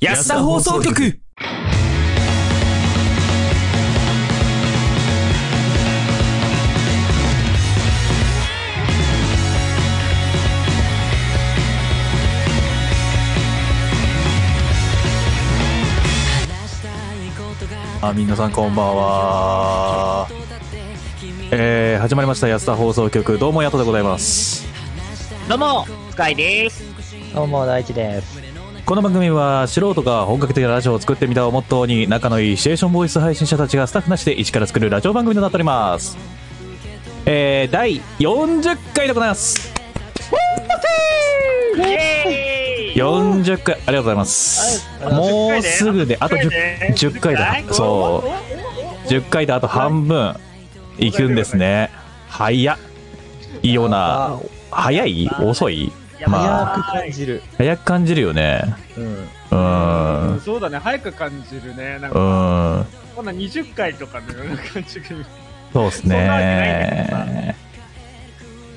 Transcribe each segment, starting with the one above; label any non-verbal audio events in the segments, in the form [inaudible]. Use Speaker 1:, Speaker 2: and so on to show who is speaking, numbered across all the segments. Speaker 1: 安田放送局
Speaker 2: あ皆さんこんばんは、えー、始まりました安田放送局どうもやとでございます
Speaker 3: どうも、スカイです。
Speaker 4: どうも、大地です。
Speaker 2: この番組は素人が本格的なラジオを作ってみたをモットーに仲のいいシチュエーションボイス配信者たちがスタッフなしで一から作るラジオ番組となっておりますえー、第40回でございます
Speaker 3: イエーイ
Speaker 2: 40回ありがとうございますもうすぐであと 10, 10回だそう10回であと半分いくんですね早っいいような早い遅いまあ
Speaker 4: 早く感じる。
Speaker 2: 早く感じるよね
Speaker 4: うん。
Speaker 2: うーんう
Speaker 5: そうだね、早く感じるね。なんか、
Speaker 2: ーん
Speaker 5: こんな20回とかのような感じが。
Speaker 2: そうです
Speaker 5: そんなわけない
Speaker 2: ね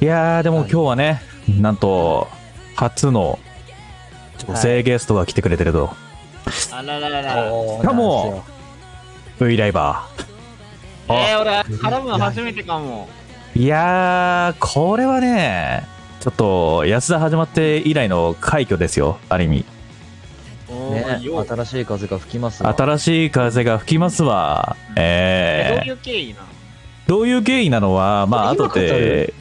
Speaker 2: いやーでも今日はねなんと初の女性ゲストが来てくれてると、
Speaker 3: あらららら。
Speaker 4: し
Speaker 2: しかも、V ライバーあ
Speaker 3: えー、俺、絡むの初めてかも。
Speaker 2: いやー、これはね、ちょっと安田始まって以来の快挙ですよ、ある意味。
Speaker 3: お
Speaker 4: ね
Speaker 3: ー、いいよ。
Speaker 4: 新しい風が吹きますわ。
Speaker 2: 新しい風が吹きますわ。え
Speaker 3: えどうい
Speaker 2: ー、
Speaker 3: う経緯なの
Speaker 2: どういう経緯なのは、まあ、
Speaker 4: 今
Speaker 2: 後で、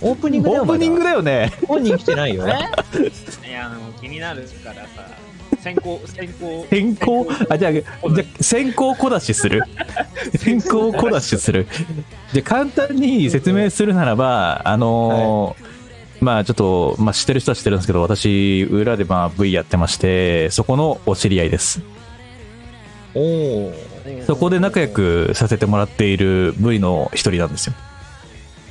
Speaker 4: オープニングだ
Speaker 2: オ
Speaker 4: よ。
Speaker 2: ープニング
Speaker 4: まだ
Speaker 2: だよね。
Speaker 4: 本人来てないよ。
Speaker 3: いや、でも気になるからさ、先行、先行。
Speaker 2: 変更あ、じゃあ、じゃあ先行小出しする。先行小出しする。じゃあ、簡単に説明するならば、あのーまあちょっと、まあ知ってる人は知ってるんですけど、私、裏でまあ V やってまして、そこのお知り合いです。
Speaker 4: おお。
Speaker 2: そこで仲良。くさせてもらっている V の一人なんですよ。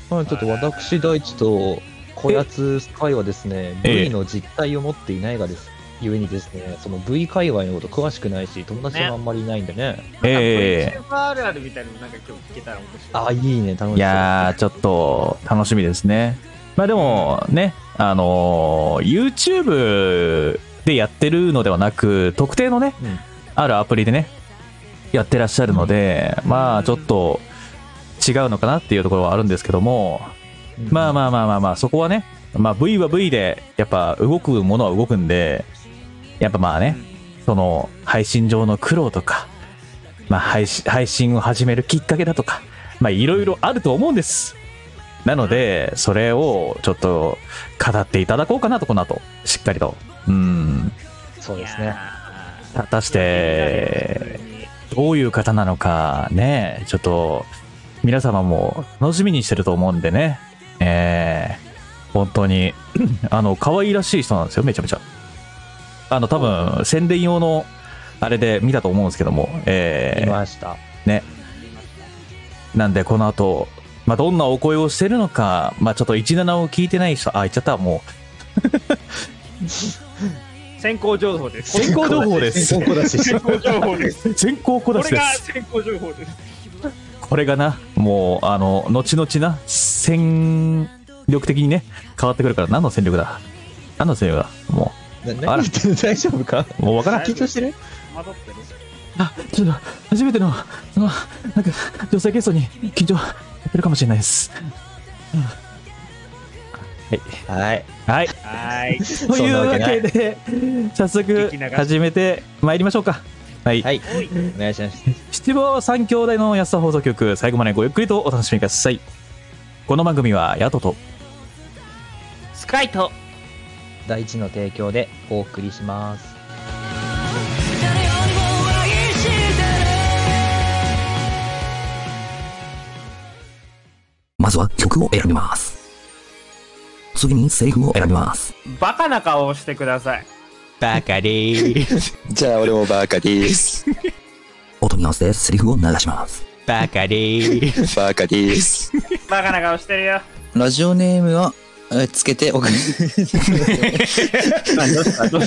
Speaker 4: はい、ちょっと私、大地と、こやつ会はですね、
Speaker 2: ええ
Speaker 4: V の実態を持っていないがです。ゆえにですね、その V 界隈のこと詳しくないし、友達もあんまりいないんでね。
Speaker 2: ええ
Speaker 3: YouTuber あるあるみたいなのなんか今日聞けたら面白い。
Speaker 4: あ、いいね、楽しみ。
Speaker 2: いやー、ちょっと楽しみですね。まあでもね、あのー YouTube でやってるのではなく、特定のね、
Speaker 4: うん
Speaker 2: あるアプリでね、やってらっしゃるので、まあちょっと違うのかなっていうところはあるんですけども、
Speaker 4: うん
Speaker 2: まあまあまあまあまあ、そこはね、まあ V は V で、やっぱ動くものは動くんで、やっぱまあね、その配信上の苦労とか、まあ配信配信を始めるきっかけだとか、まあいろいろあると思うんです。なので、それをちょっと語っていただこうかなと、この後、しっかりと。うん。
Speaker 4: そうです
Speaker 3: い
Speaker 4: ね。
Speaker 3: やー。
Speaker 2: 果たして、どういう方なのかね、ちょっと皆様も楽しみにしてると思うんでね、えー、本当に、 [clears throat] あの、可愛らしい人なんですよ、めちゃめちゃ。あの、多分、宣伝用の、あれで見たと思うんですけども、え
Speaker 4: い
Speaker 2: ー、
Speaker 4: ました。
Speaker 2: なんでこの後、まあ、どんなお声をしてるのか、まあ、ちょっと17を聞いてない人、あ、言っちゃった、も
Speaker 5: 先行情報で
Speaker 2: う、
Speaker 5: す。
Speaker 2: 先行情報です。
Speaker 4: 先行だし。
Speaker 5: 先行情報
Speaker 2: [laughs]
Speaker 5: です。
Speaker 2: 先行小
Speaker 5: こ
Speaker 2: 出
Speaker 5: れ
Speaker 2: しで
Speaker 5: が
Speaker 2: す。
Speaker 5: 先行情報
Speaker 3: [laughs]
Speaker 5: です。
Speaker 2: これがな、もう、あの、後々な、戦力的にね、変わってくるから、何の戦力だ何の戦力だも
Speaker 4: な
Speaker 2: あら
Speaker 4: 何言ってる [laughs] 大丈夫か
Speaker 2: う、もうわからん。
Speaker 4: 緊張してる
Speaker 5: 混ざってる。
Speaker 2: あ、ちょっと、初めての、あの、なんか、女性ゲストに緊張、やってるかもしれないです。はい。
Speaker 4: はい。
Speaker 2: は
Speaker 5: は
Speaker 2: い。
Speaker 5: ーい。
Speaker 2: とい
Speaker 4: ん
Speaker 2: う
Speaker 4: なわ
Speaker 2: わ
Speaker 4: けない
Speaker 2: けで、早速
Speaker 5: 聞き流、し
Speaker 2: 始めて参りましょうか。はい。
Speaker 4: はい。お願いします。
Speaker 2: 七望三兄弟の安田放送局最後までごゆっくりとお楽しみくださいこの番組はヤトと
Speaker 3: スカイと、
Speaker 4: 第一の提供でお送りします。
Speaker 6: 誰よりも愛してる
Speaker 7: まずは曲を選びます。次にセリフを選びます。
Speaker 5: バカな顔をしてください。
Speaker 2: バカでーす
Speaker 8: じゃあ俺もバーカです。
Speaker 7: 音に合わせてセリフを流します。
Speaker 2: バカでーす
Speaker 8: バーカです。
Speaker 5: バカな顔してるよ。
Speaker 8: ラジオネームは、えつけて
Speaker 2: [laughs]
Speaker 8: おく。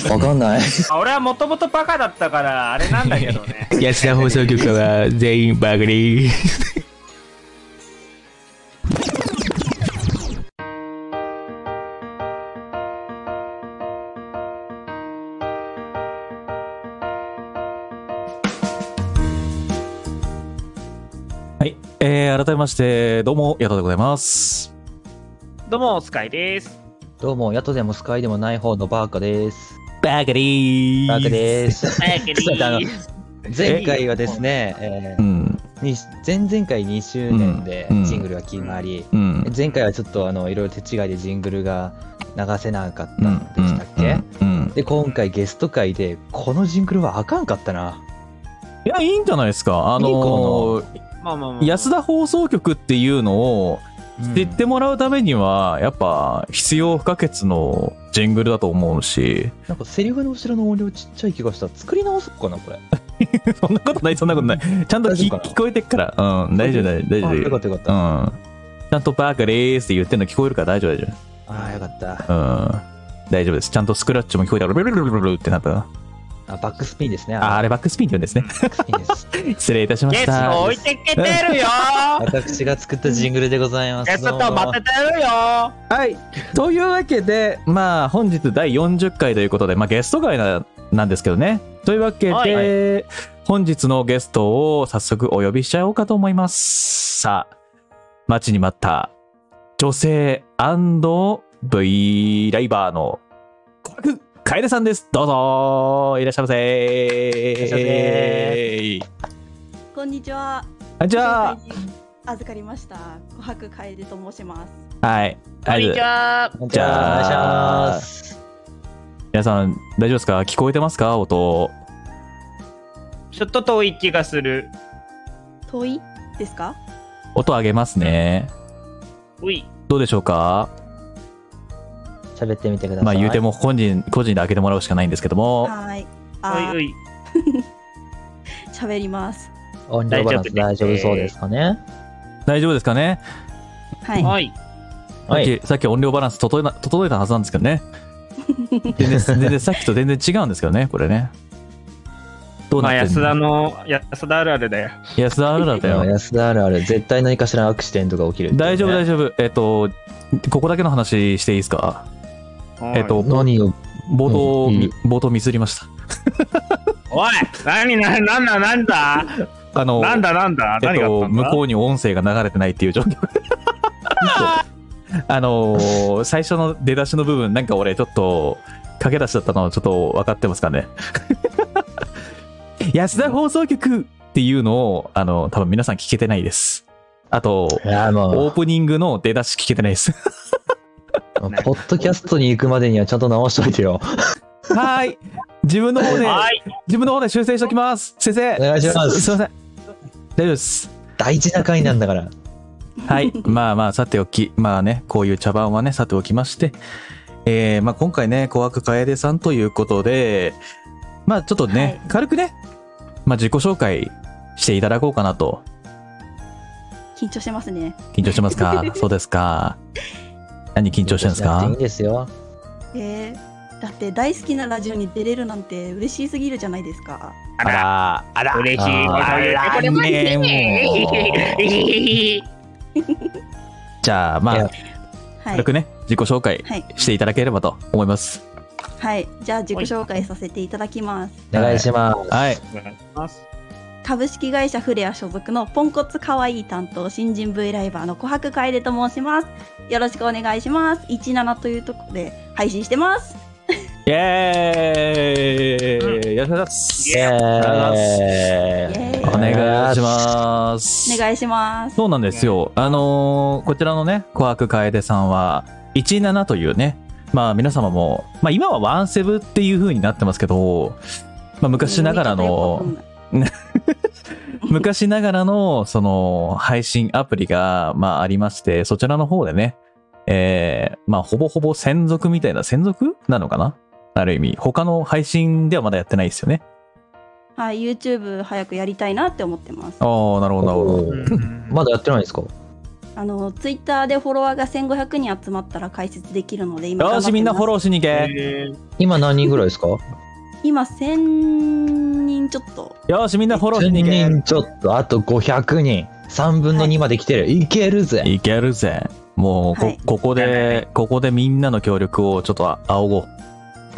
Speaker 8: わかんない。
Speaker 5: あ俺はもともとバカだったから、あれなんだけど
Speaker 2: [laughs]
Speaker 5: ね。
Speaker 2: 安田放送局は全員バカでーすえー、改めまして、どうも、矢田でございます。
Speaker 3: どうも、スカイです。
Speaker 4: どうも、ヤトでもスカイでもない方のバーカです。
Speaker 2: バーカリー
Speaker 4: バーカです。
Speaker 3: 早く
Speaker 4: ちょっとあの
Speaker 3: に。
Speaker 4: 前回はですね、え
Speaker 2: うん、
Speaker 4: ーに前々回2周年で
Speaker 2: うん
Speaker 4: ジングルが決まり、
Speaker 2: うん。
Speaker 4: 前回はちょっとあのいろいろ手違いでジングルが流せなかった
Speaker 2: うん
Speaker 4: でしたっけ、
Speaker 2: うんうん
Speaker 4: で、今回ゲスト会で、このジングルはあかんかったな。
Speaker 2: いや、いいんじゃないですか。あ
Speaker 4: いい
Speaker 2: の
Speaker 4: か
Speaker 3: まあまあまあ。
Speaker 2: 安田放送局っていうのを知ってもらうためには、やっぱ必要不可欠のジングルだと思うし、
Speaker 4: なんかセリフの後ろの音量ちっちゃい気がした。作り直そうかな、これ。
Speaker 2: そんなことない、そんなことない。ちゃんと
Speaker 4: 大丈
Speaker 2: 聞
Speaker 4: 夫かな
Speaker 2: 聞こえてっから、うん、大丈夫、大丈夫
Speaker 4: あ、
Speaker 2: 大丈
Speaker 4: よか
Speaker 2: 夫。
Speaker 4: ったよかった。
Speaker 2: うん。ちゃんとバーカでーすって言ってんの聞こえるから大丈夫、大丈
Speaker 4: ああ、よかった。
Speaker 2: 夫。うん。大丈夫です。ちゃんとスクラッチも聞こえたら、ブルルルルルルってなった。
Speaker 4: あ、バックスピンですね。
Speaker 2: あ、あ
Speaker 4: れ、
Speaker 2: れバックスピンって言うんですね。
Speaker 4: バックスピンです。
Speaker 2: 失礼いたしま
Speaker 3: ゲ
Speaker 2: し
Speaker 3: スト
Speaker 2: た
Speaker 3: 置。いてけてる
Speaker 2: [laughs]
Speaker 3: よ
Speaker 4: 私が作ったジングルでございます。
Speaker 3: ゲストと待っててるよ
Speaker 2: はい。というわけで、まあ、本日第40回ということで、まあ、ゲスト会ななんですけどね。というわけで、
Speaker 3: はい
Speaker 2: 本日のゲストを早速お呼びしちゃおうかと思います。さあ、待ちに待った、女性 &V ライバーの、コバく楓さんです。どうぞいらっしゃいませ
Speaker 4: らっしゃいませ
Speaker 1: こんにちは。
Speaker 2: じゃあ、
Speaker 1: 紹介に預かりました。琥珀楓と申します。
Speaker 2: はい。
Speaker 3: こんにちは
Speaker 4: こんにちはお願いします。
Speaker 2: 皆さん、大丈夫ですか聞こえてますか音。
Speaker 3: ちょっと遠い気がする。
Speaker 1: 遠いですか？
Speaker 2: 音上げますね。
Speaker 3: うい。
Speaker 2: どうでしょうか
Speaker 4: 喋ってみてください。
Speaker 2: まあ言うても個人、個人で開けてもらうしかないんですけども。
Speaker 1: はーい。あ
Speaker 3: うい、うい。
Speaker 1: ー、喋ります。
Speaker 4: 音量バランス大丈夫そうですかね。
Speaker 2: 大丈夫ですかね、
Speaker 1: はい。
Speaker 3: はい。
Speaker 4: はい。
Speaker 2: さっき、さっき音量バランス整えな、整えたはずなんですけど
Speaker 4: [laughs]
Speaker 2: ね。全然、全然さっきと全然違うんですけどね、これね。どう
Speaker 3: まあ
Speaker 2: なって
Speaker 3: 安
Speaker 2: んの、
Speaker 3: 田の、安田あるあるだよ。
Speaker 2: 安田あるだった
Speaker 4: [laughs]
Speaker 2: よ。
Speaker 4: 安田あるある、絶対何かしらアクシデントが起きる、
Speaker 2: 大丈夫、大
Speaker 4: 丈
Speaker 2: 丈夫。えっと、ここだけの話していいですかえっと、冒
Speaker 4: 何を、
Speaker 2: 頭、
Speaker 4: うんいい
Speaker 2: 冒頭ミスりまし
Speaker 3: おい何な、なんだ、なんだ
Speaker 2: た。あの、
Speaker 3: なんだ、なんだ
Speaker 2: えっ
Speaker 3: 何があっ
Speaker 2: と、
Speaker 3: たんだ
Speaker 2: 向こうに音声が流れてないっていう状況。 [laughs] あのー最初の出だしの部分、なんか俺ちょっと、駆け出しだったのちょっと分かってますかね。 [laughs] 安田放送局っていうのを、あの、多分皆さん聞けてないです。あと、
Speaker 4: いや、
Speaker 2: オー
Speaker 4: も
Speaker 2: プニングの出だし聞けてないです。 [laughs]
Speaker 4: う、ポッドキャストに行くまでにはちゃんと直しといて
Speaker 2: は
Speaker 4: よ。
Speaker 2: ーい。自分の方で、
Speaker 3: はい。
Speaker 2: 自分の方で修正しておきます。先生。
Speaker 4: お願いします
Speaker 2: すいません。大丈夫です。
Speaker 4: 大事な回なんだから。
Speaker 2: はい。まあまあ、さておき、まあね、こういう茶番はね、さておきまして、えー、まあ今回ね、小悪楓さんということで、まあちょっとね、
Speaker 1: はい
Speaker 2: 軽くね、まあ自己紹介していただこうかなと。
Speaker 1: 緊張してますね。
Speaker 2: 緊張してますかそうですか。何緊張してるんですか
Speaker 4: いいですよ。
Speaker 1: えー、だって大好きなラジオに出れるなんて嬉しすぎるじゃないですか。
Speaker 2: あら、あら、
Speaker 3: 嬉しい。
Speaker 2: あら
Speaker 3: これも
Speaker 2: ねもうじゃあ、まあ
Speaker 4: いや、
Speaker 1: はい
Speaker 2: 軽。くね、自己紹介
Speaker 1: はい。
Speaker 2: していただければと思います。
Speaker 1: はい。じゃあ自己紹介させていただきます。
Speaker 4: お願いします。
Speaker 2: はい。
Speaker 3: お願いします
Speaker 1: 株式会社フレア所属のポンコツ可愛い担当新人 V ライバーの琥珀楓と申します。よろしくお願いします。17というとこで配信してます。
Speaker 2: イエーイよろしくお願いします。
Speaker 4: イエ
Speaker 1: イエ
Speaker 4: ー
Speaker 1: ー
Speaker 4: イ
Speaker 1: イ
Speaker 2: お願いします。
Speaker 1: お願いします。
Speaker 2: そうなんですよ。あのーこちらのね、琥珀楓さんは、17というね、まあ皆様も、まあ今はワンセブっていう風になってますけど、まあ昔ながらの、昔ながらの、その、配信アプリが、まあありまして、そちらの方でね、えー、まあほぼほぼ専属みたいな、専属なのかなある意味、他の配信ではまだやってないですよね。
Speaker 1: はい、YouTube 早くやりたいなって思ってます。
Speaker 2: ああ、なるほど、なるほど。
Speaker 3: うん
Speaker 4: まだやってないんですか
Speaker 1: あの、Twitter でフォロワーが1500人集まったら解説できるので、今
Speaker 2: よー
Speaker 1: 頑張ってます。
Speaker 2: し、みんなフォローしに行け。
Speaker 3: えー
Speaker 4: 今何人ぐらいですか
Speaker 1: 今、1000人ちょっと。
Speaker 2: よーし、みんなフォローしに行け。
Speaker 4: 10人ちょっと、あと500人。3分の2まで来てる。いけるぜ。
Speaker 2: いけるぜ。もうこ、
Speaker 1: はい
Speaker 2: ここで、ここでみんなの協力をちょっとあ仰ご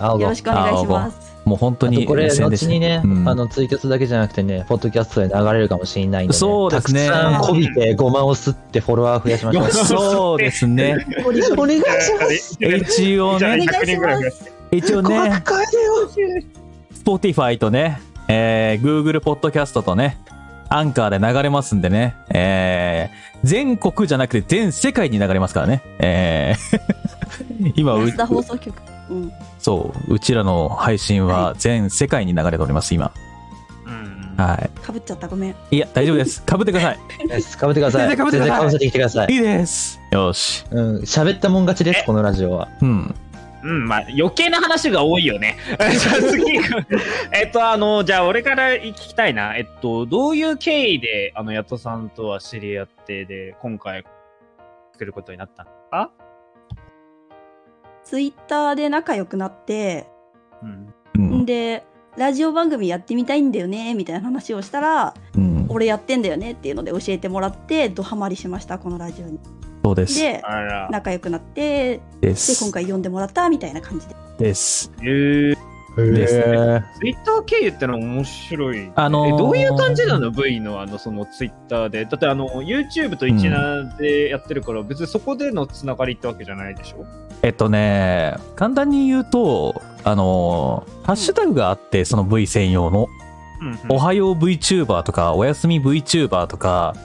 Speaker 4: 青
Speaker 1: よ
Speaker 4: が
Speaker 1: ろしくお願いします。
Speaker 2: う。もう本当
Speaker 4: あ
Speaker 2: に
Speaker 4: とこれ、
Speaker 2: 宣伝し
Speaker 4: 後
Speaker 2: て
Speaker 4: にね、
Speaker 2: うん
Speaker 4: あの、ツイキャスだけじゃなくてね、ポッドキャストで流れるかもしれないんで、ね、
Speaker 2: そうですね
Speaker 4: たくさんこびて、5万を吸ってフォロワー増やしましょう。
Speaker 2: そうですね。
Speaker 4: [laughs] お願いし
Speaker 2: 一応ね、
Speaker 3: 100人ぐらい増やして。
Speaker 2: 一応ね、Spotify とね、えー Google ポッドキャストとね、アンカーで流れますんでね、えー全国じゃなくて全世界に流れますからね。えー [laughs] 今、う
Speaker 1: 安田放送局。うん。
Speaker 2: そう、うちらの配信は全世界に流れております、今。
Speaker 3: うん。
Speaker 2: は
Speaker 1: かぶっちゃった、ごめん。
Speaker 2: い。いや、大丈夫です。被ってください。
Speaker 4: ます。かぶってください。
Speaker 2: 全然被ってください
Speaker 4: 全然被せてきてください。
Speaker 2: いいです。よし。
Speaker 4: うん、喋ったもん勝ちです、このラジオは。
Speaker 2: うん。
Speaker 3: うん、まあ、余計な話が多いよね。 [laughs] じゃあ次。えっと、あの、じゃあ俺から聞きたいな。えっと、どういう経緯で、あの、ヤトさんとは知り合ってで、今回、来ることになったのか
Speaker 1: ツイッターで仲良くなって、
Speaker 3: うん。
Speaker 2: うん。
Speaker 1: で、ラジオ番組やってみたいんだよね、みたいな話をしたら、
Speaker 2: うん。
Speaker 1: 俺やってんだよねっていうので教えてもらって、ドハマりしました、このラジオに。
Speaker 2: そうです。
Speaker 1: で、
Speaker 3: あら。
Speaker 1: 仲良くなって、で、
Speaker 2: で
Speaker 1: 今
Speaker 2: す。
Speaker 1: 回呼んでもらった、みたいな感じで。
Speaker 2: です。
Speaker 3: えー、
Speaker 2: ですね
Speaker 4: へー
Speaker 3: ツイッター経由ってのは面白い。
Speaker 2: あのー
Speaker 3: えどういう感じなの ?V のあの、そのツイッターで。だってあの、YouTube と一覧でやってるから、別にそこでのつながりってわけじゃないでしょ
Speaker 2: えっとね、簡単に言うと、あのー、ハッシュタグがあって、その V 専用の、
Speaker 3: うん、
Speaker 2: おはよう VTuber とか、おやすみ VTuber とか、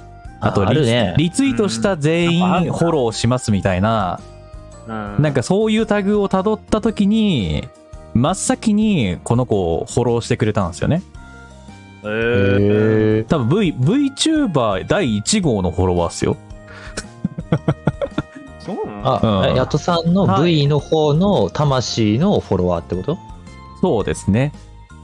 Speaker 2: あと
Speaker 4: ああるね
Speaker 2: リツイートした全員
Speaker 3: うんあるな
Speaker 2: フォローしますみたいな、
Speaker 3: うん。
Speaker 2: なんかそういうタグをたどった時に、真っ先にこの子をフォローしてくれたんですよね。
Speaker 3: え
Speaker 4: へ
Speaker 3: ー
Speaker 4: ー
Speaker 2: 多分 V、VTuber 第1号のフォロワーっすよ。
Speaker 3: そうなの
Speaker 4: あ、
Speaker 2: うん
Speaker 4: ヤトさんの V の方の魂のフォロワーってこと
Speaker 2: そうですね。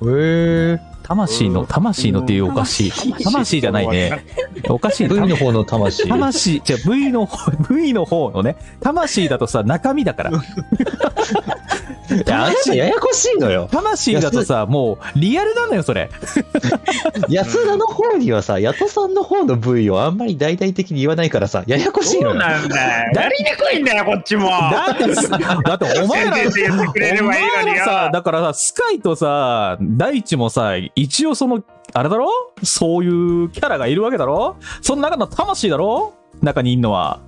Speaker 4: へえ。
Speaker 2: 魂の、魂のっていうおかしい。
Speaker 1: 魂
Speaker 2: 魂じゃないね。おかしい
Speaker 4: V の方の魂。
Speaker 2: 魂、じゃあ V の方、V の方のね、魂だとさ、中身だから。
Speaker 4: いや、あんたややこしいのよ。
Speaker 2: 魂だとさ、もう、リアルなのよ、それ。
Speaker 4: 安田の方にはさ、ヤトさんの方の部位をあんまり大々的に言わないからさ、ややこしい
Speaker 3: そ
Speaker 4: の
Speaker 3: う
Speaker 4: よ。
Speaker 3: なんだよ。やりにくいんだよ、こっちも。
Speaker 2: だってさ、だってお前ら、
Speaker 3: 宣伝して言ってくれれ
Speaker 2: お
Speaker 3: ばいいのによ
Speaker 2: 前らさ、だからさ、スカイとさ、大地もさ、一応その、あれだろそういうキャラがいるわけだろその中の魂だろ中にいんのは。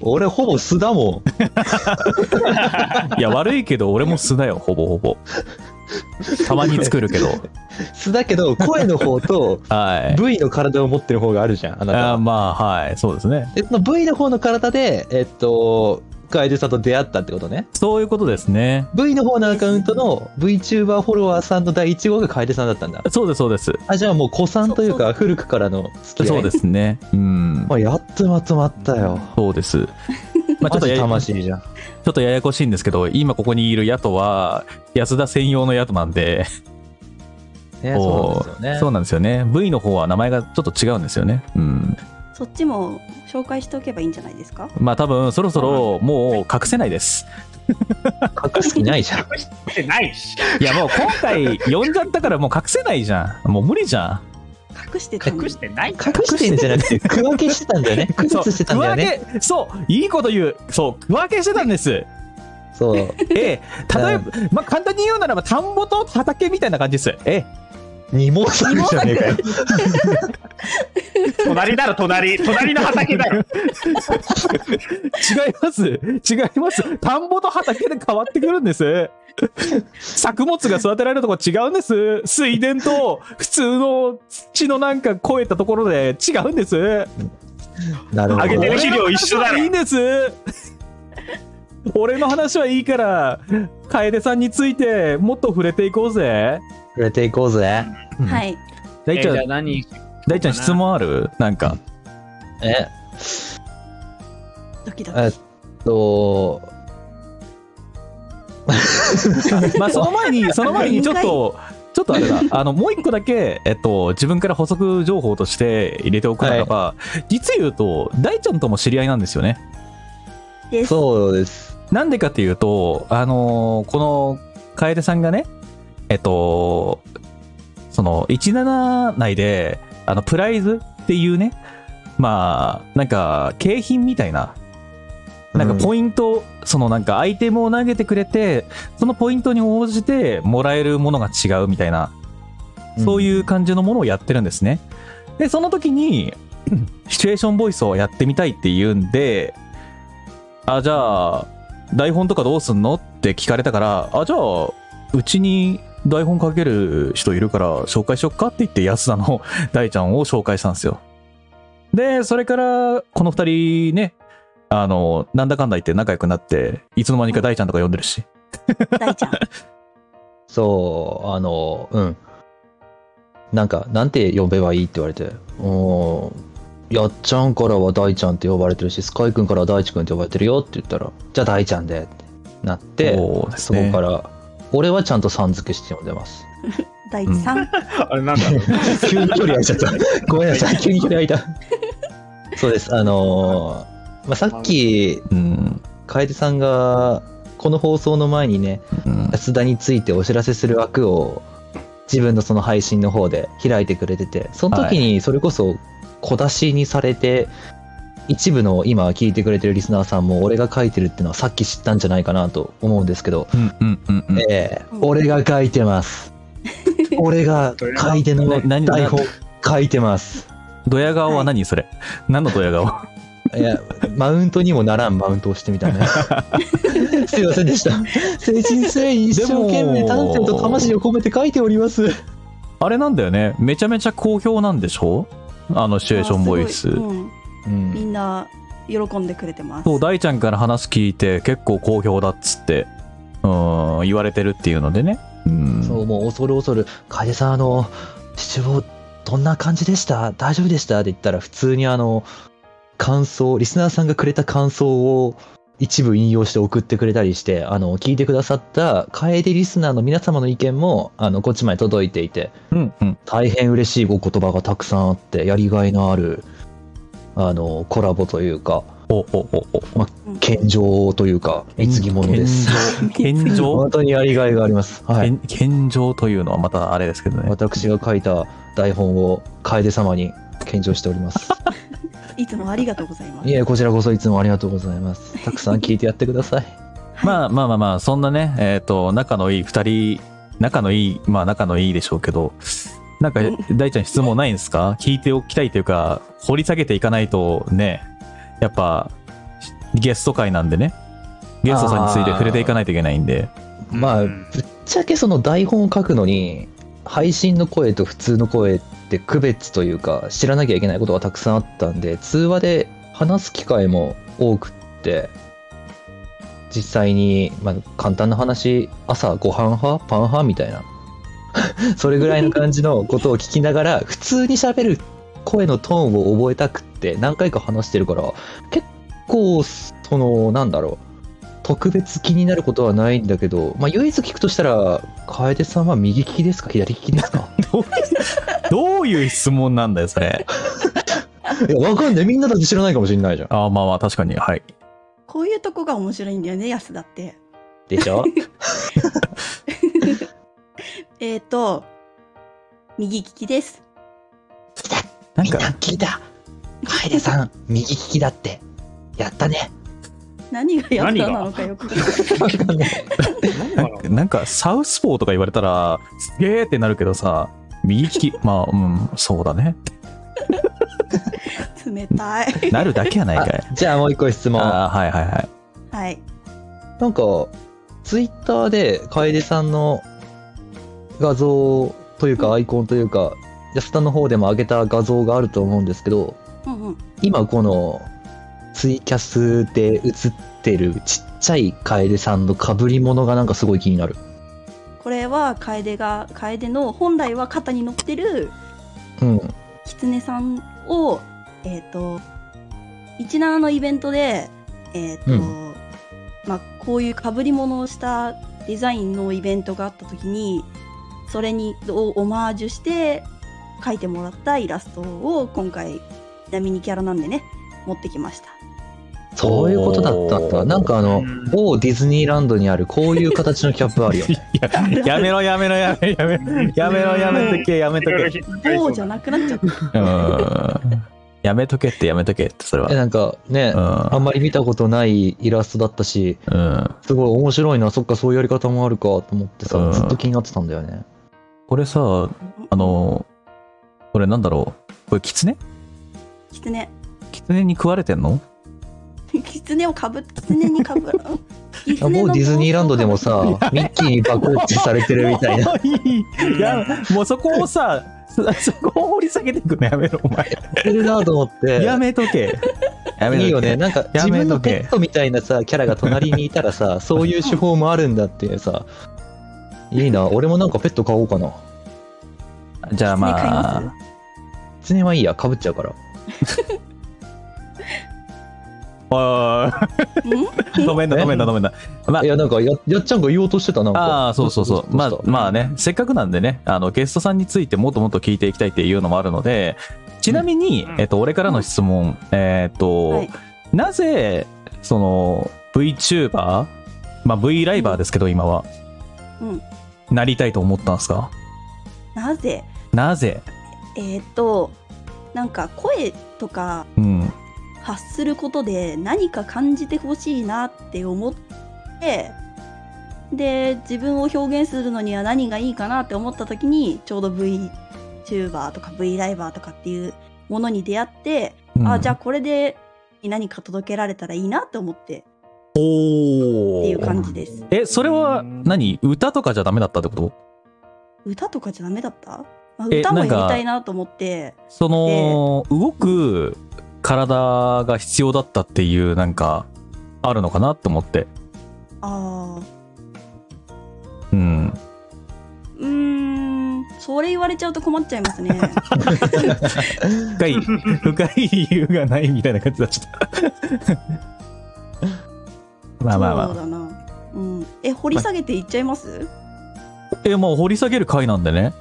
Speaker 4: 俺ほぼ素だもん。
Speaker 2: いや、悪いけど、俺も素だよ、ほぼほぼ。たまに作るけど。
Speaker 4: 素だけど、声の方と
Speaker 2: [laughs]
Speaker 4: [laughs]
Speaker 2: はい。
Speaker 4: 部位の体を持ってる方があるじゃん、あな
Speaker 2: あ
Speaker 4: た。
Speaker 2: まあ、はい、そうですね。
Speaker 4: で、その部位の方の体で、えっと、楓さんと出会ったってことね。
Speaker 2: そういうことですね。
Speaker 4: V の方のアカウントの VTuber フォロワーさんの第1号が楓さんだったんだ。
Speaker 2: そうです、そう
Speaker 4: [laughs]
Speaker 2: です。
Speaker 4: あ、じゃあもう子さんというか、古くからの付き合い。
Speaker 2: そうですね。うん。
Speaker 4: まあ、やっとまとまったよ。
Speaker 2: そうです。まあ、ちょっとやや
Speaker 4: マ
Speaker 2: ち
Speaker 4: ジ魂じゃん。
Speaker 2: ょっとややこしいんですけど、今ここにいる野党は、安田専用の野党なんで、 [laughs]
Speaker 4: ね、
Speaker 2: こ
Speaker 4: そうですよね。
Speaker 2: そうなんですよね。V の方は名前がちょっと違うんですよね。うん。
Speaker 1: そっちも紹介しておけばいいんじゃないですか
Speaker 2: まあ多分、そろそろもう隠せないです。
Speaker 4: 隠す気ないじゃん。
Speaker 3: 隠してない
Speaker 2: [laughs]
Speaker 3: し。
Speaker 2: いや、もう今回呼んじゃったからもう隠せないじゃん。もう無理じゃん。
Speaker 1: 隠してたの
Speaker 3: 隠してないか
Speaker 4: 隠してんじゃなくて、区分けしてたんだ [laughs] よね。区
Speaker 2: そう、
Speaker 4: 別してたんだよね。
Speaker 2: 区分けそう、いいこと言う。そう、区分けしてたんです。
Speaker 4: [laughs] そう。
Speaker 2: ええ、例えば、まあ簡単に言うならば、田んぼと畑みたいな感じです。ええ、
Speaker 4: 二毛作じゃねえかよ。
Speaker 3: 隣だろ、隣。隣の畑だよ。
Speaker 2: 違います。違います。田んぼと畑で変わってくるんです。作物が育てられるとこ違うんです。水田と普通の土のなんか超えたところで違うんです。
Speaker 4: なるほ
Speaker 3: あげ
Speaker 4: ど
Speaker 3: てる
Speaker 4: ね。
Speaker 3: 肥料一緒だろ
Speaker 2: 俺の話はいいんです。俺の話はいいから、楓さんについてもっと触れていこうぜ。
Speaker 4: 触れていこうぜ。
Speaker 1: はい。
Speaker 2: [laughs] 大ちゃん、
Speaker 3: えーじゃあ何
Speaker 2: 大ちゃん質問あるなんか。
Speaker 4: え、
Speaker 1: ドキドキ。
Speaker 4: えっと、
Speaker 2: まあその前に、その前にちょっと、ちょっとあれだ、あの、もう一個だけ、えっと、自分から補足情報として入れておくならば、実言うと、大ちゃんとも知り合いなんですよね。
Speaker 1: です。
Speaker 4: そうです。
Speaker 2: なんでかっていうと、あのーこの、楓さんがね、えっと、その、17内で、あの、プライズっていうね、まあ、なんか、景品みたいな、なんかポイント、そのなんかアイテムを投げてくれて、そのポイントに応じてもらえるものが違うみたいな、そういう感じのものをやってるんですね。で、その時
Speaker 4: [laughs]
Speaker 2: に、シチュエーションボイスをやってみたいって言うんで、あ、じゃあ、台本とかどうすんのって聞かれたから、あ、じゃあ、うちに台本書ける人いるから紹介しよっかって言って安田の [laughs] 大ちゃんを紹介したんですよ。で、それから、この二人ね、あの、なんだかんだ言って仲良くなって、いつの間にか大ちゃんとか呼んでるし。[laughs]
Speaker 1: 大ちゃん。
Speaker 4: そう、あの、うん。なんか、なんて呼べばいいって言われて、うん、やっちゃんからは大ちゃんって呼ばれてるし、スカイ君からは大地君って呼ばれてるよって言ったら、じゃあ大ちゃんでってなって、
Speaker 2: そうで
Speaker 4: そこから、俺はちゃんとさん付けして呼んでます。
Speaker 1: 大地さん。
Speaker 5: あれなんだろう。
Speaker 4: 急に距離空いちゃった。 [laughs] ごめんなさい、急に距離空いた。そうです、あのーまあ、さっき、
Speaker 2: うん。
Speaker 4: 楓さんが、この放送の前にね、
Speaker 2: うん
Speaker 4: 安田についてお知らせする枠を自分のその配信の方で開いてくれててその時にそれこそ小出しにされて、一部の今聞いてくれてるリスナーさんも俺が書いてるってのはさっき知ったんじゃないかなと思うんですけど、
Speaker 2: うんうんうんうん。
Speaker 4: えー
Speaker 1: うん
Speaker 4: 俺が書いてます俺が書いて [laughs] の
Speaker 2: 何
Speaker 4: 台本書いてます
Speaker 2: ドヤ顔は何それ何のドヤ顔 [laughs]
Speaker 4: いやマウントにもならんマウントをしてみた [laughs] ねすいませんでした誠心誠意一生懸
Speaker 2: で
Speaker 4: 命
Speaker 2: も
Speaker 4: 丹精と魂を込めて書いております
Speaker 2: あれなんだよね。めちゃめちゃ好評なんでしょあのシチュエーションボイス。
Speaker 1: あすごいうん
Speaker 4: うん
Speaker 1: みんな喜んでくれてます。
Speaker 2: そう、大ちゃんから話聞いて結構好評だっつって、うん、言われてるっていうのでね。うん。
Speaker 4: そう、もう恐る恐る、楓さん、あの、シチューどんな感じでした大丈夫でしたって言ったら、普通にあの、感想、リスナーさんがくれた感想を一部引用して送ってくれたりして、あの、聞いてくださった楓リスナーの皆様の意見も、あの、こっちまで届いていて、
Speaker 2: うんうん。
Speaker 4: 大変嬉しいご言葉がたくさんあって、やりがいのある、あの、コラボというか、
Speaker 2: おおおお。
Speaker 4: 献上というか、貢ぎ物です。 [laughs]
Speaker 2: 献上献上
Speaker 4: 本当にやりがいがあります。はい。
Speaker 2: 献献上というのはまたあれですけどね。
Speaker 4: 私が書いた台本を楓様に献上してお
Speaker 2: [laughs]
Speaker 4: ります
Speaker 1: いつもありがとうございます。
Speaker 4: いえこちらこそいつもありがとうございますたくさん聞いてやってください
Speaker 2: まあまあまあまあ、そんなね、えっ、と、仲のいい二人、仲のいい、まあ仲のいいでしょうけど、なんか
Speaker 1: うん、
Speaker 2: 大ちゃん質問ないんですか聞いておきたいというか、掘り下げていかないとね、やっぱ、ゲスト会なんでね、ゲストさんについて触れていかないといけないんで、
Speaker 4: まあ
Speaker 5: う
Speaker 4: ぶっ
Speaker 5: ん
Speaker 4: ちゃけその台本を書くのに配信の声と普通の声って区別というか知らなきゃいけないことがたくさんあったんで通話で話す機会も多くって実際に、まあ、簡単な話朝ご飯派パン派みたいな [laughs] それぐらいの感じのことを聞きながら [laughs] 普通に喋る声のトーンを覚えたくって何回か話してるから結構そのなんだろう特別気になることはないんだけど、まあ、唯一聞くとしたら楓さんは右利きですか左利きです [laughs] か
Speaker 2: どういう質問なんだよ、それ。
Speaker 4: いやわかんないみんなだって知らないかもしれないじゃん
Speaker 2: ああ、まあまあ、確かに、はい。
Speaker 1: こういうとこが面白いんだよね、安田って。
Speaker 4: でしょ
Speaker 1: えっ、ー、と、右利きです。
Speaker 2: なん
Speaker 4: みんな
Speaker 2: か、
Speaker 4: [laughs] 聞いた楓さん右利きだってやったね
Speaker 1: 何が安田なのかよくわかんない。
Speaker 4: わかんない
Speaker 2: [laughs] なんかなんか、サウスポーとか言われたら、すげーってなるけどさ、右利き、まあ、うん、そうだね。
Speaker 1: 冷た [laughs] い。
Speaker 2: なるだけやないか
Speaker 1: [laughs]
Speaker 2: い。
Speaker 4: [laughs] じゃあもう一個質問
Speaker 2: ああ、はいはいはい。
Speaker 1: はい。
Speaker 4: なんか、ツイッターで楓さんの画像というかアイコンというか、安田の方でも上げた画像があると思うんですけど、
Speaker 1: うんうん。
Speaker 4: 今このツイキャスで映ってるちっちゃい楓さんの被り物がなんかすごい気になる。
Speaker 1: これは楓が、楓の本来は肩に乗ってる
Speaker 4: うん。
Speaker 1: 狐さんを、えっ、と、17のイベントで、えっ、と、
Speaker 4: う
Speaker 1: まあ、こういう被り物をしたデザインのイベントがあった時に、それに、をオマージュして、描いてもらったイラストを今回、ちなみにキャラなんでね、持ってきました。
Speaker 4: そういうことだったんだ。なんかあの、某ディズニーランドにあるこういう形のキャップあ [laughs] るよね。
Speaker 2: [laughs] いや、やめろやめろやめろやめろやめろやめとけやめと
Speaker 5: いろいろ
Speaker 2: け。
Speaker 5: 引っかかりそう
Speaker 1: 棒
Speaker 5: だ
Speaker 1: じゃなくなっちゃった。
Speaker 2: うん。やめとけってやめとけって、それ
Speaker 4: え、
Speaker 2: は。
Speaker 4: なんかね、あんまり見たことないイラストだったし、
Speaker 2: うん。うん。
Speaker 4: すごい面白いな、そっか、そういうやり方もあるかと思ってさ、
Speaker 2: うん
Speaker 4: ずっと気になってたんだよね。
Speaker 2: これさ、あの、これなんだろう。これ、キツネ
Speaker 1: キツネ。
Speaker 2: キツネに食われてんの
Speaker 1: [laughs] キツネをかぶ、キツネにか
Speaker 4: [laughs]
Speaker 1: ぶ。キツ
Speaker 4: あ
Speaker 1: ネ
Speaker 4: も
Speaker 1: の
Speaker 4: うディズニーランドでも [laughs] さ、ミッキーにバコッチされてるみたい [laughs] な。
Speaker 2: もう [laughs] いい。いや、もうそこをさ、 [laughs] そそこを掘り下げていくのやめろ、お前。
Speaker 4: やってるなと思って。
Speaker 2: やめとけ。やめとけ。
Speaker 4: いいよね。なんか
Speaker 2: や
Speaker 4: 自
Speaker 2: め
Speaker 4: 分
Speaker 2: と
Speaker 4: の
Speaker 2: け
Speaker 4: ペットみたいなさ、キャラが隣にいたらさ、そういう手法もあるんだっていうさ、いいな、俺もなんかペット買おうかな。
Speaker 2: じゃあ
Speaker 1: 狐飼い
Speaker 2: ま
Speaker 1: ま
Speaker 2: あ、
Speaker 4: 狐はいいや、かぶっちゃうから。
Speaker 2: おいおい [laughs] ごめんな、
Speaker 4: え
Speaker 2: ごめんな、ごめんな。まあ
Speaker 4: い、や、なんかや、やっちゃんが言おうとしてた、なんか。
Speaker 2: ああ、そうそうそ
Speaker 4: ど
Speaker 2: う。
Speaker 4: ど
Speaker 2: ま
Speaker 4: ど
Speaker 2: あ
Speaker 4: う、した
Speaker 2: まあね、せっかくなんでね、あの、ゲストさんについてもっともっと聞いていきたいっていうのもあるので、ちなみに、
Speaker 5: うん
Speaker 2: えっと、俺からの質問、えっと、
Speaker 1: はい
Speaker 2: なぜ、その、VTuber? まあ、V ライバーですけど、今は。
Speaker 1: うん
Speaker 2: なりたいと思ったんですか
Speaker 1: なぜ
Speaker 2: なぜ
Speaker 1: えーっと、なんか声とか
Speaker 2: うん。
Speaker 1: 発することで何か感じてほしいなって思って、で、自分を表現するのには何がいいかなって思った時に、ちょうど VTuber とか V ライバーとかっていうものに出会って、あ、じゃあこれで何か届けられたらいいなって思ってっていう感じです。
Speaker 2: え、それは
Speaker 5: うん
Speaker 2: 何、歌とかじゃダメだったってこと
Speaker 1: 歌とかじゃダメだった、まあ、
Speaker 2: え
Speaker 1: 歌も
Speaker 2: なん
Speaker 1: やり
Speaker 2: か
Speaker 1: たいなと思って、
Speaker 2: その、動く体が必要だったっていう、なんか、あるのかなって思って。
Speaker 1: ああ、
Speaker 2: うん。
Speaker 1: うーん、それ言われちゃうと困っちゃいますね。
Speaker 2: 深い、深い理由がないみたいな感じだった。 [laughs]
Speaker 1: [laughs]
Speaker 2: まあまあ
Speaker 1: そう
Speaker 2: ま
Speaker 1: だな。うん、え、掘り下げていっちゃいます
Speaker 2: あ。え、まあ掘り下げる回なんでね。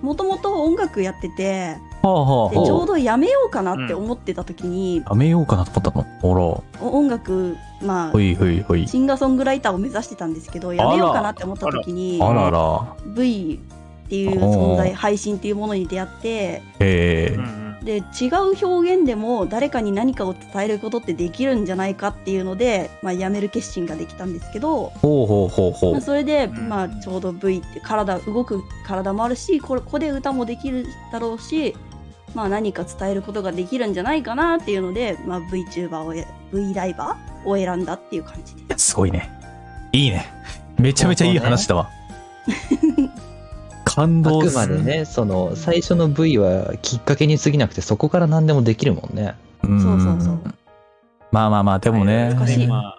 Speaker 1: もともと音楽やってて、
Speaker 2: はあはあ
Speaker 1: でちょう
Speaker 2: は
Speaker 1: どやめようかなって思ってた時に、
Speaker 2: あ。やめようかなと思ったの。ほ
Speaker 1: お音楽、ま
Speaker 2: ら。
Speaker 1: あ
Speaker 2: ほ、いほいほい。
Speaker 1: シンガーソングライターを目指してたんですけど、やめようかなって思った時に、
Speaker 2: あらら。
Speaker 1: V っていう存
Speaker 2: お
Speaker 1: 在、
Speaker 2: ー
Speaker 1: 配信っていうものに出会って、
Speaker 2: ええ
Speaker 1: で違う表現でも誰かに何かを伝えることってできるんじゃないかっていうので、まあ、やめる決心ができたんですけど、
Speaker 2: ほうほうほうほ
Speaker 1: まあ、
Speaker 2: う。
Speaker 1: それで、
Speaker 5: うん
Speaker 1: まあ、ちょうど V って体動く体もあるしこれここで歌もできるだろうし、まあ、何か伝えることができるんじゃないかなっていうので、まあ、VTuber をえ V ライバーを選んだっていう感じで
Speaker 2: すごいね。いいね。めちゃめちゃいい話だわ。感
Speaker 4: あ
Speaker 2: 動
Speaker 4: く
Speaker 2: す
Speaker 4: までね、その、最初の V はきっかけに過ぎなくて、そこから何でもできるもんね。
Speaker 2: うん
Speaker 1: そうそうそう
Speaker 2: まあまあまあ、でもね。
Speaker 1: 難しい
Speaker 3: まあ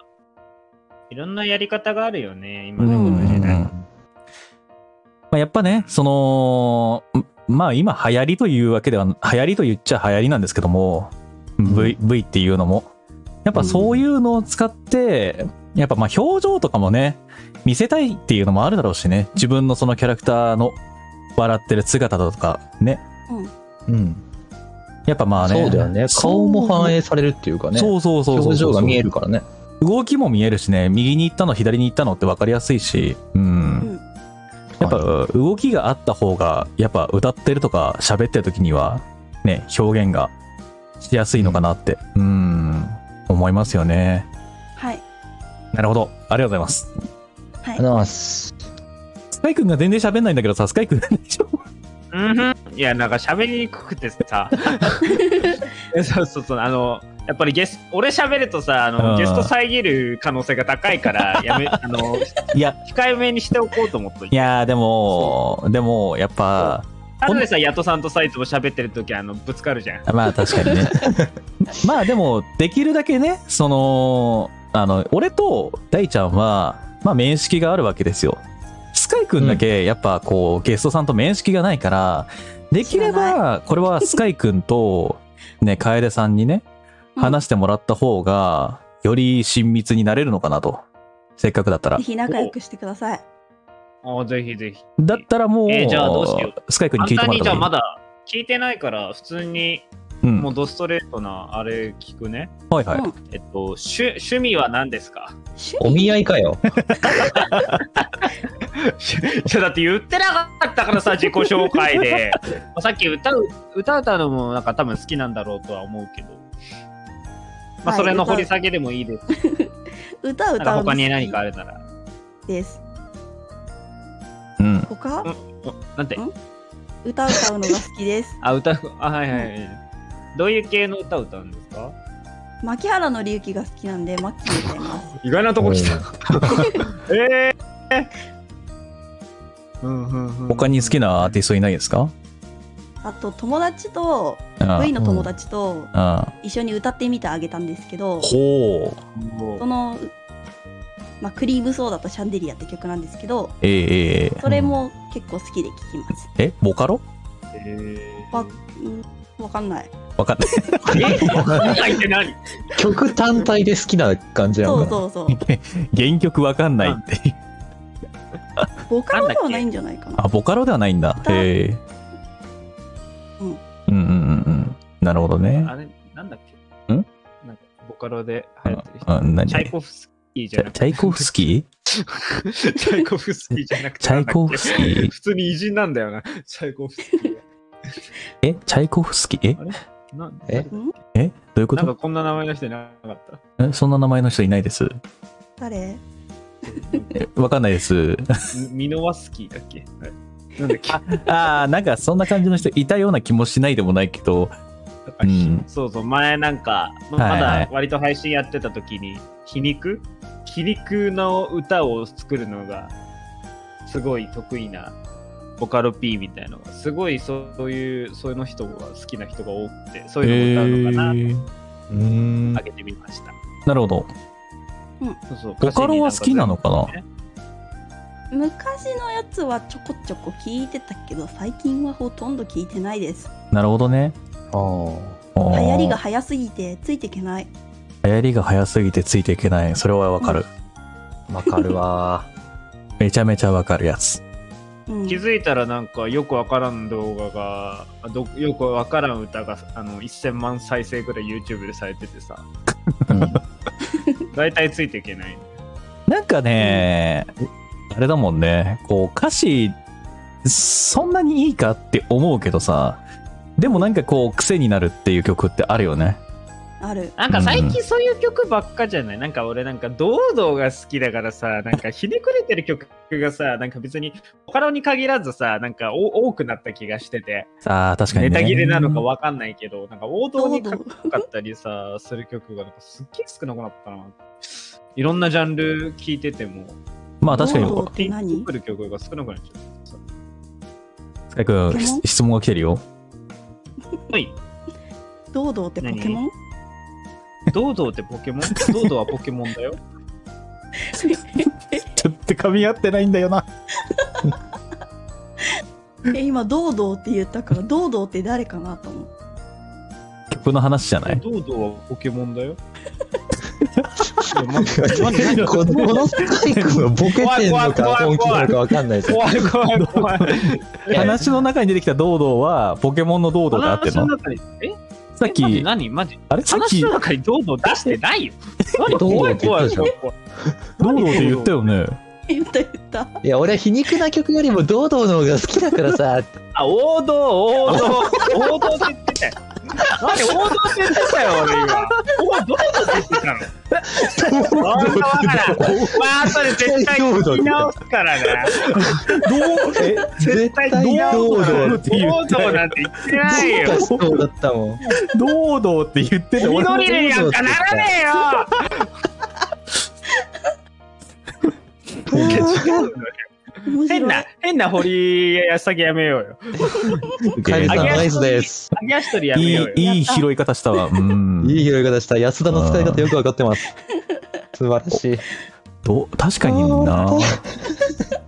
Speaker 3: いろんなやり方があるよね、今
Speaker 2: う
Speaker 3: ね、
Speaker 2: ん
Speaker 3: この時代。
Speaker 2: まあ、やっぱね、その、んまあ今流行りというわけでは、流行りと言っちゃ流行りなんですけども、V, v っていうのも。やっぱそういうのを使って、やっぱまあ表情とかもね、見せたいっていうのもあるだろうしね、自分のそのキャラクターの笑ってる姿だとかね、
Speaker 4: うん。
Speaker 2: やっぱまあね。
Speaker 4: そうだよね。顔も反映されるっていうかね。
Speaker 2: そうそうそうそうそう。
Speaker 4: 表情が見えるからね。
Speaker 2: 動きも見えるしね、右に行ったの、左に行ったのって分かりやすいし、うん。
Speaker 1: ん
Speaker 2: やっぱ、
Speaker 4: は
Speaker 2: 動きがあった方が、やっぱ歌ってるとか喋ってる時には、ね、表現がしやすいのかなって、うん、思いますよね。
Speaker 1: はい
Speaker 2: なるほど。ありがとうございます。
Speaker 1: は
Speaker 4: あ
Speaker 1: い
Speaker 4: りがとうございます。
Speaker 2: スカイくんが全然喋んないんだけどさ、スカイくん大丈夫
Speaker 3: うんふんいや、なんか喋りにくく
Speaker 2: [laughs]
Speaker 3: てさ。そうそうそう、あの、やっぱりゲス俺喋るとさあ
Speaker 2: うん
Speaker 3: の、ゲスト遮る可能性が高いから、
Speaker 2: [laughs]
Speaker 3: やめ、あの、
Speaker 2: いや、
Speaker 3: 控えめにしておこうと思っとい
Speaker 2: い
Speaker 3: て。
Speaker 2: やーでも、でも、やっぱ、
Speaker 3: ただでさ、ヤトさんとさ、いつも喋ってる時あの、ぶつかるじゃん。
Speaker 2: まあ確かにね。 [laughs] まあでも、できるだけね、その、あの、俺と大ちゃんは、まあ面識があるわけですよ。スカイくんだけ、やっぱこう、ゲストさんと面識がないから、できれ
Speaker 1: 知ら
Speaker 2: ば、これはスカイくんと、ね、楓さんにね、
Speaker 1: うん
Speaker 2: 話してもらった方が、より親密になれるのかなと。せっかくだったら
Speaker 1: ぜ。ひ仲良くしてください
Speaker 3: あぜひぜひ。
Speaker 2: だったらもう、
Speaker 3: えーじゃあどうしよ
Speaker 2: スカイくんに聞いても
Speaker 3: 簡単
Speaker 2: らっ
Speaker 3: にじ
Speaker 2: た
Speaker 3: ゃあ
Speaker 2: 方が
Speaker 3: ま
Speaker 2: いい。
Speaker 3: だ聞いてないから、普通に、
Speaker 2: うん
Speaker 3: もうドストレートな、あれ聞くね。
Speaker 2: はいはい。
Speaker 1: うん
Speaker 3: えっと、趣趣味は何ですか
Speaker 4: お見合いかよ。
Speaker 3: [laughs] いやだって言ってなかったからさ、自己紹介で。 [laughs] まあさっき歌う、歌歌うのもなんか多分好きなんだろうとは思うけど。ま
Speaker 1: は
Speaker 3: あ
Speaker 1: い
Speaker 3: それの掘り下げでもいいですし。
Speaker 1: 歌を
Speaker 3: なんか
Speaker 1: 歌うの
Speaker 3: 他に
Speaker 1: 好
Speaker 3: 何
Speaker 1: き
Speaker 3: かあれなら。
Speaker 1: です。
Speaker 2: うん。
Speaker 1: 他
Speaker 3: なんて
Speaker 1: ん歌を歌うのが好きです。
Speaker 3: あ、歌う、あ、はいはいはい。どういう系の歌を歌うんですか
Speaker 1: 牧原の隆起が好きなんで、マッキー歌います。
Speaker 3: 意外なとこ来た。ええー。
Speaker 2: 他に好きなアーティストいないですか
Speaker 1: あと、友達と、
Speaker 2: うん。
Speaker 1: V の友達と
Speaker 2: うん。
Speaker 1: 一緒に歌ってみてあげたんですけど、
Speaker 2: ほう。
Speaker 1: その、まあ、クリームソーダとシャンデリアって曲なんですけど、
Speaker 2: ええええ
Speaker 1: それも結構好きで聴きます。
Speaker 2: え、ボカロ
Speaker 1: わ、うんわかんない。
Speaker 2: わかんない。 [laughs]
Speaker 3: 入って何
Speaker 4: 曲単体で好きな感じな
Speaker 1: そ
Speaker 4: の
Speaker 1: う
Speaker 4: かな。
Speaker 1: そうそう。
Speaker 2: 原曲わかんないって。
Speaker 1: ボカロではないんじゃないかな。
Speaker 2: あ、ボカロではないんだ。
Speaker 1: 歌
Speaker 2: へえ。
Speaker 1: うん
Speaker 2: うんうんうんうん。なるほどね。
Speaker 3: あれ、なんだっけ
Speaker 2: ん
Speaker 3: なんか、ボカロで流行ってる人。
Speaker 2: うん、何
Speaker 3: チャイコフスキーじゃなく
Speaker 2: チャイコフスキ
Speaker 3: て、 [laughs] チャイコフスキーじゃな
Speaker 2: ー
Speaker 3: くて、
Speaker 2: チャイコフスキー
Speaker 3: 普通に偉人なんだよな、 [laughs] チャイコフスキーは。
Speaker 2: えチャイコフスキー
Speaker 3: な
Speaker 4: え
Speaker 2: ええどういうこ
Speaker 3: なんか
Speaker 2: と
Speaker 3: こんな名前の人いなかった。
Speaker 2: えそんな名前の人いないです。
Speaker 1: 誰
Speaker 2: えわかんないです。
Speaker 3: ミミノワスキーだっけあれなんだっけ
Speaker 2: [laughs] ああ、なんかそんな感じの人いたような気もしないでもないけど、
Speaker 3: なんかひ
Speaker 2: うん
Speaker 3: そうそう、前なんか、ま
Speaker 2: はいはい
Speaker 3: まだ割と配信やってた時に、皮肉皮肉の歌を作るのが、すごい得意な、ボカロ P みたいなのが、すごいそういう、そういうの人が好きな人が多くて、そういうのも歌うのかな、
Speaker 2: へーうーん
Speaker 3: あげてみました。
Speaker 2: なるほど。
Speaker 3: そうそう
Speaker 2: ボカロは好きなのかな
Speaker 1: 昔のやつはちょこちょこ聞いてたけど、最近はほとんど聞いてないです。
Speaker 2: なるほどね。流
Speaker 1: 流行りが。早すぎてついていけない。
Speaker 2: 流行りが早すぎてついていけない。それはわかる。
Speaker 4: わかるわ。
Speaker 2: めちゃめちゃわかるやつ。
Speaker 1: うん、
Speaker 3: 気づいたらなんかよくわからん動画があどよくわからん歌があの1000万再生ぐらい YouTube でされててさ
Speaker 4: うん
Speaker 3: 大体ついていけない
Speaker 2: なんかね、あれだもんね。こう、歌詞、そんなにいいかって思うけどさ、でもなんかこう、癖になるっていう曲ってあるよね。
Speaker 1: ある。
Speaker 3: なんか最近そういう曲ばっかじゃない、なんか俺なんか堂々が好きだからさなんかひねくれてる曲がさなんか別にボカロに限らずさなんかお多くなった気がしてて
Speaker 2: さあ、確かにね。
Speaker 3: ネタ切れなのかわかんないけどなんか王道にかっこよかったりさする曲がなんかすっげえ少なくなったないろんなジャンル聴いてても
Speaker 2: まあ確かに、
Speaker 1: 堂々って何
Speaker 3: 来る曲が少なくなっちゃ
Speaker 2: スカイ君、質質問が来てるよ。
Speaker 3: う。はい。
Speaker 1: 堂々ってポケモン
Speaker 3: ドードーってポケモンドードーはポケモンだよ。
Speaker 2: ちょっと噛み合ってないんだよな。
Speaker 1: え今堂々って言ったから堂々って誰かなと思う
Speaker 2: 曲の話じゃない
Speaker 3: ドードーはポケモンだよ。
Speaker 4: このこのスカイ君はボケてんのか
Speaker 3: 怖い怖い怖い
Speaker 4: 本気なのかわかんないじゃん
Speaker 3: 怖い怖い怖い。
Speaker 2: 話の中に出てきたドードーは、ポケモンのドードーで合ってる
Speaker 3: 話の
Speaker 2: の
Speaker 3: 中に、え
Speaker 2: さっ
Speaker 3: マジ
Speaker 2: き、
Speaker 3: 何マジ
Speaker 2: あれさっ
Speaker 3: 話
Speaker 2: き、
Speaker 3: の
Speaker 2: ドー
Speaker 3: 中にドードー出してないよ。何
Speaker 4: ドード
Speaker 3: 怖い
Speaker 4: ーって言っ
Speaker 3: 怖
Speaker 4: た
Speaker 3: い
Speaker 4: でしょ
Speaker 3: 怖い怖い。
Speaker 2: ドーって言ったよね。
Speaker 1: 言った言った
Speaker 4: いや俺は皮肉な曲よりも堂々の方が好きだからさ
Speaker 3: あ、王道、王道、王道って言ってたよ。なんで王道って言ってたよ、俺今。王道って言ってたの。わからんわからん。まあ、後で絶対聞き直すからな。
Speaker 4: え絶対
Speaker 3: 堂
Speaker 4: 堂
Speaker 3: 々
Speaker 4: 々
Speaker 3: って言って堂々なんて言ってないよ。
Speaker 4: しそうだったもん
Speaker 2: ドードーって言って [laughs] る。
Speaker 3: 緑になんかならねえよ変な、変な堀やさぎやめようよ。
Speaker 4: カエルさんナイスです
Speaker 3: 揚げ足取りやめ
Speaker 2: い
Speaker 3: ようよ。
Speaker 2: い、いい拾い方した
Speaker 3: [laughs]
Speaker 2: わ。うん。
Speaker 4: いい拾い方した安田の使い方よくわかってます素晴らしい
Speaker 2: ど確かにな。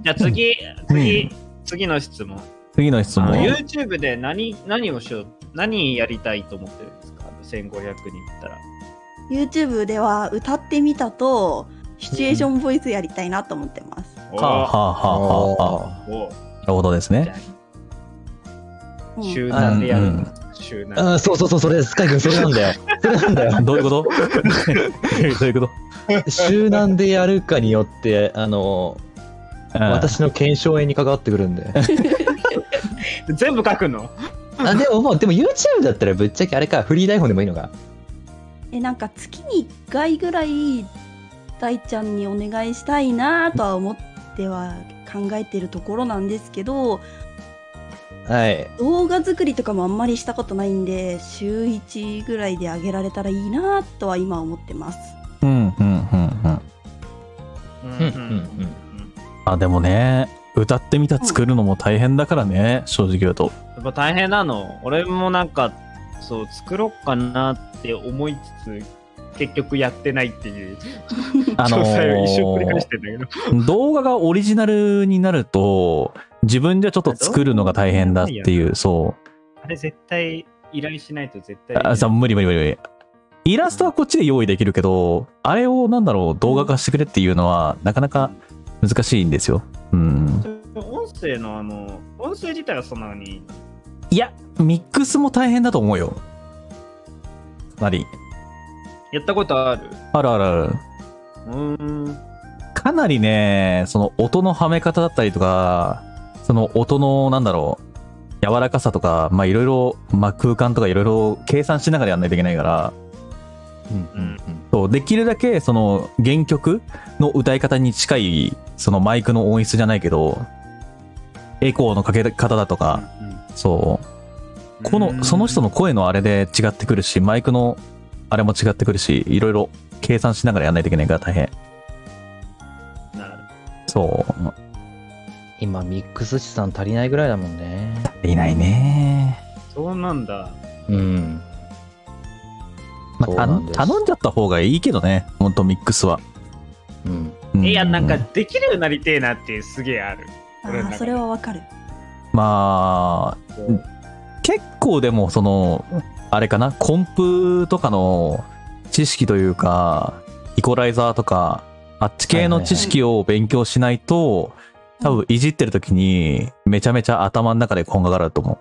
Speaker 3: じゃあ次、
Speaker 2: う
Speaker 3: 次、次の質問。
Speaker 2: 次の質
Speaker 3: あの
Speaker 2: 問。
Speaker 3: YouTube で何、何をしよう、何やりたいと思ってるんですか ?1500 人いったら。
Speaker 1: YouTube では歌ってみたとシチュエーションボイスやりたいなと思ってます、
Speaker 3: お
Speaker 2: はあ、はあはあはあはあ。
Speaker 3: お
Speaker 2: なるほどですね。
Speaker 3: 集
Speaker 1: うん、
Speaker 3: 団でやる
Speaker 2: うんうん。
Speaker 3: 集なんか
Speaker 4: あーそうそうそう、それです。スカイ君、それなんだよ。それなんだよ。
Speaker 2: どういうこと [laughs] どういうこと
Speaker 4: 集団でやるかによって、あの、
Speaker 2: うん
Speaker 4: 私の検証炎に関わってくるんで。
Speaker 3: 全部書くの
Speaker 4: あでも、もう、でも YouTube だったらぶっちゃけあれか、フリー台本でもいいのか。
Speaker 1: えなんか月に1回ぐらい大ちゃんにお願いしたいなとは思っては考えてるところなんですけど
Speaker 4: はい。
Speaker 1: 動画作りとかもあんまりしたことないんで週1ぐらいで上げられたらいいなとは今思ってます
Speaker 2: うんうんうんうん
Speaker 3: うん
Speaker 4: うんうん
Speaker 2: あでもね歌ってみた作るのも大変だからね正直言うと
Speaker 3: やっぱ大変なの俺もなんかそう作ろうかなって思いつつ結局やってないっていう
Speaker 2: あの
Speaker 3: 詳細を一生繰り返し
Speaker 2: ー
Speaker 3: てんだけど [laughs]
Speaker 2: 動画がオリジナルになると自分じゃちょっと作るのが大変だっていうそ
Speaker 3: あれ絶対依頼しないと絶
Speaker 2: う
Speaker 3: 対できない
Speaker 2: あさ無理無理無理無理イラストはこっちで用意できるけどあれをなんだろう動画化してくれっていうのはなかなか難しいんですようん
Speaker 3: 音声のあの音声自体はそんなに
Speaker 2: いやミックスも大変だと思うよかなり
Speaker 3: やったことある
Speaker 2: あるあるある
Speaker 3: うーん
Speaker 2: かなりね、その音のはめ方だったりとか、その音の、なんだろう、柔らかさとか、まあいろいろ、まあ空間とかいろいろ計算しながらやんないといけないから、
Speaker 3: うん
Speaker 2: そう、できるだけその原曲の歌い方に近い、そのマイクの音質じゃないけど、エコーのかけ方だとか、そう、この、その人の声のあれで違ってくるし、マイクのあれも違ってくるし、いろいろ計算しながらやんないといけないから大変。
Speaker 3: なる
Speaker 2: そう、
Speaker 4: 今、ミックス資産足りないぐらいだもんね。
Speaker 2: いないね。
Speaker 3: そうなんだ
Speaker 4: うん。
Speaker 2: ま
Speaker 4: そう
Speaker 2: あ、頼
Speaker 4: なん
Speaker 2: ん
Speaker 4: です
Speaker 2: 頼んじゃった方がいいけどね、ほんとミックスは。
Speaker 4: うん。
Speaker 2: う
Speaker 3: いやなんかできるようになりてえなってすげえある
Speaker 1: あ
Speaker 3: 俺の中
Speaker 1: ー
Speaker 3: で
Speaker 1: それはわかる
Speaker 2: まあ、結構でも、その、あれかな、コンプとかの知識というか、イコライザーとか、あっち系の知識を勉強しないと、多分いじってる時に、めちゃめちゃ頭の中でこんがらがると思う。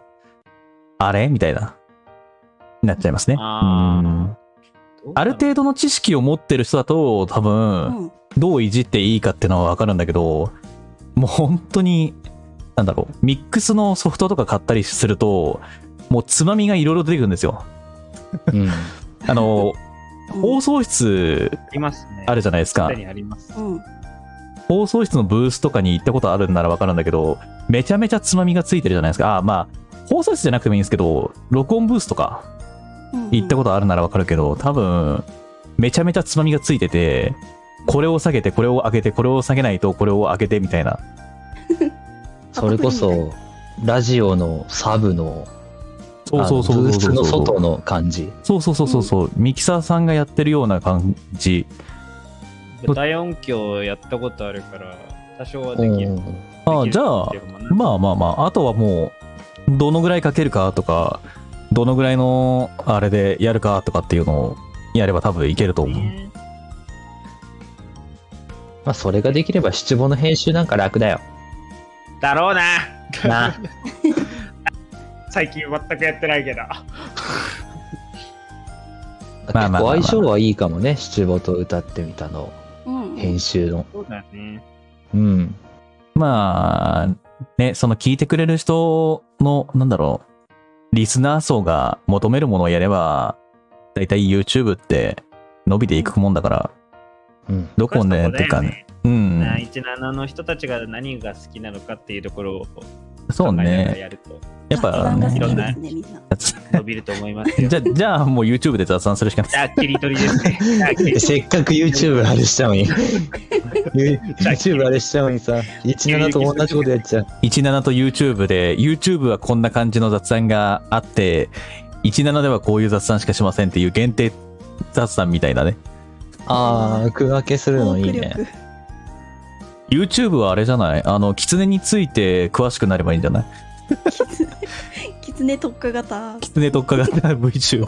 Speaker 2: あれみたいな。なっちゃいますね。
Speaker 3: あー
Speaker 2: うんある程度の知識を持ってる人だと、多分、
Speaker 1: うん
Speaker 2: どういじっていいかってのはわかるんだけど、もう本当に、なんだろう、ミックスのソフトとか買ったりすると、もうつまみがいろいろ出てくるんですよ。
Speaker 4: うん。
Speaker 2: [laughs] あの、
Speaker 1: うん
Speaker 2: 放送室
Speaker 3: ありますね
Speaker 2: あるじゃないですか
Speaker 3: すで。にあります
Speaker 1: うん
Speaker 2: 放送室のブースとかに行ったことあるんならわかるんだけど、めちゃめちゃつまみがついてるじゃないですか。あ、まあ、放送室じゃなくてもいいんですけど、録音ブースとか
Speaker 1: うん
Speaker 2: 行ったことあるならわかるけど、多分、めちゃめちゃつまみがついてて、これを下げて、これを上げて、これを下げないと、これを上げて、みたいな。
Speaker 4: それこそ、ラジオのサブの、
Speaker 2: そうそうそ
Speaker 4: あのブ
Speaker 2: うそ
Speaker 4: ー
Speaker 2: う
Speaker 4: ス
Speaker 2: そ
Speaker 4: の
Speaker 2: うそう
Speaker 4: 外の感じ。
Speaker 2: そうそうそうそうそう、ミキサーさんがやってるような感じ
Speaker 3: 舞台音響やったことあるから多少は
Speaker 4: う
Speaker 3: できる
Speaker 4: ん。
Speaker 2: あじゃあま
Speaker 3: あ
Speaker 2: あまあまああとはもうどのぐらいかけるかとかどのぐらいのあれでやるかとかっていうのをやれば多分いけると思う、
Speaker 4: まあ、それができれば、七五の編集なんか楽だよ。
Speaker 3: だろうな [laughs]
Speaker 4: な。
Speaker 3: 最近全くやってないけど
Speaker 2: まあまあ
Speaker 4: 結
Speaker 2: まあまあ
Speaker 4: 構相性はいいかもね、七五と歌ってみたの、
Speaker 1: うんうん
Speaker 4: 編集の。
Speaker 3: そうだね
Speaker 4: うん。
Speaker 2: まあねその聞いてくれる人のなんだろうリスナー層が求めるものをやればだいたい YouTube って伸びていくもんだから
Speaker 4: うん。
Speaker 2: どこね
Speaker 3: そ
Speaker 2: って
Speaker 3: こだ
Speaker 2: いうか
Speaker 3: よ
Speaker 2: ねうん
Speaker 3: な17の人たちが何が好きなのかっていうところを考
Speaker 2: そう
Speaker 3: えながら
Speaker 2: ね
Speaker 3: やると
Speaker 2: やっぱ、ね、
Speaker 1: 雑談が好きですねみんな
Speaker 3: 伸びると思
Speaker 2: [laughs]
Speaker 3: いますよ。
Speaker 2: じゃあ、じゃあもう YouTube で雑談するしかない。
Speaker 3: じゃあ、切り取りですね。じゃあ切
Speaker 2: [laughs]
Speaker 3: り
Speaker 4: せっかく YouTube あれしたのに。YouTube あれしたのにさ、17と同じことやっちゃう。
Speaker 2: 17と YouTube で、YouTube はこんな感じの雑談があって、17ではこういう雑談しかしませんっていう限定雑談みたいなね。
Speaker 4: ああ、区分けするのいいね
Speaker 1: トー。ク
Speaker 2: YouTube はあれじゃないあの、狐について詳しくなればいいんじゃない
Speaker 1: 力狐特化型
Speaker 2: 狐特化型 [laughs] VTuber。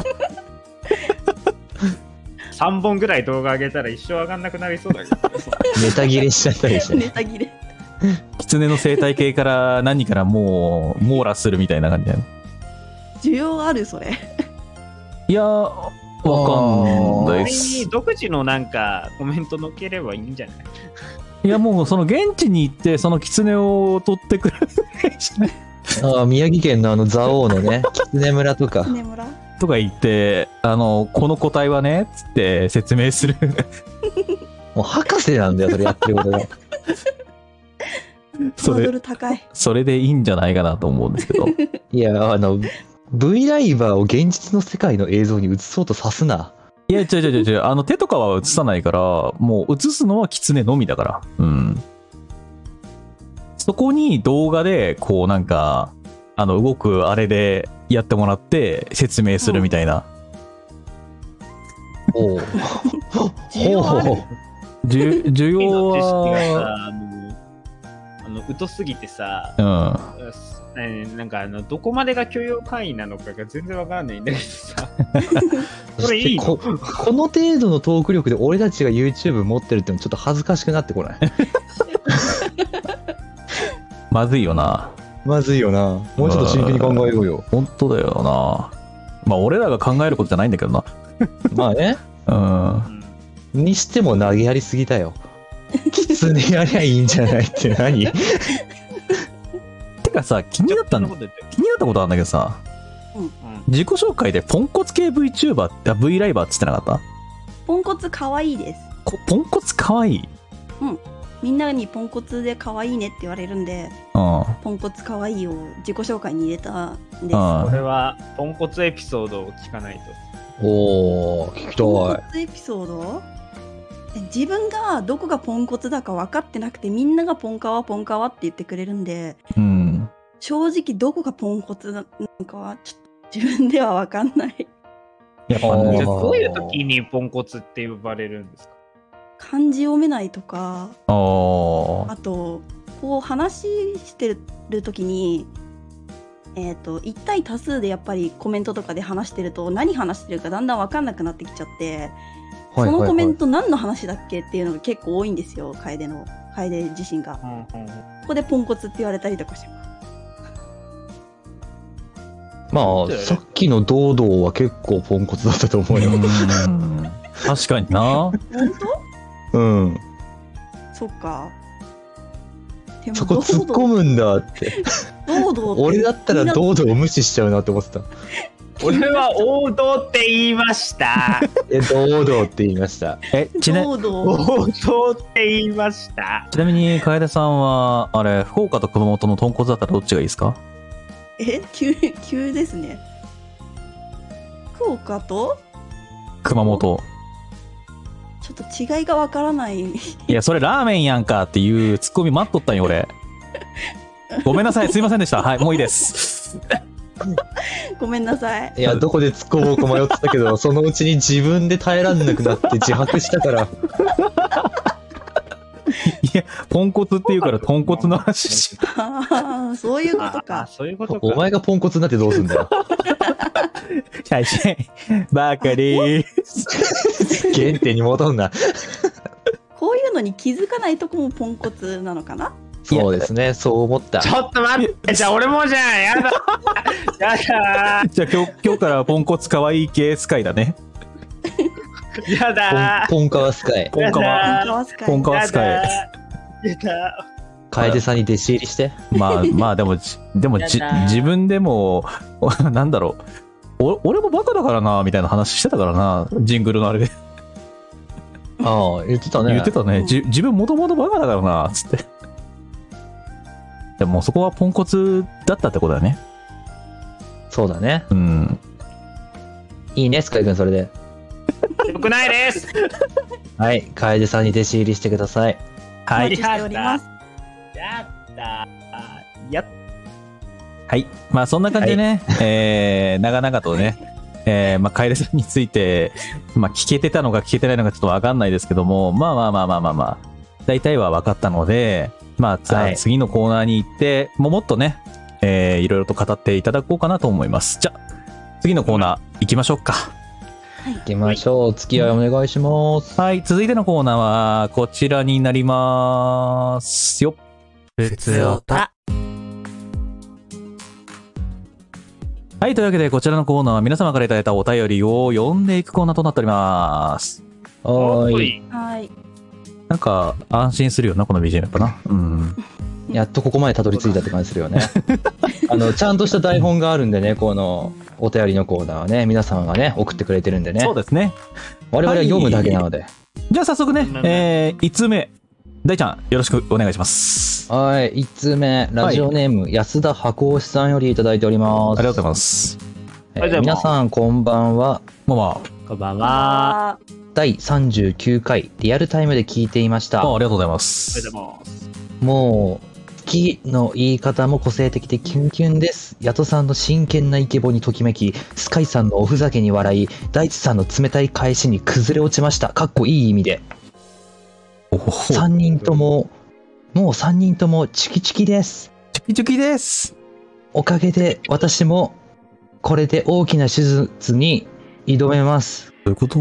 Speaker 3: 3本ぐらい動画上げたら一生上がんなくなりそうだけど。
Speaker 4: ネタ切れしちゃったりして
Speaker 1: ネ
Speaker 4: ね。
Speaker 1: タ切れ
Speaker 2: 狐の生態系から何からもう網羅するみたいな感じだよね。
Speaker 1: 需要あるそれ。
Speaker 2: いやー、わかんないっ
Speaker 3: に
Speaker 2: す。
Speaker 3: 独自のなんかコメント乗っければいいんじゃない
Speaker 2: いや、もうその現地に行って、その狐を取ってくる
Speaker 4: ああ、宮城県のあの蔵王のね、 [laughs] 狐村とか。
Speaker 1: ね村。
Speaker 2: とか言って、あの、この個体はね、つって説明する。
Speaker 4: もう博士なんだよ、それやってることが。
Speaker 2: そ
Speaker 1: ハード
Speaker 2: れ、
Speaker 1: ル高い。
Speaker 2: それでいいんじゃないかなと思うんですけ [laughs] ど。
Speaker 4: いや、あの、V ライバーを現実の世界の映像に映そうとさすな。
Speaker 2: いや、違う違う違う違う、あの、手とかは映さないから、もう映すのは狐のみだから。うん。そこに動画で、こうなんか、あの、動くあれでやってもらって説明するみたいな。
Speaker 4: おう
Speaker 1: 需要ある
Speaker 4: ほうほ
Speaker 2: じゅ需
Speaker 3: 時
Speaker 2: 要
Speaker 3: の知識が
Speaker 2: は、
Speaker 3: さあのあの疎すぎてさ、
Speaker 2: [laughs] うん。
Speaker 3: えーなんかあのどこまでが許容範囲なのかが全然わからないんだけどさ
Speaker 4: う。
Speaker 3: これいいの
Speaker 4: そしてここの程度のトーク力で俺たちが YouTube 持ってるってのちょっと恥ずかしくなってこない。
Speaker 2: まずいよな。
Speaker 4: [laughs] まずいよな。もうちょっと真剣に考えようよ。
Speaker 2: 本当だよな。まあ、俺らが考えることじゃないんだけど
Speaker 4: [laughs] まあね。
Speaker 2: な。うん。
Speaker 3: うん
Speaker 4: にしても投げやりすぎ
Speaker 1: [laughs]
Speaker 4: だよ。狐やりゃいいんじゃないって何
Speaker 2: てかさ、気になった
Speaker 3: そん
Speaker 2: ん
Speaker 3: な
Speaker 2: だ
Speaker 3: こと言って
Speaker 2: 気になったことあるんだけどさ、
Speaker 1: うん
Speaker 3: ん
Speaker 2: 自己紹介でポンコツ系 VTuber ってあ V ライバーって言ってなかっ
Speaker 1: ポンコツ可愛いです。
Speaker 2: たこポンコツかわいい、うん、
Speaker 1: みんなにポンコツで可愛いねって言われるんで、
Speaker 2: あ
Speaker 1: ポンコツ可愛いを自己紹介に入れたんです。
Speaker 2: あ
Speaker 3: これはポンコツエピソードを聞かないと
Speaker 4: おー、聞き
Speaker 1: ポン
Speaker 4: た
Speaker 1: コツエピソードえ自分がどこがポンコツだか分かってなくてみんながポンカワポンカワって言ってくれるんで
Speaker 2: うん
Speaker 1: 正直どこがポンコツなのかはちょっと自分では分かんない
Speaker 2: やっぱ
Speaker 4: あー
Speaker 3: じゃあ
Speaker 2: ね
Speaker 3: どういう時にポンコツって呼ばれるんですか
Speaker 1: 漢字読めないとか
Speaker 2: あー
Speaker 1: あとこう話してる時にえっ、と一対多数でやっぱりコメントとかで話してると何話してるかだんだん分かんなくなってきちゃって
Speaker 4: い。
Speaker 1: そのコメン
Speaker 4: ト。
Speaker 1: ト何の話だっけっていうのが結構多いんですよ楓の楓自身が。
Speaker 3: うんうん
Speaker 1: ここでポンコツって言われたりとかします。
Speaker 4: まあ、さっきの堂々は結構ポンコツだったと思うよ。
Speaker 2: うん確かにな
Speaker 1: 本当？
Speaker 4: うん。
Speaker 1: そっか。で
Speaker 4: そこ突っ込
Speaker 1: む。
Speaker 4: むんだって。
Speaker 1: 堂々って
Speaker 4: 俺だったら堂々を無視しちゃうなって思っ
Speaker 1: [laughs]
Speaker 4: てた。
Speaker 3: 俺は王道って言いました [laughs]
Speaker 4: え、堂々って言いました。
Speaker 2: えちな
Speaker 1: 堂々。
Speaker 3: 王道って言いました
Speaker 2: ちなみに楓さんはあれ福岡と熊本の豚骨だったらどっちがいいですか
Speaker 1: え急急ですね。福岡と
Speaker 2: 熊本
Speaker 1: ちょっと違いがわからない。
Speaker 2: いやそれラーメンやんかっていうツッコミ待っとったんよ俺ごめんなさいすいませんでしたはいもういいです
Speaker 1: ごめんなさい。
Speaker 4: いや、どこで突っ込もうか迷ってたけ [laughs] ど、そのうちに自分で耐えらんなくなって自白したから、
Speaker 2: ポンコツっていうから豚骨の話し
Speaker 1: ああそういうこと
Speaker 3: ああ
Speaker 1: か。
Speaker 3: そういうことか
Speaker 4: お前がポンコツになってどうすん [laughs] だよ。
Speaker 2: 最初 [laughs] バカでーす
Speaker 4: 原点に戻んな。
Speaker 1: こういうのに気づかないとこもポンコツなのかな。
Speaker 4: そうですね、そう思った。
Speaker 3: ちょっと待ってじゃあ俺もじゃんやだやだ
Speaker 2: じゃあ今日今日からポンコツ可愛い系使いだね
Speaker 3: やだ
Speaker 4: ポンポンカワスカイ。
Speaker 2: ポンカ
Speaker 1: ポン
Speaker 2: ワ
Speaker 3: あー
Speaker 1: カワスカイ
Speaker 2: ポンカワスカ
Speaker 3: や
Speaker 2: イ
Speaker 3: だやだ
Speaker 4: 楓さんに弟子入りして。
Speaker 2: まあまあでもじでもじ
Speaker 3: やだー
Speaker 2: 自分でも [laughs] おなんだろうお俺もバカだからなみたいな話してたからなジングルのあれで
Speaker 4: ああ、言ってたね。
Speaker 2: 言ってたね
Speaker 1: うん
Speaker 2: じ自分もともとバカだからなつってでもそこはポンコツだったってことだね
Speaker 4: そうだね。
Speaker 2: うん
Speaker 4: いいね、スカイ君、それで。
Speaker 3: よくないです
Speaker 4: はい、楓さんに弟子入りしてください。
Speaker 1: お
Speaker 2: は
Speaker 1: 待
Speaker 2: い
Speaker 1: ちしております。
Speaker 3: やったあやっ
Speaker 2: はいまあそんな感じでね、えー長々とねえーまあ、楓さんについて、まあ、聞けてたのか聞けてないのかちょっとわかんないですけども、まあまあまあまあまあまあ、大体は分かったので、まあ、じゃ
Speaker 4: は
Speaker 2: あ
Speaker 4: い
Speaker 2: 次のコーナーに行って、もうもっとね、えーいろいろと語っていただこうかなと思います。じゃあ、次のコーナー行きましょうか。
Speaker 4: 行きましょう。お付き合いお願いします。
Speaker 2: はい、続いてのコーナーはこちらになりますよ。
Speaker 7: 普通おた。
Speaker 2: はい、というわけで、こちらのコーナーは皆様からいただいたお便りを読んでいくコーナーとなっております。
Speaker 4: はーい。
Speaker 3: い。
Speaker 1: はい。
Speaker 2: なんか、安心するよな、この BGM やっぱな。うん。
Speaker 4: やっとここまでたどり着いたって感じするよ [laughs] ね。あの、ちゃんとした台本があるんでね、この、お便りのコーナーはね、皆さんがね、送ってくれてるんでね。
Speaker 2: そうですね。
Speaker 4: 我々は読むだけなので。
Speaker 2: じゃあ早速ね
Speaker 5: なん、だ
Speaker 2: えー、1通目。大ちゃん、よろしくお願いします。あ
Speaker 4: はい、1通目、ラジオネーム、安田箱押さんよりいただいております。。
Speaker 2: りがとうございますす。
Speaker 4: えー皆さん、こんばんは。
Speaker 2: まあま
Speaker 3: こんばんは。
Speaker 1: あ
Speaker 4: 第39回、リアルタイムで聞いていまし
Speaker 2: あ、
Speaker 4: た
Speaker 2: あ。ありがとうございま
Speaker 3: おはよう
Speaker 2: す。
Speaker 3: ございます。
Speaker 4: もう、好きの言い方も個性的でキュンキュンです。ヤトさんの真剣なイケボにときめき、スカイさんのおふざけに笑い、大地さんの冷たい返しに崩れ落ちました。かっこいい意味で。
Speaker 2: おほほ
Speaker 4: 3人とも、もう3人ともチキチキです。
Speaker 2: チキチキです。
Speaker 4: おかげで私も、これで大きな手術に挑めます。
Speaker 2: どういうこと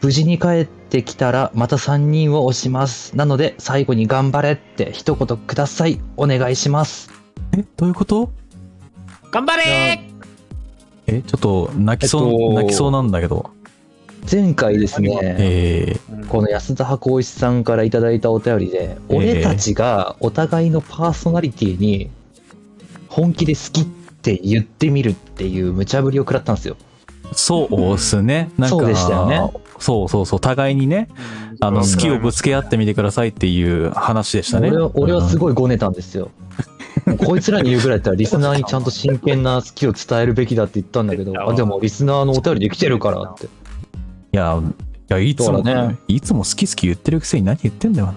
Speaker 4: 無事に帰ってきたらまた3人を押します。なので最後に頑張れって一言ください。お願いします。
Speaker 2: え、どういうこと
Speaker 3: 頑張れ
Speaker 2: え、ちょっと、泣きそう、
Speaker 4: えっと
Speaker 2: 泣きそうなんだけど。
Speaker 4: 前回ですね。
Speaker 2: えー、
Speaker 4: この安田博一さんからいただいたお便りで、
Speaker 2: え
Speaker 4: 俺たちがお互いのパーソナリティに本気で好きって言ってみるっていう無茶ぶりを食らったんですよ。
Speaker 2: そうっすね。なんか、
Speaker 4: そうでしたよね
Speaker 2: そうそうそう、互いにね、あの、
Speaker 4: うん
Speaker 2: 好きをぶつけ合ってみてくださいっていう話でしたね。
Speaker 4: 俺は俺はす
Speaker 2: い。
Speaker 4: ごいごねたんですよ。こいつらに言うぐらいだったらリスナーにちゃんと真剣な好きを伝えるべきだって言ったんだけど、あでもリスナーのお便りできてるからって。
Speaker 2: いや、いや、いつも
Speaker 4: だから
Speaker 2: ね
Speaker 4: ね、
Speaker 2: いつも好き好き言ってるくせに何言ってんだよ。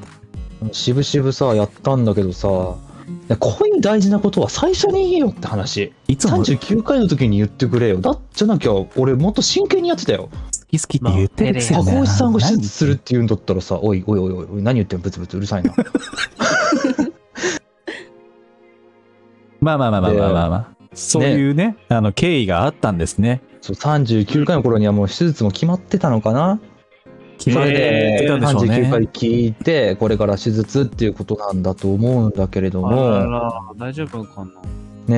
Speaker 4: しぶしぶさ、やったんだけどさ、こういう大事なことは最初に言えよって話。
Speaker 2: いつも好き
Speaker 4: 39回の時に言ってくれよ。だじゃなきゃ俺もっと真剣にやってたよ。
Speaker 2: 好きって言ってるくせに
Speaker 4: 箱
Speaker 2: ね。
Speaker 4: 押さんが手
Speaker 2: 何
Speaker 4: 術するって言うんだったらさ、おいおいおいおい、何言ってんのブツブツうるさいな。
Speaker 2: まあまあまあまあまあまあまあ。そういうね、あの、経緯があったんですね。
Speaker 4: そう、39回の頃にはもう手術も決まってたのかな
Speaker 2: 決
Speaker 4: そ
Speaker 2: ま
Speaker 4: れ
Speaker 2: りで
Speaker 4: で、
Speaker 2: 言ってたんでしょう
Speaker 4: 39回
Speaker 2: ね。
Speaker 4: 聞いて、これから手術っていうことなんだと思うんだけれど
Speaker 3: あら
Speaker 4: も、
Speaker 3: ら、大丈夫かな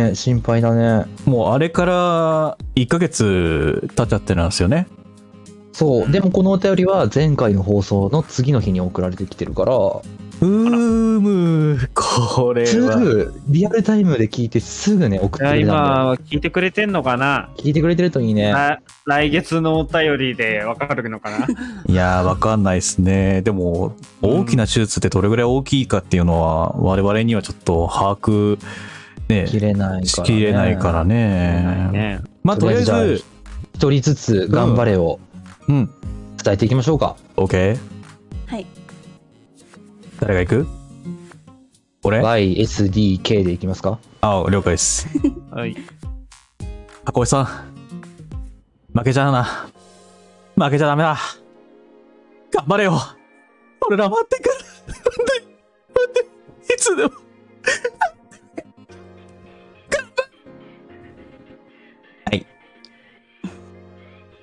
Speaker 4: ね、心配だね。
Speaker 2: もうあれから1ヶ月経っちゃってるんですよね。
Speaker 4: そう、でもこのお便りは前回の放送の次の日に送られてきてるから、
Speaker 2: うーむ、これ
Speaker 4: す
Speaker 2: は。
Speaker 4: ぐ、リアルタイムで聞いてすぐね、送って
Speaker 3: いや
Speaker 4: くれたんだよ。
Speaker 3: 今、聞いてくれてんのかな
Speaker 4: 聞いてくれてるといいね。
Speaker 3: あ来月のお便りでわかるのかない
Speaker 2: やー、わかんないですね。でも、大きな手術ってどれぐらい大きいかっていうのは、我々にはちょっと把握、ね、
Speaker 4: 切れないから、ね。
Speaker 2: しきれないからね。
Speaker 3: ね
Speaker 2: まあ、とりあえ
Speaker 4: とりあえず
Speaker 2: ず、
Speaker 4: 一人ずつ頑張れを
Speaker 2: うん、
Speaker 4: 伝えていきましょうか。
Speaker 2: OK。
Speaker 1: はい。
Speaker 2: 誰が行く俺
Speaker 4: YSDK でいきますか
Speaker 2: あ、了解です。
Speaker 3: はい。
Speaker 2: 箱井さん、負けちゃうな。負けちゃダメだ。頑張れよ。俺ら待ってくる。待って、待って、いつでも。頑張れはい。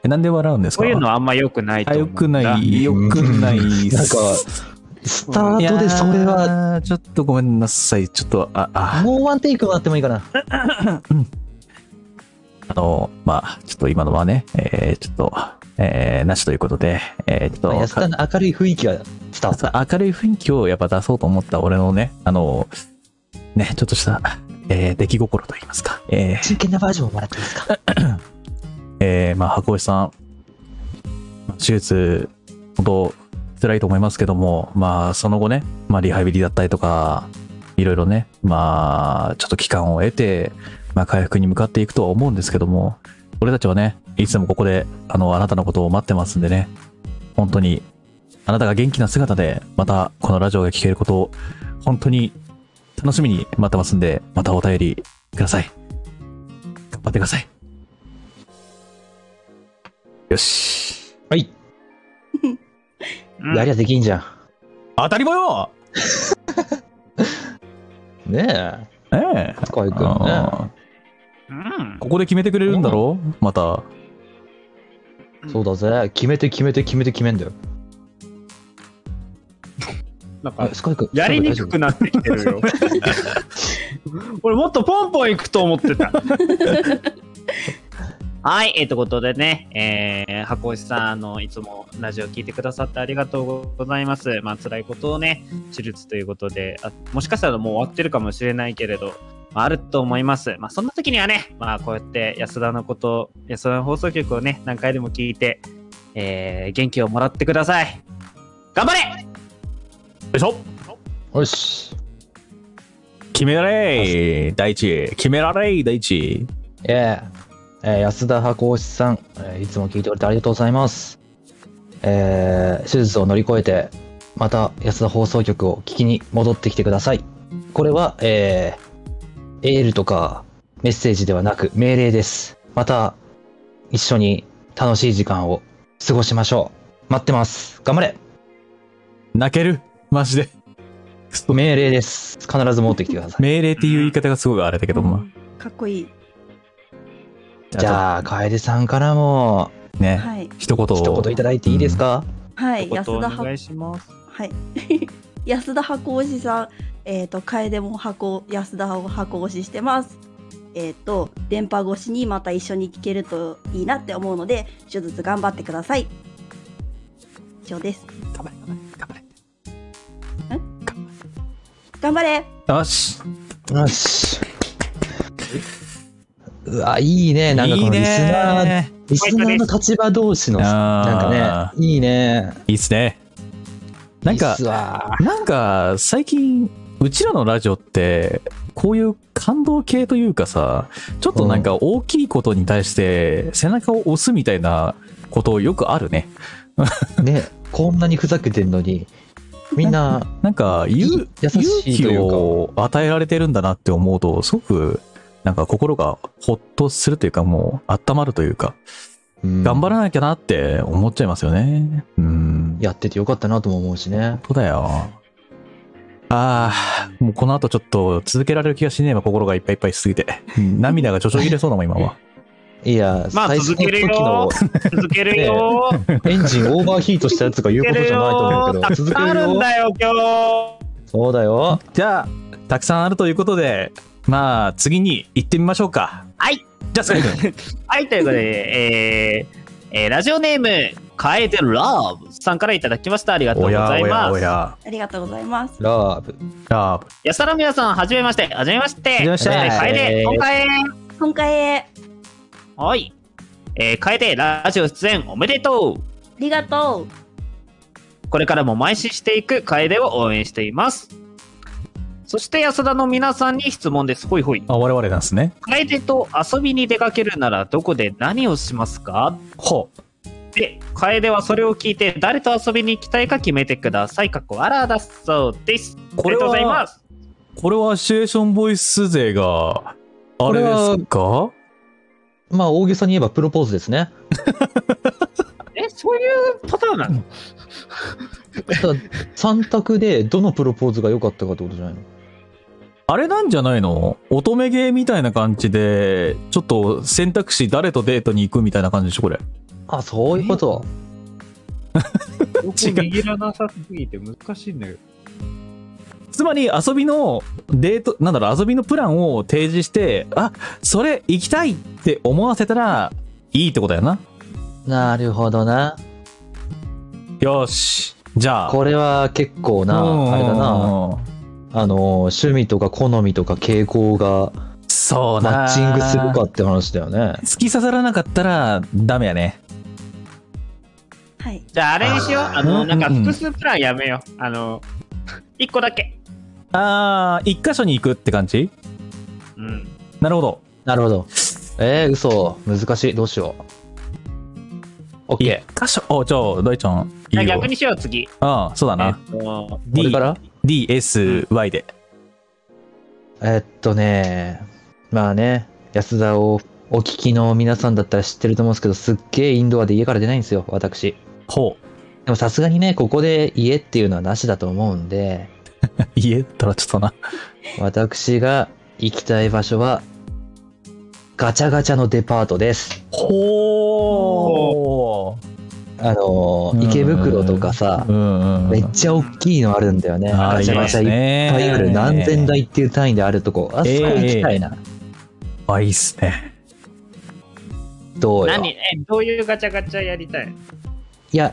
Speaker 2: えなんで笑うんですか
Speaker 3: そういうのはあんま良くないと
Speaker 2: あ
Speaker 3: 思う
Speaker 2: よ
Speaker 3: んだ。
Speaker 2: くない、よくない。
Speaker 4: なんかスタートでそれ
Speaker 2: い
Speaker 4: は、
Speaker 2: やーちょっとごめんなさい。ちょっと、あ、あ、
Speaker 4: もうワンテイクもあってもいいかな。
Speaker 2: あの、まあ、ちょっと今のはね、えーちょっと、えーなしということで、えーちょっと、
Speaker 4: 安田の明るい雰囲気が伝わった。
Speaker 2: か明るい雰囲気をやっぱ出そうと思った俺のね、あの、ね、ちょっとした、えー出来心といいますか、えー
Speaker 4: 真剣なバージョンももらっていいですか
Speaker 2: えーまあ、箱石さん、手術、本当辛いと思いますけども、まあ、その後ね、まあ、リハビリだったりとか、いろいろね、まあ、ちょっと期間を得て、まあ、回復に向かっていくとは思うんですけども、俺たちはね、いつでもここで、あの、あなたのことを待ってますんでね、本当に、あなたが元気な姿で、また、このラジオが聴けることを、本当に、楽しみに待ってますんで、またお便りください。頑張ってください。よし。
Speaker 4: はい。
Speaker 3: うん
Speaker 4: やりゃできんじゃ
Speaker 2: 当たり前よ
Speaker 4: ん。ねえ。
Speaker 2: ええ。
Speaker 4: スカイ君ね。
Speaker 2: あ
Speaker 3: うん
Speaker 2: ーここで決めてくれるんだろまた。
Speaker 4: そうだぜ。決めて決めて決めて決めんだよ。
Speaker 3: なんか
Speaker 4: あ、スカイ君。
Speaker 3: やりにくくなってきてる [laughs] よ。俺もっとポンポンいくと思ってた。 [laughs] はい、えー、ということでね、えー、箱石さん、あの、いつもラジオ聞いてくださってありがとうございます。まあ、辛いことをね、手術ということで、あもしかしたらもう終わってるかもしれないけれど、まあ、あると思います。まあ、そんな時にはね、まあ、こうやって安田のこと、安田の放送局をね、何回でも聞いて、えー、元気をもらってください。頑張れ
Speaker 2: よいしょ
Speaker 4: よし。
Speaker 2: 決められい第一決められい第一
Speaker 4: えーえー安田箱推しさん、えーいつも聞いておれてありがとうございます。えー手術を乗り越えて、また安田放送局を聞きに戻ってきてください。これは、えーエールとかメッセージではなく命令です。また、一緒に楽しい時間を過ごしましょう。待ってます。頑張れ
Speaker 2: 泣けるマジで
Speaker 4: 命令です。必ず戻ってきてください。
Speaker 2: 命令っていう言い方がすごいあれだけどま
Speaker 1: かっこいい。
Speaker 2: あ
Speaker 4: じゃあ、楓さんからも、
Speaker 2: あね
Speaker 1: はい。
Speaker 2: 一言を
Speaker 4: 一言いただいていいですか、
Speaker 1: はい。
Speaker 3: こ
Speaker 1: 安
Speaker 3: とお
Speaker 1: 田は
Speaker 3: 願いします。
Speaker 1: はい。 [laughs] 安田箱推しさん、えっ、と、楓も箱、安田を箱推ししてます。えっ、と、電波越しにまた一緒に聞けるといいなって思うので、手術頑張ってください。以上です。
Speaker 2: 頑張れ頑張れ
Speaker 1: 頑張れ
Speaker 2: よし
Speaker 4: よし。うわ、いいね。なんかこのリスナー、リスナーの立場同士の、なんか
Speaker 2: あ
Speaker 4: ね、いいね。
Speaker 2: ーいいっすねなん
Speaker 4: いい
Speaker 2: か
Speaker 4: っすわ
Speaker 2: なんか最近うちらのラジオってこういう感動系というかさちょっとなんか大きいことに対して背中を押すみたいなことよくあるね
Speaker 4: ね、こんなにふざけてんのに、みんな、 [laughs]
Speaker 2: なんかゆ
Speaker 4: 優し
Speaker 2: 勇
Speaker 4: いと
Speaker 2: 気
Speaker 4: いうか
Speaker 2: を与えられてるんだなって思うとすごくなんか心がほっとするというかもう温まるというか頑張
Speaker 4: ら
Speaker 2: らなきゃなって思っちゃいますよねうん
Speaker 4: やっててよかったなとも思うしね。
Speaker 2: そうだよあーもうこの後ちょっと続けられる気がしねえわ心がいっぱいいっぱいし
Speaker 4: [laughs]
Speaker 2: すぎてうん涙がちょちょぎれそうだもん今は
Speaker 4: いや、
Speaker 3: まあ、
Speaker 4: 最初
Speaker 3: 続ける
Speaker 4: の時
Speaker 3: よ
Speaker 4: の。 [laughs]
Speaker 3: 続けるよ。
Speaker 4: エンジンオーバーヒートしたやつが言うことじゃないと思うけど、続け
Speaker 3: あ
Speaker 4: る
Speaker 3: るん
Speaker 4: よ。
Speaker 3: だよ、今日。
Speaker 4: そうだよ。
Speaker 2: じゃあたくさんあるということでまあ次に行ってみましょうか
Speaker 3: はい
Speaker 2: じゃあ最後に
Speaker 3: はい、ということで、えーえーラジオネーム、カエデラブさんからいただきました。ありがとうご
Speaker 2: おや
Speaker 3: ざい
Speaker 2: おや
Speaker 3: ま
Speaker 2: お
Speaker 3: す。や
Speaker 2: や
Speaker 1: ありがとうございます。
Speaker 4: ラブ。
Speaker 2: あ
Speaker 3: さらみやさん、はじめまして。はじめまして。は
Speaker 2: じめまして
Speaker 3: カエデ、今回。
Speaker 1: 今回へ、あ
Speaker 3: はい。えー、カエデ、ラジオ出演おめでとう。
Speaker 1: りがと
Speaker 3: これからも毎週していく楓を応援しています。そして安田の皆さんに質問です。ほいほい。
Speaker 2: あ我々なんですね
Speaker 3: 楓と遊びに出かけるならどこで何をしますか
Speaker 2: ほう
Speaker 3: で、楓はそれを聞いて誰と遊びに行きたいか決めてください。かっこあらだそうです。
Speaker 2: こ
Speaker 3: こ
Speaker 2: れは
Speaker 3: れとうございます。
Speaker 2: これはシチュエーションボイス勢があれですか
Speaker 4: まあ、大げさに言えばプロポーズですね。
Speaker 3: え、そういうパターンなの
Speaker 4: ただ、3択でどのプロポーズが良かったかってことじゃないの
Speaker 2: あれなんじゃないの乙女芸みたいな感じでちょっと選択肢誰とデートに行くみたいな感じでしょこれ
Speaker 4: あ、そういうこと。
Speaker 3: 僕
Speaker 2: 握
Speaker 3: らなさすぎて難しいんだけど。
Speaker 2: つまり遊びのデートなんだろう遊びのプランを提示してあそれ行きたいって思わせたらいいってことやな
Speaker 4: なるほどな。
Speaker 2: よしじゃあ
Speaker 4: これは結構
Speaker 2: うん
Speaker 4: な、あれだな。あの、趣味とか好みとか傾向が
Speaker 2: そうな
Speaker 4: マッチングするかって話だよね。
Speaker 2: 突き刺さらなかったらダメやね
Speaker 1: う。はい。
Speaker 3: じゃああれにしよう。あの、なんか
Speaker 2: うんうん
Speaker 3: 複数プランやめよう。あの、一個だけ。
Speaker 2: あー一箇所に行くって感じ
Speaker 3: うん。
Speaker 2: なるほど
Speaker 4: なるほど。えー、嘘。難しい。どうしよう。
Speaker 2: い
Speaker 4: OK。
Speaker 2: 箇所おじゃあ大ちゃんいい
Speaker 3: じゃあ
Speaker 2: よ
Speaker 3: 逆にしよう、次。
Speaker 2: ああそうだ
Speaker 3: え
Speaker 2: な、
Speaker 3: っと、
Speaker 4: これから
Speaker 2: DSY で
Speaker 4: えっとね、まあね、安田をお聞きの皆さんだったら知ってると思うんですけど、すっげえインドアで家から出ないんですよ、私。
Speaker 2: ほう [laughs]
Speaker 4: でもさすがにね、ここで家っていうのはなしだと思うんで、
Speaker 2: 家ったらちょっとな
Speaker 4: 私が行きたい場所は、ガチャガチャのデパートです。
Speaker 2: ほう
Speaker 4: あのー、池袋とかさ、
Speaker 2: うんうん
Speaker 4: めっちゃ大きいのあるんだよね。
Speaker 2: あ
Speaker 4: ガ
Speaker 2: ー
Speaker 4: チ
Speaker 2: いい
Speaker 4: ャガ
Speaker 2: で
Speaker 4: チャ
Speaker 2: す
Speaker 4: いっ
Speaker 2: ね
Speaker 4: ぱいある。何千台っていう単位であるとこ。あそこ行きたいな。
Speaker 2: あいいっすね
Speaker 4: どうよ。
Speaker 3: 何え、どういうガチャガチャやりたい
Speaker 4: いや、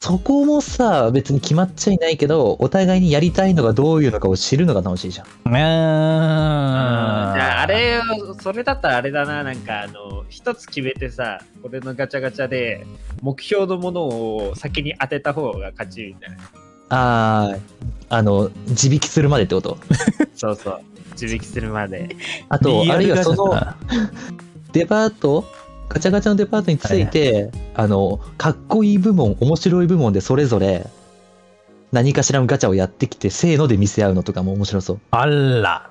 Speaker 4: そこもさ、別に決まっちゃいないけど、お互いにやりたいのがどういうのかを知るのが楽しいじゃん。
Speaker 2: うーんじ
Speaker 3: じゃ
Speaker 2: ゃ
Speaker 3: ああれをそれだったらあれだななんかあの一つ決めてさ俺のガチャガチャで目標のものを先に当てた方が勝ちみたいな
Speaker 4: あー、あの、自引きするまでってこと。
Speaker 3: そうそう自引きするまで
Speaker 4: あと、あるいはそのデパート、ガチャガチャのデパートについて、あの、かっこいい部門、面白い部門でそれぞれ、何かしらのガチャをやってきて、せーので見せ合うのとかも面白そう。
Speaker 2: あら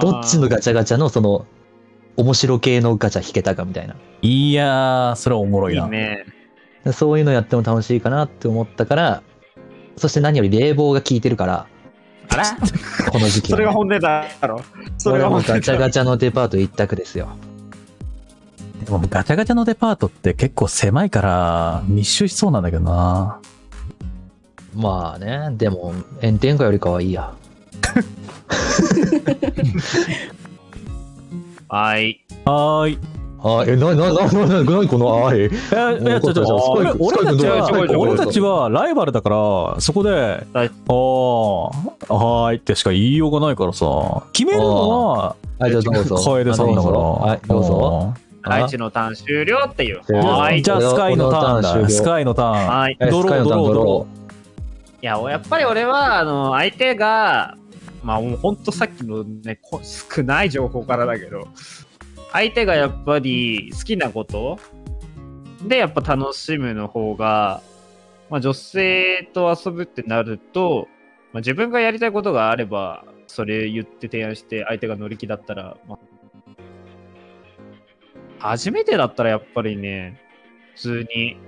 Speaker 4: どっちのガチャガチャのその、面白系のガチャ引けたかみたいな。
Speaker 2: いやーそれはおもろ
Speaker 3: い
Speaker 2: い
Speaker 3: い
Speaker 2: な
Speaker 3: ね
Speaker 4: そういうのやっても楽しいかなって思ったから、そして何より冷房が効いてるから、
Speaker 3: あら
Speaker 4: この時期
Speaker 3: そ
Speaker 4: は
Speaker 3: れが本音だろそれが
Speaker 4: 俺も
Speaker 3: 本音
Speaker 4: ガチャ
Speaker 3: だ
Speaker 4: ガチャのデパート一択ですよ。
Speaker 2: [laughs] でもガチャガチャのデパートって結構狭いから密集しそうなんだけどな
Speaker 4: まあね、でも炎天下よりかはいいや。
Speaker 3: はい
Speaker 2: はーい
Speaker 4: あ、え、な、な、な、な、な、なにこの、あい。
Speaker 2: えー、いや、違う違う違う
Speaker 4: おー
Speaker 2: 俺俺たち
Speaker 3: スカイ君どう
Speaker 2: は、
Speaker 3: ぞ
Speaker 2: 俺たちはライバルだから、そこで、あ
Speaker 3: はい
Speaker 2: ー、はーいってしか言いようがないからさ、決めるのは、
Speaker 4: はい、じゃあ
Speaker 2: [laughs]
Speaker 4: [laughs] どうぞ。
Speaker 2: 楓さんだから。
Speaker 4: はい、どうぞ。
Speaker 3: 愛知のターン終了っていう
Speaker 4: 終了
Speaker 2: うん。
Speaker 3: はい
Speaker 2: じゃあ、スカイのターン
Speaker 4: このターン終
Speaker 2: だ。
Speaker 4: 了
Speaker 2: スカイのターン。
Speaker 3: はい
Speaker 4: はい
Speaker 2: ドロー
Speaker 4: スカイ
Speaker 2: ド
Speaker 4: のターン
Speaker 2: ロー
Speaker 4: ド
Speaker 2: ドロ
Speaker 4: ロ
Speaker 3: いや、やっぱり俺は、あの、相手が、まあ、もうほんとさっきのね、こ少ない情報からだけど、相手がやっぱり好きなことで、やっぱ楽しむの方が、まあ、女性と遊ぶってなると、まあ、自分がやりたいことがあれば、それ言って提案して、相手が乗り気だったら、まあ、初めてだったらやっぱりね、普通に、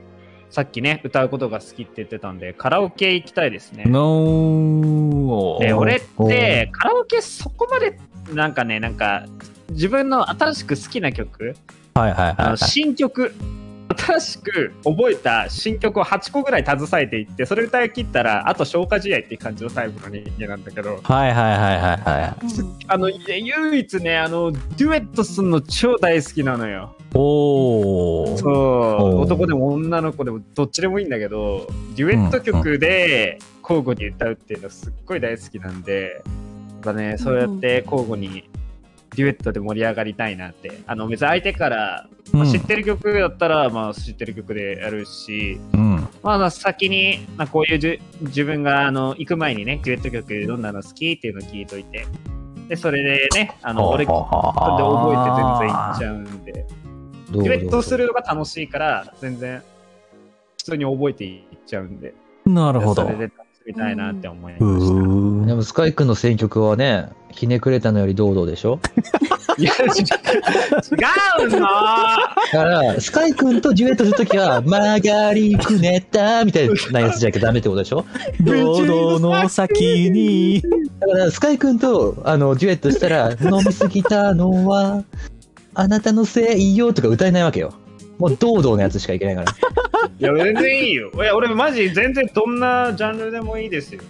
Speaker 3: さっきね、歌うことが好きって言ってたんで、カラオケ行きたいですね。
Speaker 2: の
Speaker 3: で
Speaker 2: ー。
Speaker 3: 俺ってカラオケそこまでなんかねなんか自分の新しく好きな曲
Speaker 2: はいはい
Speaker 3: あ
Speaker 2: は
Speaker 3: の
Speaker 2: い。
Speaker 3: 新曲新しく覚えた新曲を8個ぐらい携えていってそれ歌い切ったらあと消化試合っていう感じのタイプの人間なんだけど
Speaker 2: はいはいはいはいはい。
Speaker 3: あのい唯一ねあのデュエットするの超大好きなのよ
Speaker 2: おー。
Speaker 3: そう
Speaker 4: おー
Speaker 3: 男でも女の子でもどっちでもいいんだけどデュエット曲で交互に歌うっていうのすっごい大好きなんでやっぱねそうやって交互にデュエットで盛り上がりたいなってあの別に相手から、まあ
Speaker 2: うん
Speaker 3: 知ってる曲だったら、まあ、知ってる曲でやるし、
Speaker 2: うん。
Speaker 3: まあまあ、先に、まあ、こういうじゅ自分があの行く前にねデュエット曲どんなの好きっていうのを聞いといてでそれでねあの俺で覚えて全然いっちゃうんで。
Speaker 4: どうぞ
Speaker 3: デュエットするのが楽しいから、全然、普通に覚えていっちゃうんで、
Speaker 2: なるほど
Speaker 3: そ。れで楽しみたいなって思いうまし
Speaker 4: で
Speaker 2: ー。
Speaker 4: も、スカイ君の選曲はね、ひねくれたのより堂々でしょ
Speaker 3: た。いや、違う違うの
Speaker 4: だから、スカイ君とデュエットするときは、曲がりくねったみたいなやつじゃなきゃダメってことでしょ
Speaker 2: 堂々の先に。
Speaker 4: だから、スカイ君と、あの、デュエットしたら、飲みすぎたのは、あなたのせいよとか歌えないわけよ。もう、堂々のやつしかいけないから。
Speaker 3: いや、全然いいよ。いや、俺マジ全然どんなジャンルでもいいですよ。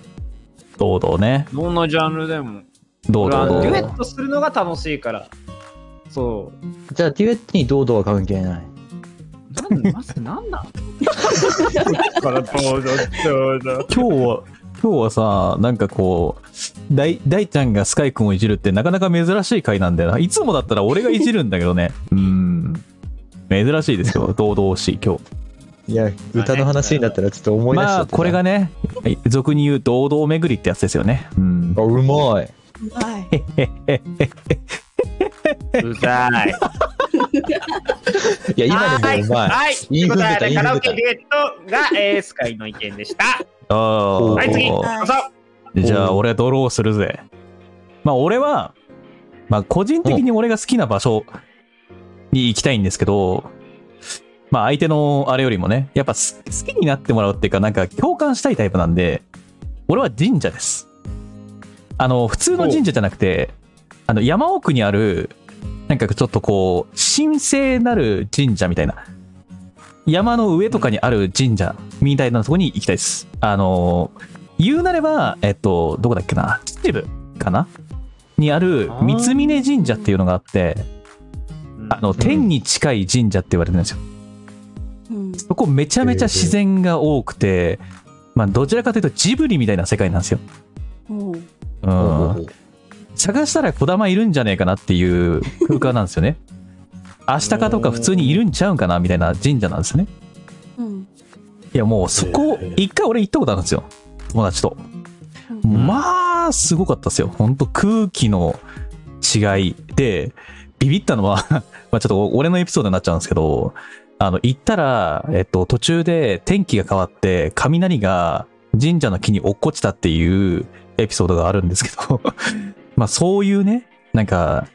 Speaker 2: 堂々ね。
Speaker 3: どんなジャンルでも。
Speaker 2: 堂
Speaker 3: 俺は
Speaker 2: 々。
Speaker 3: デ
Speaker 2: 堂
Speaker 3: ュ
Speaker 2: 々
Speaker 3: エットするのが楽しいから。そ
Speaker 4: じゃあ、デュエットに堂々は関係ない。
Speaker 3: う。なんまずなんだこのどうぞどうぞ。
Speaker 2: 今日は、今日はさ、なんかこう、大、大ちゃんがスカイ君をいじるってなかなか珍しい回なんだよな。いつもだったら俺がいじるんだけどね。うーん。珍しいですよ。堂々しい、今日。
Speaker 4: いや、
Speaker 3: 歌の話になった
Speaker 4: らちょっと思
Speaker 2: まあ、これが
Speaker 4: ね。
Speaker 2: ね、はい俗に言う堂々巡りってやつですよね。うん。
Speaker 4: あ、うまい。
Speaker 1: はい。
Speaker 3: うざい。
Speaker 4: いや、今のもうまい。
Speaker 3: はい。と
Speaker 4: い
Speaker 3: い
Speaker 4: いう
Speaker 3: こと
Speaker 4: 風だ
Speaker 3: で、
Speaker 4: いい
Speaker 3: カ
Speaker 4: 風だ
Speaker 3: ラオケデュエットが、えースカイの意見でした。
Speaker 2: ああ。
Speaker 3: はい、次。どう
Speaker 1: は
Speaker 2: じ
Speaker 1: い
Speaker 3: ぞ。
Speaker 2: ゃあ、俺はドローするぜ。まあ、俺は、まあ、個人的に俺が好きな場所に行きたいんですけど、まあ、相手のあれよりもね、やっぱす好きになってもらうっていうか、なんか共感したいタイプなんで、俺は神社です。あの、普通の神社じゃなくて、あの、山奥にある、なんかちょっとこう、神聖なる神社みたいな、山の上とかにある神社みたいなとこに行きたいです。あの、言うなれば、えっと、どこだっけな、秩父かなにある三峯神社っていうのがあって、
Speaker 3: うん
Speaker 2: あの、天に近い神社って言われてるんですよ。
Speaker 1: うん。
Speaker 2: そこめちゃめちゃ自然が多くて、まあ、どちらかというとジブリみたいな世界なんですよ。う
Speaker 1: もう
Speaker 4: ほうほうんほ。う
Speaker 2: 探したら小玉いるんじゃねえかなっていう空間なんです
Speaker 1: [laughs]
Speaker 2: よね。アシタカとか普通にいるんちゃうんかなみたいな神社なんですよね。
Speaker 1: うん。
Speaker 2: いやもうそこ、一回俺行ったことあるんですよ。友達と。
Speaker 1: うん
Speaker 2: まあ、すごかったですよ。ほんと空気の違いで、ビビったのは、 [laughs] まあちょっと俺のエピソードになっちゃうんですけど、あの、行ったら、えっと、途中で天気が変わって、雷が神社の木に落っこちたっていうエピソードがあるんですけど、 [laughs] まあそういうね、なんか、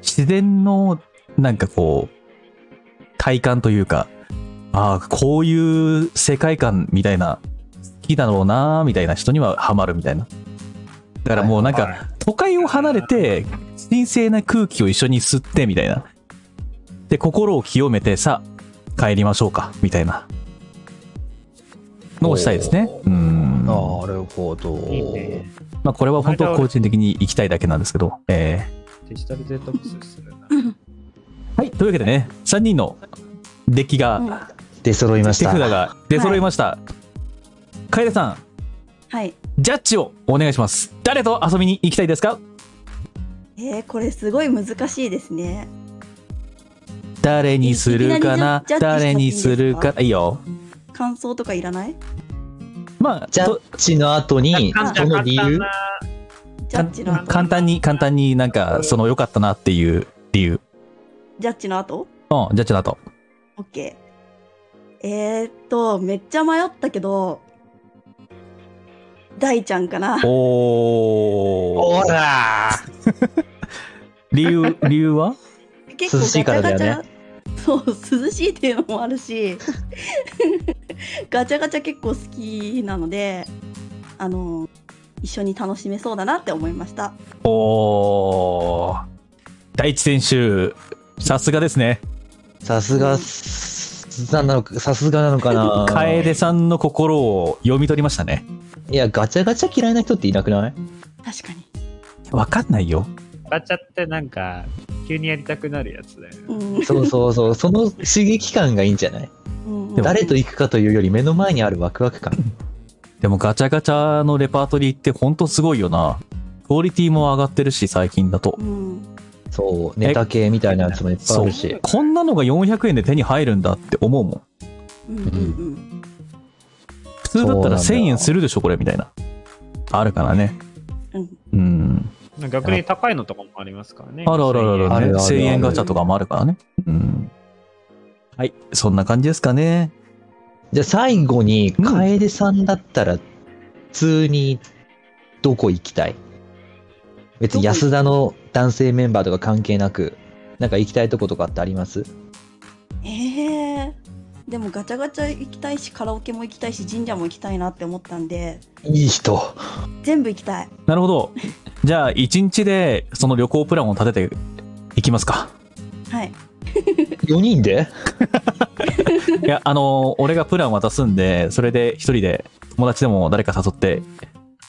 Speaker 2: 自然の、なんかこう、体感というか、ああ、こういう世界観みたいな、好きだろうな、みたいな人にはハマるみたいな。だからもうなんか、都会を離れて、神聖な空気を一緒に吸って、みたいな。で、心を清めて、さあ、帰りましょうか、みたいな。のをしたいですね。うん。
Speaker 4: なるほど。
Speaker 3: いいね。
Speaker 2: まあ、これは本当個人的に行きたいだけなんですけど。えー
Speaker 3: デジタルデータボスするな。
Speaker 2: はい、というわけでね、3人のデッキが、
Speaker 1: うん
Speaker 4: 出揃いまし
Speaker 2: 手
Speaker 4: た
Speaker 2: 札。が出揃いました。楓さ
Speaker 1: はい。
Speaker 2: ん、ジャッジをお願いします。誰と遊びに行きたいですか
Speaker 1: えー、これすごい難しいですね。
Speaker 2: 誰にするかない
Speaker 1: きなりジャッジしちゃってい
Speaker 2: 誰
Speaker 1: いん
Speaker 2: に
Speaker 1: ですか
Speaker 2: するかいいよ。
Speaker 1: 感想とかいらない
Speaker 2: まあ、
Speaker 4: ジャ
Speaker 2: と
Speaker 4: ッジの後に、
Speaker 1: 簡
Speaker 4: そ
Speaker 1: 単
Speaker 4: の理由
Speaker 1: ジャッジの後。
Speaker 2: 簡単に、簡単になんか、その良かったなっていう理由。
Speaker 1: ジャッジの後
Speaker 2: うん、ジャッジの後。
Speaker 1: ?OK。えー、っと、めっちゃ迷ったけど、大ちゃんかな。
Speaker 2: おー。
Speaker 5: ら
Speaker 2: 理由、理由は
Speaker 1: 結構
Speaker 4: 涼しいからだよね
Speaker 1: ガチャガチャそう涼しいっていうのもあるしガチャガチャ結構好きなのであの一緒に楽しめそうだなって思いました
Speaker 2: おー。第一選手、さすがですね。
Speaker 4: さすが、なんなのかさすがなのかな。
Speaker 2: 楓さんの心を読み取りましたね。
Speaker 4: いや、ガチャガチャ嫌いな人っていなくない
Speaker 1: 確かに
Speaker 2: わかんないよ。
Speaker 5: ガチャってなんか、急にやりたくなるやつだよね。
Speaker 1: うん
Speaker 4: そうそうそう、その刺激感がいいんじゃない
Speaker 1: うんうん
Speaker 4: 誰と行くかというより、目の前にあるワクワク感。
Speaker 2: でもガチャガチャのレパートリーってほんとすごいよな。クオリティも上がってるし、最近だと
Speaker 1: う。ん
Speaker 4: そう、ネタ系みたいなやつもいっぱいあるし。
Speaker 2: こんなのが400円で手に入るんだって思うもん。
Speaker 1: うんうん
Speaker 2: 普通だったら
Speaker 4: そ
Speaker 2: 1000
Speaker 4: うなんだよ
Speaker 2: 円するでしょ、これみたいな。あるからね。
Speaker 1: うん
Speaker 2: うん。
Speaker 5: 逆に高いのとかもありますからね。
Speaker 2: あるあるあるあ
Speaker 4: あ
Speaker 2: る、ね。
Speaker 4: るある
Speaker 2: 1000円ガチャとかもあるからね。うん。はい、そんな感じですかね。
Speaker 4: じゃあ最後に、
Speaker 2: うん
Speaker 4: 楓さんだったら、普通に、どこ行きたい別に安田の男性メンバーとか関係なく、なんか行きたいとことかってあります
Speaker 1: えー、でもガチャガチャ行きたいしカラオケも行きたいし神社も行きたいなって思ったんで
Speaker 4: いい人。
Speaker 1: 全部行きたい
Speaker 2: なるほど。じゃあ、1日でその旅行プランを立てていきますか。
Speaker 1: はい
Speaker 4: 4人 [laughs] で
Speaker 2: いや、あのー俺がプラン渡すんで、それで一人で友達でも誰か誘って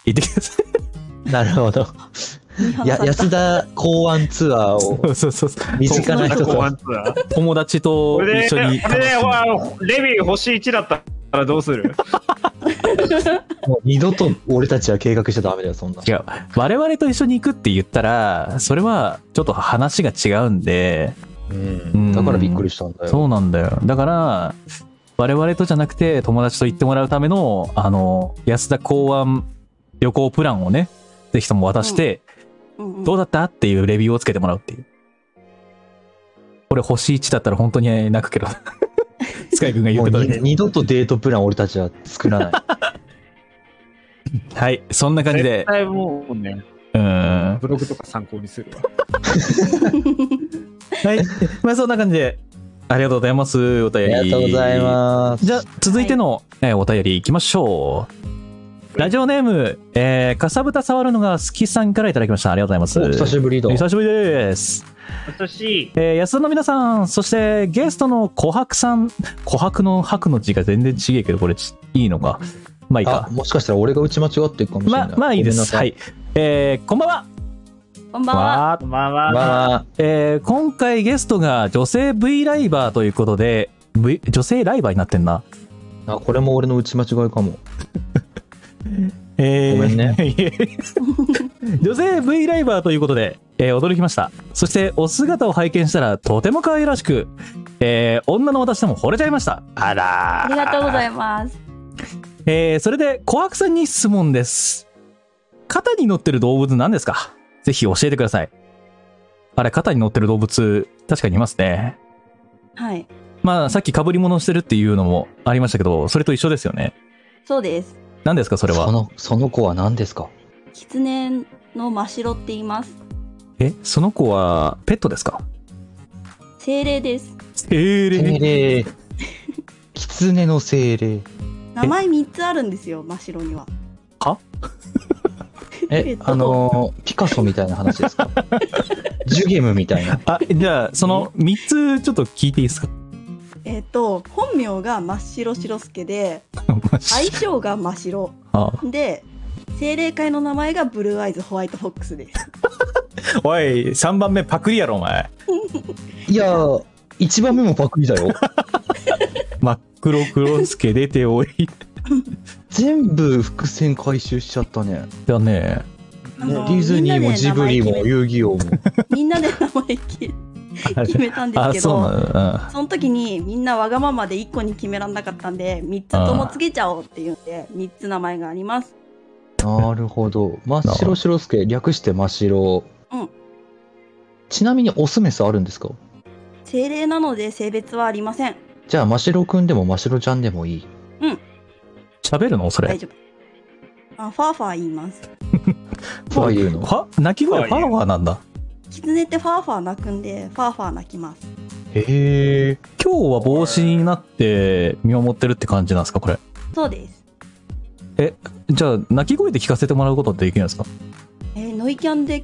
Speaker 2: 行ってきてくださ
Speaker 4: なるほ [laughs] ど。
Speaker 1: 見放
Speaker 4: や
Speaker 1: された
Speaker 4: 安田港湾ツアーを
Speaker 2: い。そうそうそう。
Speaker 4: 身近な人
Speaker 5: こワ
Speaker 4: と
Speaker 5: ンツア
Speaker 2: [laughs]
Speaker 5: ー。
Speaker 2: 友達と
Speaker 5: これで、
Speaker 2: 一
Speaker 5: こ
Speaker 2: 緒
Speaker 5: れ
Speaker 2: に。
Speaker 5: で、ほら、レビュー星1だったらどうする
Speaker 4: もう二度と俺たちは計画しちゃダメだよそんな
Speaker 2: 違う。我々と一緒に行くって言ったら、それはちょっと話が違うんで、
Speaker 4: うんだからびっくりしたんだ
Speaker 2: そ
Speaker 4: よ
Speaker 2: うなんだよ。だから、我々とじゃなくて友達と行ってもらうための、あの、安田考案旅行プランをね、ぜひとも渡して、
Speaker 1: うんうん
Speaker 2: どうだったっていうレビューをつけてもらうっていう。これ星1だったら本当に泣くけど。 [laughs] スカイ君が言
Speaker 4: も
Speaker 2: っ
Speaker 4: う
Speaker 2: てた
Speaker 4: 二
Speaker 2: ね。
Speaker 4: 二度とデートプラン俺たちは作らない
Speaker 2: はい、そんな感じで
Speaker 5: 絶。対もうね、
Speaker 2: うん。は
Speaker 5: ブログとか参考にす
Speaker 2: [laughs]
Speaker 5: るわ。
Speaker 2: い、まあそんな感じで。ありがとうございます。お
Speaker 4: [laughs] あ
Speaker 2: 便
Speaker 4: り
Speaker 2: り。
Speaker 4: がとうございます
Speaker 2: じゃあ、続いての、えーお便りいきましょう。ラジオネーム、えー、かさぶた触るのが好きさんからいただきました。ありがとうござい
Speaker 4: お
Speaker 2: ます。
Speaker 4: 久しぶりだ
Speaker 2: 久しぶりです。
Speaker 5: 私、
Speaker 2: えー、安田の皆さん、そしてゲストの琥珀さん。 [laughs] 琥珀の白の字が全然違えけど、これちいいのか。まあいい
Speaker 4: あ
Speaker 2: か。
Speaker 4: もしかしたら俺が打ち間違ってるかもしれな
Speaker 2: ま
Speaker 4: い
Speaker 2: あ、まあいいです。はいい。えー、こんばんは。
Speaker 1: ここんばんは。
Speaker 2: わー
Speaker 3: まあまあまあ
Speaker 4: まあ、
Speaker 2: えー今回ゲストが女性 V ライバーということで、V- 女性ライバーになってんな。
Speaker 4: あ、これも俺の打ち間違いかも。
Speaker 2: えー
Speaker 4: ごめんね
Speaker 2: いえ [laughs] 女性 V ライバーということで、えー驚きました。そして、お姿を拝見したら、とても可愛らしく、えー女の私でも惚れちゃいました。あらー
Speaker 1: ありがとうございます。
Speaker 2: えーそれで、琥珀さんに質問です。肩に乗ってる動物何ですかぜひ教えてください。あれ、肩に乗ってる動物、確かにいますね。
Speaker 1: はい。
Speaker 2: まあ、さっき被り物してるっていうのもありましたけど、それと一緒ですよね。
Speaker 1: そうです。
Speaker 2: 何ですか、それ
Speaker 4: そ
Speaker 2: は。
Speaker 4: の、その子は何ですか
Speaker 1: 狐の真白って言います。
Speaker 2: え、その子は、ペットですか
Speaker 1: 精霊です。
Speaker 2: え
Speaker 4: 精霊。狐の精霊。
Speaker 1: 名前3つあるんですよ、真白には。えっ
Speaker 4: え、
Speaker 1: と
Speaker 4: あのー、ピカソみたいな話です
Speaker 1: [laughs]
Speaker 4: かジュゲムみたいな。
Speaker 2: あ、じゃあ、その3つちょっと聞いていいですか
Speaker 1: えっ、と、本名が真っ白白助で、相性が真白。
Speaker 2: [laughs] あ
Speaker 1: で、精霊界の名前がブルーアイズホワイトフォックスです。
Speaker 2: おい、3番目パクリやろ、お前。
Speaker 4: いやー、一番目もパクリだよ。
Speaker 2: 真っ黒黒助出ておい。
Speaker 4: 全部伏線回収しちゃったね。
Speaker 2: だね。
Speaker 1: あ
Speaker 4: ねデ
Speaker 1: の
Speaker 4: ィズニーもジブリも
Speaker 1: みんなで名前決
Speaker 4: 遊戯王も。
Speaker 1: めみんなで名前決め決めたんです
Speaker 2: あ、
Speaker 1: け
Speaker 2: そう
Speaker 1: ど。
Speaker 2: なんだ。
Speaker 1: その時にみんなわがままで1個に決めらんなかったんで3つともつけちゃおうっていうんで3つ名前があります
Speaker 4: なるほど。真っ白白助、略して真っ白。
Speaker 1: うん
Speaker 4: ちなみにオスメスあるんですか
Speaker 1: 精霊なので性別はありません
Speaker 4: じゃあ真っ白くんでも真っ白ちゃんでもいい。
Speaker 2: 喋るのそ
Speaker 1: 大
Speaker 2: れ。
Speaker 1: 丈夫あファーファー言います
Speaker 4: ファーいうの。
Speaker 2: は泣き声ファーファーなんだ。
Speaker 1: 狐ってファーファー鳴くんでファーファー鳴きます
Speaker 4: へえ。
Speaker 2: 今日は帽子になって見守ってるって感じなんですか、これ。
Speaker 1: そうです
Speaker 2: じゃあ、泣き声で聞かせてもらうことってできるんですか
Speaker 1: えーノイキャンで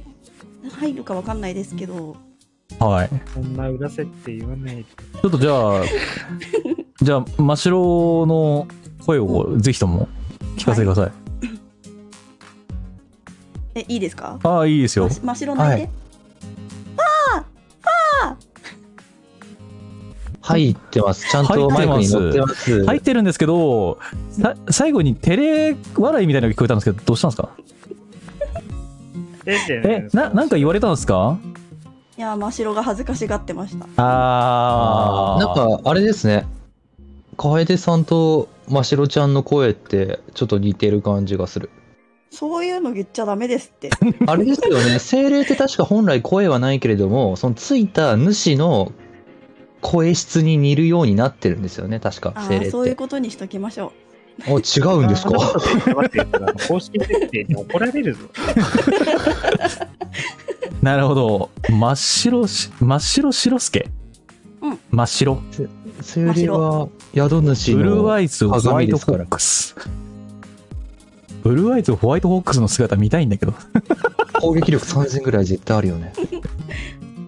Speaker 1: 入るかわかんないですけど
Speaker 2: はい。
Speaker 5: そんな裏設定言わない
Speaker 2: ちょっとじゃあ、じゃあ、真っ白の声をぜひとも聞かせてください。
Speaker 1: えいいですか
Speaker 2: ああ、いいですよ
Speaker 1: ま。真っ白鳴いて、
Speaker 4: 入ってます。ちゃん
Speaker 2: 入っ
Speaker 4: と
Speaker 2: てます
Speaker 4: マイクに乗ってます。
Speaker 2: 入ってるんですけど、さ最後に照れ笑いみたいなのが聞こえたんですけど、どうしたんですかえ
Speaker 5: え、
Speaker 2: な、なんか言われたんですか
Speaker 1: いやー真っ白が恥ずかしがってました
Speaker 2: あー。
Speaker 4: なんかあれですね。楓さんと真っ白ちゃんの声ってちょっと似てる感じが [laughs] する。
Speaker 1: そういうの言っちゃダメですって
Speaker 4: あれですよね。精霊って確か本来声はないけれども、そのついた主の声質に似るようになってるんですよね。確か
Speaker 1: あ
Speaker 4: 精霊
Speaker 1: あ
Speaker 4: っ
Speaker 1: そういう
Speaker 4: て。
Speaker 1: ことにしときましょ
Speaker 4: お違うんですか。
Speaker 1: [laughs]
Speaker 5: 待って、公式設定に怒られるぞ。
Speaker 2: なるほど。真っ白し、真っ白白助。
Speaker 1: うん
Speaker 2: 真っ白。
Speaker 4: 精霊は宿主
Speaker 2: ブルーア
Speaker 4: の。
Speaker 2: イズホワイトフォックス。ブルーアイズホワイトフォックスの姿見たいんだけど。
Speaker 4: 攻撃力3000ぐらい絶対あるよね。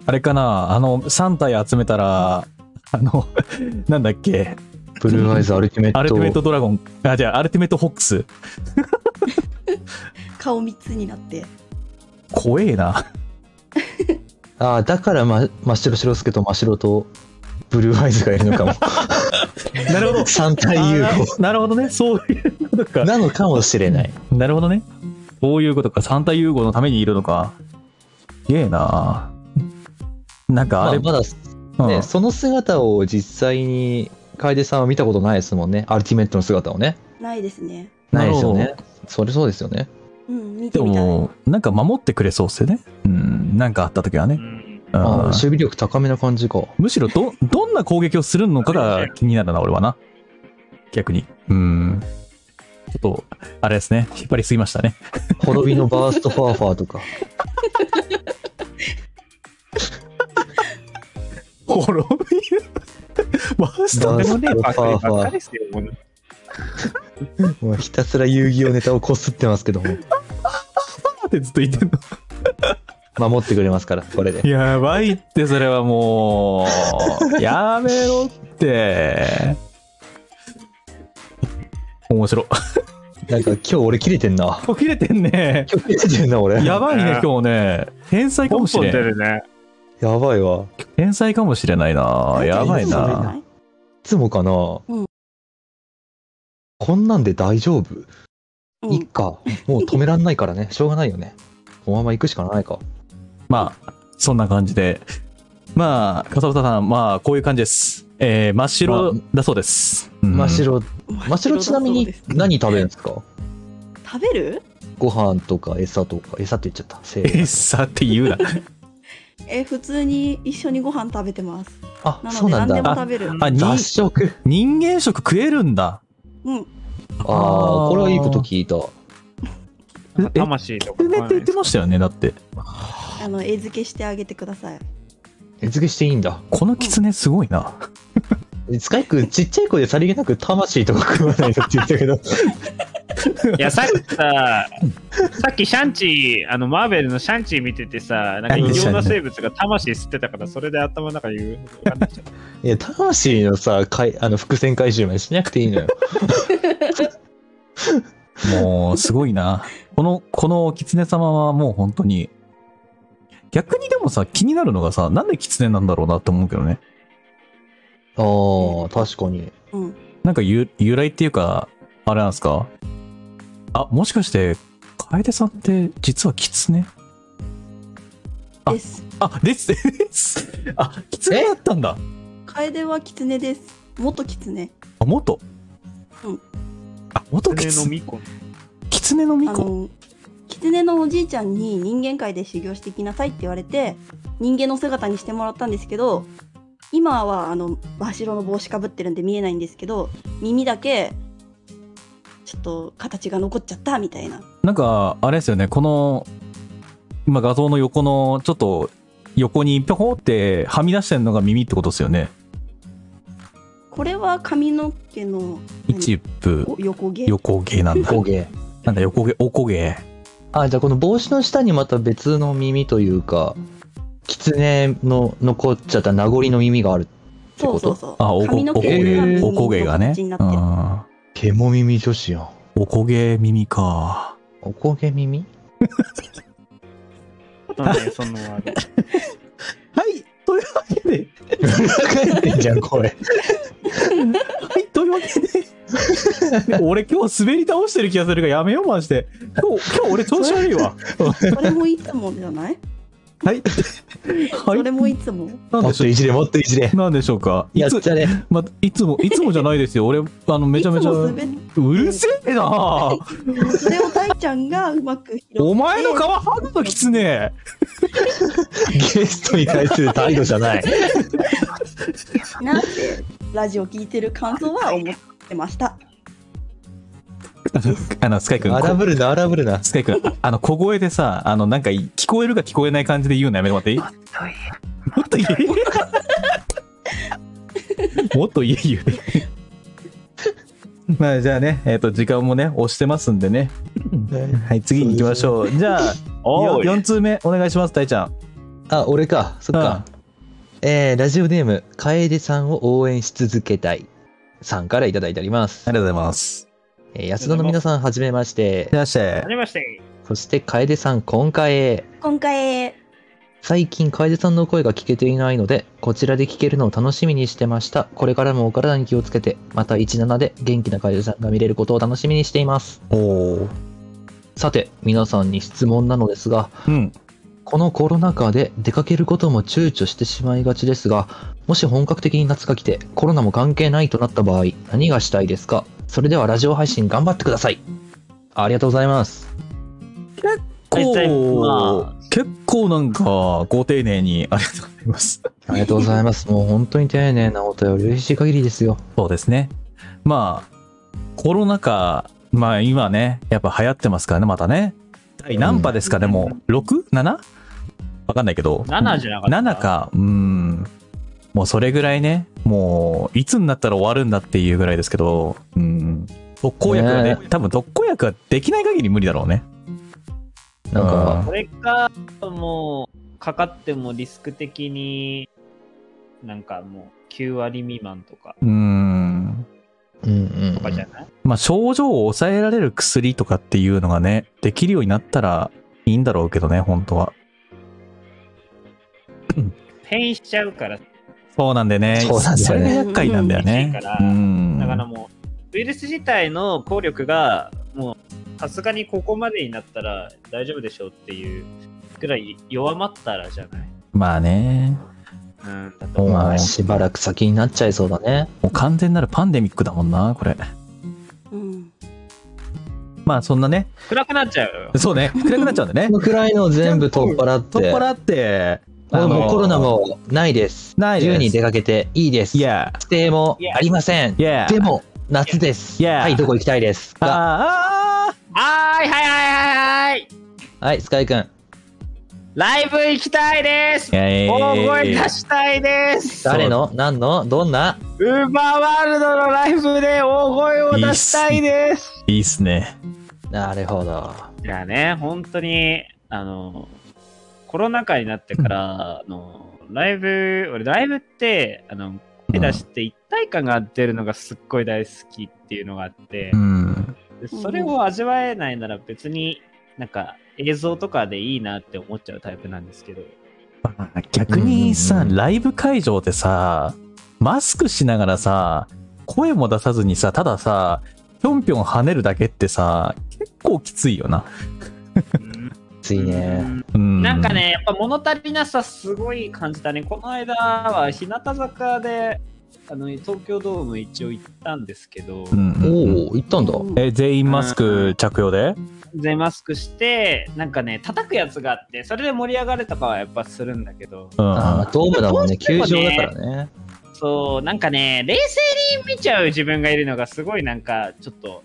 Speaker 2: あれかなあの、3体集めたら、あの、なんだっけ
Speaker 4: ブルーアイズアルティメット。
Speaker 2: アルティメットドラゴン。あ、じゃあ、アルティメットフォックス。
Speaker 1: う顔3つになって
Speaker 2: 怖えな。
Speaker 4: ああ、だから、ま、真っ白白助と真っ白とブルーアイズがいるの
Speaker 2: [laughs]
Speaker 4: かも。
Speaker 2: [laughs] なるほど。
Speaker 4: 三体融
Speaker 2: あ
Speaker 4: 合
Speaker 2: ーなるほどね。そういうことか。
Speaker 4: なのかもしれない。
Speaker 2: なるほどね。そういうことか。三体融合のためにいるのか。すげえな。なんか
Speaker 4: ま
Speaker 2: あ
Speaker 4: あ、
Speaker 2: れ、
Speaker 4: まだ、
Speaker 2: うん
Speaker 4: ね、その姿を実際に楓さんは見たことないですもんね。アルティメットの姿をね。
Speaker 1: ないですね
Speaker 4: ないですよね。それそうですよね。
Speaker 1: うん見
Speaker 2: で
Speaker 1: てみたい
Speaker 2: も、なんか守ってくれそうっすよね。うん。なんかあった時はね。うん
Speaker 4: ああ守備力高めな感じか。
Speaker 2: むしろど、どんな攻撃をするのかが気になるな、俺はな。逆に。うん。ちょっと、あれですね。引っ張りすぎましたね。 [laughs]
Speaker 4: 滅びのバーストファーファーとか。
Speaker 2: 滅びるバースト
Speaker 4: バー
Speaker 5: で
Speaker 4: ス
Speaker 5: も
Speaker 4: ト
Speaker 5: ね、
Speaker 4: フ
Speaker 5: パ
Speaker 4: ァ
Speaker 5: クリ
Speaker 4: ー
Speaker 5: ばっか
Speaker 4: フ
Speaker 5: ですよ。もう
Speaker 4: ァー。もうひたすら遊戯王ネタをこすってますけども。
Speaker 2: ってずっと言ってんの。
Speaker 4: 守ってくれますから、これ
Speaker 2: [laughs]
Speaker 4: で。
Speaker 2: やばいって、それはもう。やめろって。面白。
Speaker 4: なんか今日俺切れてんな。
Speaker 2: 途切れてんね。
Speaker 4: 今日切れてんな俺。
Speaker 2: やばいね、今日ね。天才か
Speaker 3: ポ
Speaker 2: も
Speaker 3: ン
Speaker 2: し
Speaker 3: ポン
Speaker 2: れ
Speaker 3: 出
Speaker 2: ん。
Speaker 3: るね。
Speaker 4: やばいわ。い
Speaker 2: 天才かもしれないな。やばいな。。
Speaker 4: つもかな、
Speaker 1: うん
Speaker 4: こんなんで大丈夫、
Speaker 1: うん
Speaker 4: いっか。もう止めらんないか
Speaker 1: [laughs]
Speaker 4: らね。しょうがないよね。このまま行くしかないか。
Speaker 2: まあ、そんな感じで。まあ、笠原さん、まあ、こういう感じです。えー、真っ白だそうです。うん
Speaker 4: 真っ。白、真っ白ちなみ
Speaker 1: だそ
Speaker 4: に
Speaker 1: うです
Speaker 4: 何食べるんですか
Speaker 1: 食べる
Speaker 4: ご飯とか餌とか、餌って言っちゃった。せ
Speaker 2: え
Speaker 4: ー
Speaker 2: ー、さって言うな。
Speaker 1: え普通に一緒にご飯食べてます
Speaker 4: あ、
Speaker 1: な
Speaker 4: そ
Speaker 1: の
Speaker 4: う
Speaker 1: で
Speaker 4: な
Speaker 1: 何
Speaker 4: ん
Speaker 1: でも
Speaker 4: だ。
Speaker 1: 食べる
Speaker 2: あ、に
Speaker 4: 雑食。
Speaker 2: 人間食食えるんだ。
Speaker 1: うん
Speaker 4: ああ、これはいいこと聞いた。
Speaker 2: え、
Speaker 3: 魂とか。
Speaker 2: 梅って言ってましたよね、だって。
Speaker 1: あの餌付けしてあげてください
Speaker 4: 餌付けしていいんだ。
Speaker 2: このキツネすごいな。
Speaker 4: スカイ君、ちっちゃい子でさりげなく魂とか食わないのって言っ
Speaker 2: [laughs]
Speaker 4: たけど、
Speaker 3: いや、さっきさ、 [laughs] さっきシャンチー、あの、マーベルのシャンチー見ててさ、なんか異様な生物が魂吸ってたから、それで頭の中に言う。
Speaker 4: いや、魂のさ、かいあの伏線回収までしなくていいのよ。
Speaker 2: もう、すごいな。この、このキツネ様はもう本当に、逆にでもさ、気になるのがさ、なんでキツネなんだろうなって思うけどね。
Speaker 4: ああ、確かに。
Speaker 1: うん
Speaker 2: なんか由由来っていうか、あれなんですかあ、もしかして、楓さんって実はキツネあ
Speaker 1: です
Speaker 2: あ、です、です。あ、キツネだったんだ。
Speaker 1: 楓は狐です元狐
Speaker 2: あ、元。
Speaker 1: うん
Speaker 2: あ、元キ
Speaker 3: 狐の
Speaker 2: ツネ。
Speaker 3: 巫女 [laughs]
Speaker 2: キツネの巫女。
Speaker 1: あの狐のおじいちゃんに人間界で修行してきなさいって言われて人間の姿にしてもらったんですけど今はあの真っ白の帽子かぶってるんで見えないんですけど耳だけちょっと形が残っちゃったみたいな
Speaker 2: なんか、あれですよね、この、今画像の横の、ちょっと、横にぴょこってはみ出してるのが耳ってことですよね。
Speaker 1: これは髪の毛の
Speaker 2: 一部、
Speaker 1: お横毛
Speaker 2: 横毛なんだ。
Speaker 4: 工芸。
Speaker 2: なんだ、横毛、おこ毛。
Speaker 4: あ、じゃあこの帽子の下にまた別の耳というか、狐の残っちゃった名残の耳がある。て
Speaker 1: そ
Speaker 4: こ
Speaker 1: うそ
Speaker 4: と
Speaker 1: うそう
Speaker 2: あ、おこ、
Speaker 1: 髪の毛
Speaker 2: おこ
Speaker 1: が
Speaker 2: げ、
Speaker 1: 耳
Speaker 2: おこげがね
Speaker 1: の。形になっ
Speaker 2: う
Speaker 1: てる
Speaker 2: ん。
Speaker 4: 毛も耳女子やん。
Speaker 2: おこげ耳か。
Speaker 4: おこげ耳
Speaker 3: なんでそのあれ
Speaker 2: はい、というわけで、
Speaker 4: 書いてんじゃん、これ。
Speaker 2: はい、というわけで。 [laughs] 俺今日滑り倒してる気がするからやめようまして。今日、今日俺調子悪いわ。
Speaker 1: それもいつもじゃない
Speaker 2: はい。は
Speaker 1: それ
Speaker 2: い。
Speaker 1: もいつも
Speaker 2: なん
Speaker 4: [laughs] も
Speaker 2: で
Speaker 4: っ
Speaker 2: しょ
Speaker 4: と
Speaker 2: う
Speaker 4: いじれ、もっといじれ。
Speaker 2: なんでしょうかい
Speaker 4: やっ
Speaker 2: つ
Speaker 4: ちゃれ。
Speaker 2: ま、いつも、いつもじゃない [laughs] ですよ。俺、あの、めちゃめちゃ、
Speaker 1: いつも
Speaker 2: う
Speaker 1: 滑っ
Speaker 2: るせえな
Speaker 1: それを大ちゃんがうまく拾って
Speaker 2: お前の皮剥ぐぞ、キツネ
Speaker 4: ゲストに対する態度じゃない。
Speaker 1: なんてラジオ聞いてる感想は思ってました。
Speaker 2: あの、スカイ君、
Speaker 4: [laughs] 荒ぶるな、荒ぶるな。
Speaker 2: スカイ君、あの、小声でさ、あの、なんか、聞こえるか聞こえない感じで言うのやめてもらっていいもっと言え。もっと言え、言う。まあ、じゃあね、えっ、と、時間もね、押してますんでね。はい、次に行きましょう。じゃあ、
Speaker 3: おい
Speaker 2: 4通目、お願いします、大ちゃん。
Speaker 4: あ、俺か。そっか。えーラジオネーム、楓さんを応援し続けたい。さんからいただいております。
Speaker 2: ありがとうございます。
Speaker 4: えー安田の皆さん、はじめまして
Speaker 2: い。らっしゃい
Speaker 3: あ。りまして。
Speaker 4: そして、楓さん、今回へ。
Speaker 1: 今回、
Speaker 4: 最近、楓さんの声が聞けていないので、こちらで聞けるのを楽しみにしてました。これからもお体に気をつけて、また17で元気な楓さんが見れることを楽しみにしています。
Speaker 2: おー
Speaker 4: さて、皆さんに質問なのですが、
Speaker 2: うん。
Speaker 4: このコロナ禍で出かけることも躊躇してしまいがちですが、もし本格的に夏が来てコロナも関係ないとなった場合、何がしたいですかそれではラジオ配信頑張ってください。ありがとうございます。
Speaker 3: 大体ま
Speaker 2: 結構なんか、ご丁寧にありがとうございます。
Speaker 4: ありがとうございます。 [laughs] もう本当に丁寧なお便り、嬉しい限りですよ。
Speaker 2: そうですね。まあ、コロナ禍、まあ今ね、やっぱ流行ってますからね、またね。第何波ですか、でも、6?7? わかんないけど。
Speaker 3: 7じゃなかった。
Speaker 2: 7。か、うん。もうそれぐらいね、もう、いつになったら終わるんだっていうぐらいですけど、うん。特効薬はね、
Speaker 4: ね
Speaker 2: 多分特効薬はできない限り無理だろうね。
Speaker 4: なんか、
Speaker 3: これか、もう、かかってもリスク的に、なんかもう、9割未満とか。
Speaker 2: うん。
Speaker 4: うんうん
Speaker 3: とかじゃない、
Speaker 2: まあ、症状を抑えられる薬とかっていうのがね、できるようになったらいいんだろうけどね、本当は。
Speaker 3: 変異しちゃうから、
Speaker 2: そうなんでね。
Speaker 4: そうなんだよね
Speaker 2: れが厄介なんだよね。
Speaker 3: う
Speaker 2: うんん。
Speaker 3: だからもう、ウイルス自体の効力が、もう、さすがにここまでになったら大丈夫でしょうっていうくらい弱まったらじゃない。
Speaker 2: まあね。
Speaker 3: うん、だと思う
Speaker 4: ま
Speaker 2: う
Speaker 4: あ、
Speaker 2: ん
Speaker 4: しばらく先になっちゃいそうだね。
Speaker 2: もう完全なるパンデミックだもんな、これ。
Speaker 1: うん。
Speaker 2: まあそんなね。
Speaker 3: 暗くなっちゃうよ。
Speaker 2: そうね。暗くなっちゃうんだ
Speaker 4: こ
Speaker 2: ね。
Speaker 4: のくらいの全部取っ払って。
Speaker 2: 取っ払って、
Speaker 4: もう
Speaker 2: あの
Speaker 4: もうコロナもないです。
Speaker 2: ないです
Speaker 4: 自由に出かけていいです。
Speaker 2: いや、
Speaker 4: 指定もありません。
Speaker 2: いや、
Speaker 4: でも、夏です。
Speaker 2: Yeah.
Speaker 4: はい、どこ行きたいです
Speaker 2: あー
Speaker 4: か
Speaker 2: あー、
Speaker 3: はーいはいはいはいはい
Speaker 4: はい、スカイくん。
Speaker 3: ライブ行きたいです
Speaker 2: あーえ
Speaker 3: 大声出
Speaker 2: ー
Speaker 3: したいです
Speaker 4: 誰の何のどんな
Speaker 3: ウーバーワールドのライブで大声を出したいです
Speaker 2: いいっすね。
Speaker 4: なるほど。
Speaker 3: いやね、本当に、あの、コロナ禍になってから、あの、ライブ、俺ライブって、あの、手出して一体感が出るのがすっごい大好きっていうのがあって
Speaker 2: う、ん。
Speaker 3: でそれを味わえないなら別になんか映像とかでいいなって思っちゃうタイプなんですけど、
Speaker 2: まあ逆に
Speaker 4: うん
Speaker 2: さ、
Speaker 4: うんうん
Speaker 2: ライブ会場でさ、マスクしながらさ、声も出さずにさ、たださ、ぴょんぴょん跳ねるだけってさ、結構きついよな。
Speaker 4: ついね。
Speaker 2: うん。
Speaker 3: なんか。ね、やっぱ物足りなさすごい感じたね。この間は日向坂で、あの、東京ドーム一応行ったんですけど、
Speaker 2: うんうんうん
Speaker 4: おお、行ったんだ。
Speaker 2: え、全員マスク着用で
Speaker 3: 全マスクして、なんかね、叩くやつがあって、それで盛り上がれとかはやっぱするんだけど、
Speaker 2: うん。
Speaker 4: あードームだもん
Speaker 3: ど
Speaker 4: ね、
Speaker 3: うして
Speaker 4: 球
Speaker 3: もね
Speaker 4: 場だからね。
Speaker 3: そう、なんかね、冷静に見ちゃう自分がいるのがすごいなんか、ちょっと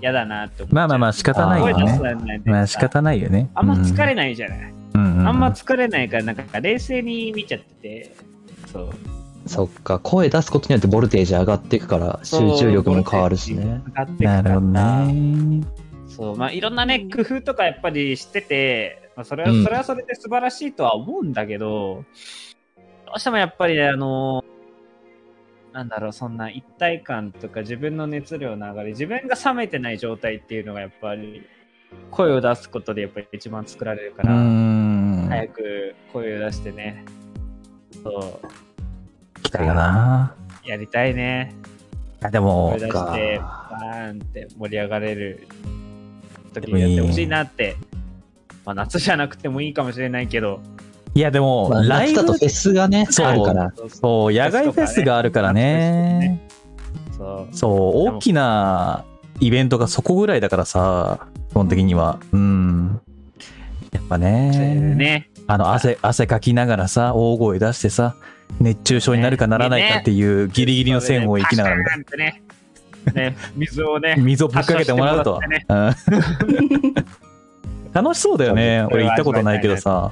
Speaker 3: 嫌だなって思っちゃう
Speaker 2: まあまあまあ仕方
Speaker 4: ないよね
Speaker 3: 声出さないで
Speaker 2: まあ仕方ないよね。
Speaker 3: あんま疲れ
Speaker 2: い。
Speaker 3: ないじゃない。
Speaker 2: うんうん、
Speaker 3: あんま疲れないから、なんか冷静に見ちゃってて、そう。
Speaker 4: そっか、声出すことによってボルテージ上がっていくから、集中力も変わるしね。。
Speaker 2: なるほど。ね。
Speaker 3: そう、まあ、いろんなね、工夫とかやっぱりしてて、まあ、それは、
Speaker 4: うん
Speaker 3: それはそれで素晴らしいとは思うんだけど、どうしてもやっぱりね、あの、なんだろう、そんな一体感とか自分の熱量の上がり、自分が冷めてない状態っていうのがやっぱり、声を出すことでやっぱり一番作られるか
Speaker 2: う
Speaker 3: ら、
Speaker 2: ん。
Speaker 3: 早く声を出してね、そう、
Speaker 2: 期待かな。
Speaker 3: やりたいね。
Speaker 2: あでも
Speaker 3: 声、出
Speaker 4: か
Speaker 3: して、バーンって盛り上がれる時にやってほしいなって、まあ、夏じゃなくてもいいかもしれないけど、
Speaker 2: いやでも、
Speaker 4: まあ
Speaker 2: ライ
Speaker 4: 夏だ
Speaker 2: ブ
Speaker 4: とフェスがね、
Speaker 2: そう
Speaker 4: あるから。
Speaker 3: そうそう
Speaker 2: そう、野外フェスがあるからね。
Speaker 3: そう
Speaker 2: そう、大きなイベントがそこぐらいだからさ、基本的には。うん。やっぱね。
Speaker 3: ね、
Speaker 2: あの、汗、汗かきながらさ、大声出してさ、熱中症になるかならないかっていうギリギリの線を生きながらみたいな
Speaker 3: パシャーンってねね水をね、
Speaker 2: 水をぶっかけてもらうとは。うん [laughs] 楽しそうだよね。
Speaker 3: そう
Speaker 2: 俺行ったことないけどさ。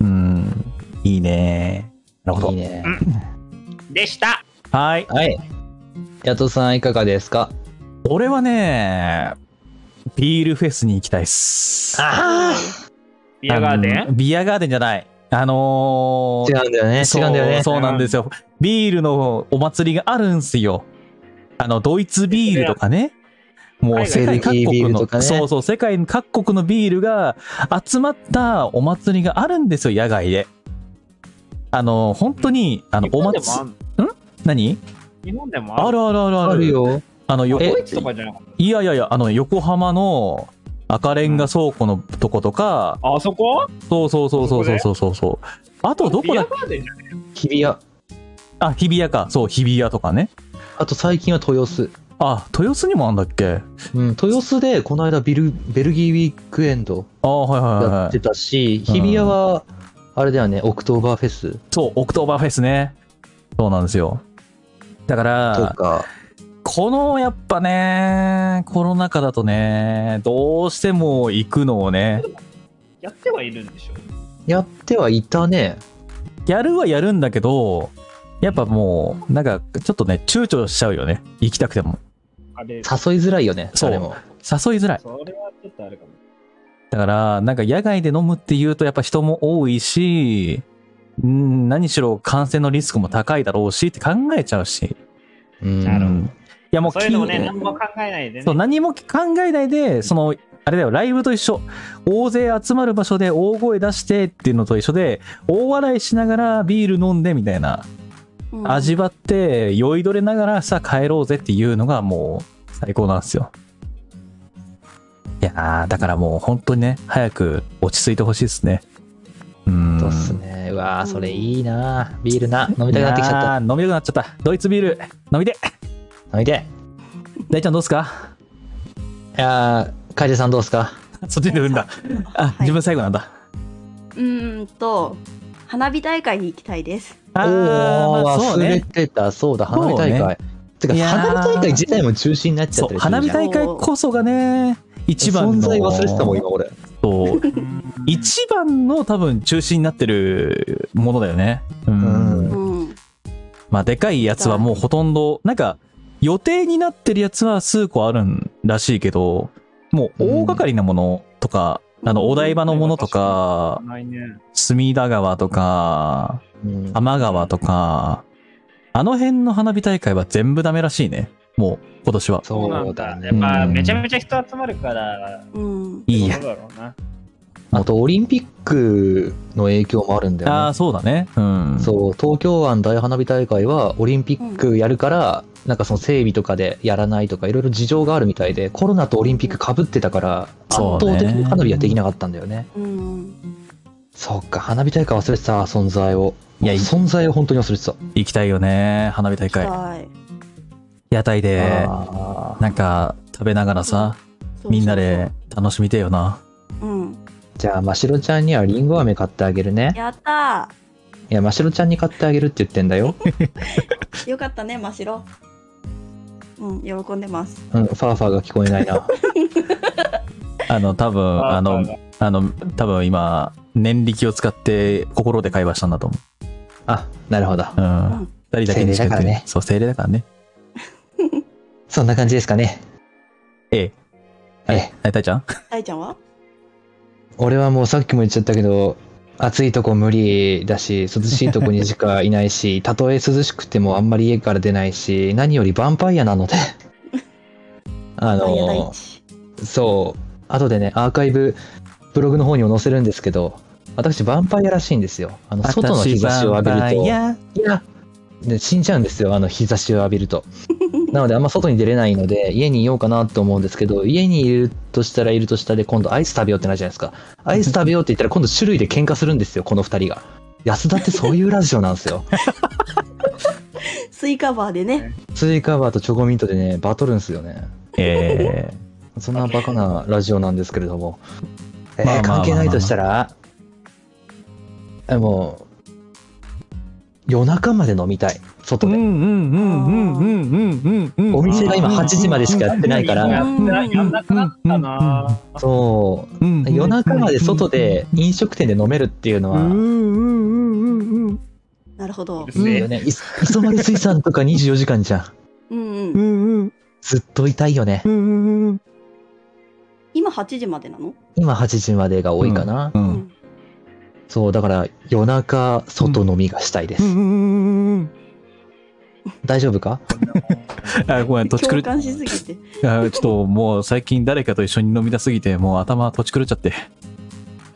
Speaker 2: うん。いいね。なるほ
Speaker 4: いい
Speaker 2: ど。
Speaker 4: ね。
Speaker 3: でした
Speaker 2: はい。
Speaker 4: はい。ヤトさん、いかがですか
Speaker 2: 俺はね、ビールフェスに行きたいっす。
Speaker 4: あ
Speaker 3: ビアガーデ
Speaker 2: あの
Speaker 3: ン
Speaker 2: ビアガーデンじゃない。あの
Speaker 4: 違
Speaker 2: ー
Speaker 4: うんだよね、違
Speaker 2: そう
Speaker 4: うんだよね。
Speaker 2: そうなんですよ。ビールのお祭りがあるんすよ。あの、ドイツビールとかね。もう世界各
Speaker 4: ベルギービ
Speaker 2: 国
Speaker 4: ール
Speaker 2: の、
Speaker 4: とかね
Speaker 2: そうそう、世界各国のビールが集まったお祭りがあるんですよ、野外で。あの、本当に、あの、お祭り、何
Speaker 3: 日本でも
Speaker 2: あ
Speaker 3: ある
Speaker 2: るあるあるある。
Speaker 4: あるよ。
Speaker 2: あの、よ
Speaker 3: 日本でもあるド
Speaker 4: え
Speaker 3: イツとかじゃなかっ
Speaker 2: いやいやいや、あの、横浜の赤レンガ倉庫のとことか、
Speaker 3: たあそこ
Speaker 2: そうそうそうそうそうそうそう。あと、どこだ
Speaker 3: ビアガーデンじゃない
Speaker 4: 日比谷。
Speaker 2: あ、日比谷か。そう、日比谷とかね。
Speaker 4: あと最近は豊洲。
Speaker 2: あ、豊洲にもあんだっけ
Speaker 4: うん、豊洲でこの間ビルベルギーウィークエンド
Speaker 2: あはいはいはい
Speaker 4: や
Speaker 2: は
Speaker 4: って
Speaker 2: い。
Speaker 4: たし、日比谷はあれだよねオクトーバーフェス
Speaker 2: そう、オクトーバーフェスね。そうなんですよ。だか
Speaker 4: と
Speaker 2: ら、
Speaker 4: か
Speaker 2: このやっぱね、コロナ禍だとね、どうしても行くのをね、
Speaker 3: やってはいるんでしょ
Speaker 4: やってはいたね
Speaker 2: やるはやるんだけど、やっぱもう、なんかちょっとね、躊躇しちゃうよね。行きたくても。
Speaker 3: あれ
Speaker 4: 誘いづらいよね
Speaker 2: そう
Speaker 4: それも
Speaker 2: 誘いづらい。
Speaker 3: それはちょっとあるかも
Speaker 2: だから、なんか野外で飲むっていうとやっぱ人も多いし、うん、何しろ感染のリスクも高いだろうしって考えちゃうし。
Speaker 4: うん
Speaker 3: なるほど
Speaker 2: うんやもう
Speaker 3: そういうのも
Speaker 2: 聞
Speaker 3: ね、
Speaker 2: い
Speaker 3: 何も考えないでね。
Speaker 2: そう何も考えないでそのあれだよライブと一緒大勢集まる場所で大声出してっていうのと一緒で大笑いしながらビール飲んでみたいな
Speaker 1: うん
Speaker 2: 味わって酔いどれながらさ帰ろうぜっていうのがもう最高なんですよいやーだからもう本当にね早く落ち着いてほしいですねうーん
Speaker 4: そうっすね。うわーそれいいなビールな。飲みたくなってきちゃった。
Speaker 2: いやー飲みたくなっちゃったドイツビール飲みで
Speaker 4: 飲みて
Speaker 2: 大ちゃんどうっすか
Speaker 4: え。いやー、楓さんどうっすか
Speaker 2: そっちでるんだあ、自分最後なんだ
Speaker 1: うーんと花火大会に行きたいです。
Speaker 2: あ
Speaker 4: お
Speaker 2: ー
Speaker 4: ー、
Speaker 2: まあそう
Speaker 4: 忘れ
Speaker 2: ね
Speaker 4: てた。そうだ、花火大
Speaker 2: そう
Speaker 4: 会。
Speaker 2: ね
Speaker 4: てか、
Speaker 2: いやー
Speaker 4: 花火大会自体も中止になっちゃっ
Speaker 2: そう
Speaker 4: たりするじゃ
Speaker 2: 花
Speaker 4: ん
Speaker 2: 火大会こそがね一番
Speaker 4: 存
Speaker 2: の
Speaker 4: 在忘れてたもん、今俺。
Speaker 2: そう一番の多分中心になってるものだよねうん
Speaker 4: うん
Speaker 1: うん。
Speaker 2: まあでかいやつはもうほとんどなんか予定になってるやつは数個あるんらしいけどもう大掛かりなものとか、
Speaker 1: うん
Speaker 2: あのお台場のものとか、
Speaker 3: ないね。
Speaker 2: 隅田川とか
Speaker 4: うん
Speaker 2: 多摩川とかあの辺の花火大会は全部ダメらしいねもう今年は
Speaker 4: そうだね
Speaker 3: や。っぱ、
Speaker 2: うん
Speaker 3: めちゃめちゃ人集まるから、
Speaker 1: うん。
Speaker 2: いいや
Speaker 3: どうだろうな。
Speaker 4: あと、オリンピックの影響もあるんだよね。
Speaker 2: ああそうだねうん
Speaker 4: そう東京湾大花火大会はオリンピックやるから、なんかその整備とかでやらないとかいろいろ事情があるみたいでコロナとオリンピックかぶってたから圧
Speaker 2: そう
Speaker 4: 倒
Speaker 2: ね
Speaker 4: 的に花火はできなかったんだよね
Speaker 1: うん。
Speaker 4: そうか花火大会忘れてた存在を
Speaker 2: い
Speaker 4: い
Speaker 2: や
Speaker 4: や
Speaker 2: い
Speaker 4: 存在を本当に忘れてた、
Speaker 2: 行きたいよね花火大
Speaker 1: 行き
Speaker 2: 会
Speaker 1: たい
Speaker 2: 屋台で
Speaker 4: あー
Speaker 2: なんか食べながらさ
Speaker 1: そう
Speaker 2: みんなで楽しみてえよな
Speaker 1: そうそう。うん。
Speaker 4: じゃあましろちゃんにはりんご飴買ってあげるね
Speaker 1: やった
Speaker 4: いやましろちゃんに買ってあげるって言って
Speaker 1: [laughs]
Speaker 4: んだよ、
Speaker 1: ー。よかったね、真っ白。うん、喜んでます。
Speaker 4: うん、ファーファーが聞こえな
Speaker 1: [laughs]
Speaker 4: いな
Speaker 2: あの多分あのあの多分今念力を使って心で会話したんだと思
Speaker 4: あなるほど
Speaker 2: ううん
Speaker 1: うん
Speaker 2: 二人だけにしか
Speaker 4: 精霊だからね
Speaker 2: そう精霊だからね
Speaker 4: そんな感じですかね
Speaker 2: ええ
Speaker 4: ええ
Speaker 2: はいたいちゃん
Speaker 1: 大ちゃんは
Speaker 4: 俺はもうさっきも言っちゃったけど暑いとこ無理だし涼しいとこにしかいな
Speaker 1: [laughs]
Speaker 4: いしたとえ涼しくてもあんまり家から出ないし何よりヴァンパイア
Speaker 1: [laughs]
Speaker 4: なのであ
Speaker 1: ダイヤ大
Speaker 4: の
Speaker 1: 地。
Speaker 4: そう後でねアーカイブブログの方にも載せるんですけど私ヴァンパイアらしいんですよあの外の日差しを浴びると
Speaker 2: 私はい
Speaker 4: いや、
Speaker 2: や
Speaker 4: ね死んじゃうんですよあの日差しを浴びるとなのであんま外に出れないので家にいようかなと思うんですけど家にいるとしたらいるとしたで今度アイス食べようってなるじゃないですかアイス食べようって言ったら今度種類で喧嘩するんですよこの2人が安田ってそういうラジオなんですよ
Speaker 1: スイカバーでね。
Speaker 4: スイカバーとチョコミントでねバトルんすよね
Speaker 2: え
Speaker 4: そんなバカなラジオなんですけれども、えー
Speaker 2: まあまあまあまあ
Speaker 4: 関係ないとしたらえもう夜中まで飲みたい
Speaker 2: え
Speaker 4: 外
Speaker 2: うん
Speaker 4: で、
Speaker 2: うんうんうんうんうんうんうん
Speaker 4: お店が今8時までしかやってないから
Speaker 3: やんなやんなくなったな
Speaker 4: そう
Speaker 2: うんうん
Speaker 4: 夜中まで外で飲食店で飲めるっていうの
Speaker 2: うん
Speaker 4: は、
Speaker 2: うんうんうんうん
Speaker 1: なるほど
Speaker 3: で。す
Speaker 4: いい
Speaker 3: ね
Speaker 4: よね。い磯丸水産とか24時間じゃ
Speaker 1: う
Speaker 4: ん。
Speaker 1: ん
Speaker 2: う
Speaker 1: う
Speaker 2: ん
Speaker 1: ん。
Speaker 2: うん
Speaker 4: ずっといたいよね
Speaker 2: う。んうんうん
Speaker 1: 今8時までなの
Speaker 4: 今8時までが多いかな。
Speaker 2: う。
Speaker 1: うん
Speaker 4: そう、だから夜中外飲みがしたいです。
Speaker 2: うんうんうん
Speaker 4: 大丈夫か
Speaker 2: あごめん、とちく
Speaker 1: 共
Speaker 2: る
Speaker 1: 感しすぎて。
Speaker 2: あちょっともう最近誰かと一緒に飲みたすぎて、もう頭とち狂っちゃって。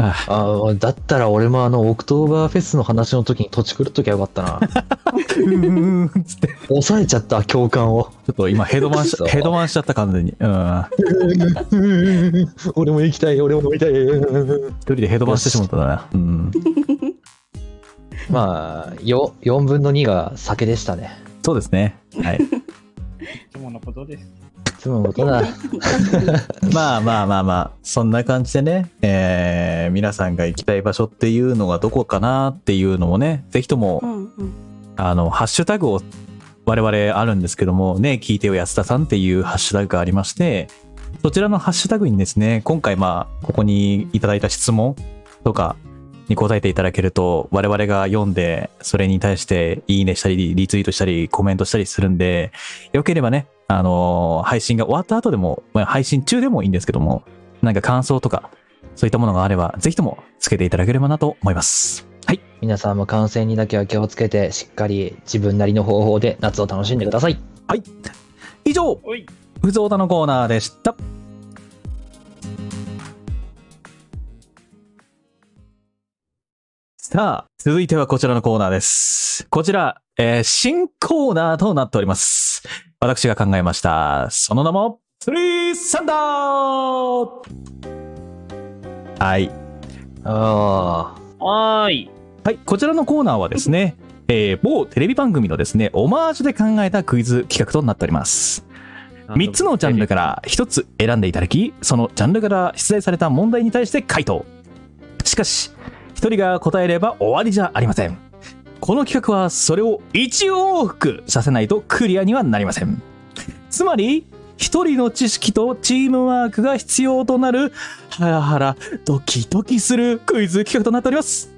Speaker 2: あ
Speaker 4: ああ、だったら俺もあの、オクトーバーフェスの話の時に土地狂っときゃよかった [laughs] な。
Speaker 2: うんうんうんつって。ち
Speaker 4: 抑えちゃった、共感を。
Speaker 2: ょっと今ヘドマンし、
Speaker 4: そう
Speaker 2: ヘドマンしちゃった完全に。うん。
Speaker 4: [laughs] 俺も行きたい、俺も飲みたい。
Speaker 2: 一人でヘドバンしてしまったな。うん。
Speaker 4: [laughs] まあ、よ、4分の2が酒でしたね。
Speaker 2: そうですね。はい。
Speaker 3: いつものことです。
Speaker 4: いつものことだ。
Speaker 2: まあまあまあまあ、そんな感じでね、えー、皆さんが行きたい場所っていうのがどこかなっていうのもね、ぜひとも、
Speaker 1: うんうん。
Speaker 2: あの、ハッシュタグを我々あるんですけども、ね、聞いてよ安田さんっていうハッシュタグがありまして、そちらのハッシュタグにですね、今回まあ、ここにいただいた質問とかに答えていただけると、我々が読んで、それに対していいねしたり、リツイートしたり、コメントしたりするんで、よければね、あのー配信が終わった後でも、まあ、配信中でもいいんですけども、なんか感想とか、そういったものがあれば、ぜひともつけていただければなと思います。はい。
Speaker 4: 皆さんも感染にだけは気をつけてしっかり自分なりの方法で夏を楽しんでください
Speaker 2: はい。以上
Speaker 3: おい、
Speaker 2: ふぞおたのコーナーでした。さあ、続いてはこちらのコーナーです。こちら、えー新コーナーとなっております。私が考えました。その名も、スリーサンダーはい。
Speaker 4: ああ。
Speaker 3: はーい。
Speaker 2: はい、こちらのコーナーはですね、えー某テレビ番組のですね、オマージュで考えたクイズ企画となっております。3つのジャンルから1つ選んでいただき、そのジャンルから出題された問題に対して回答。しかし、1人が答えれば終わりじゃありません。この企画はそれを一往復させないとクリアにはなりません。つまり、1人の知識とチームワークが必要となる、ハラハラドキドキするクイズ企画となっております。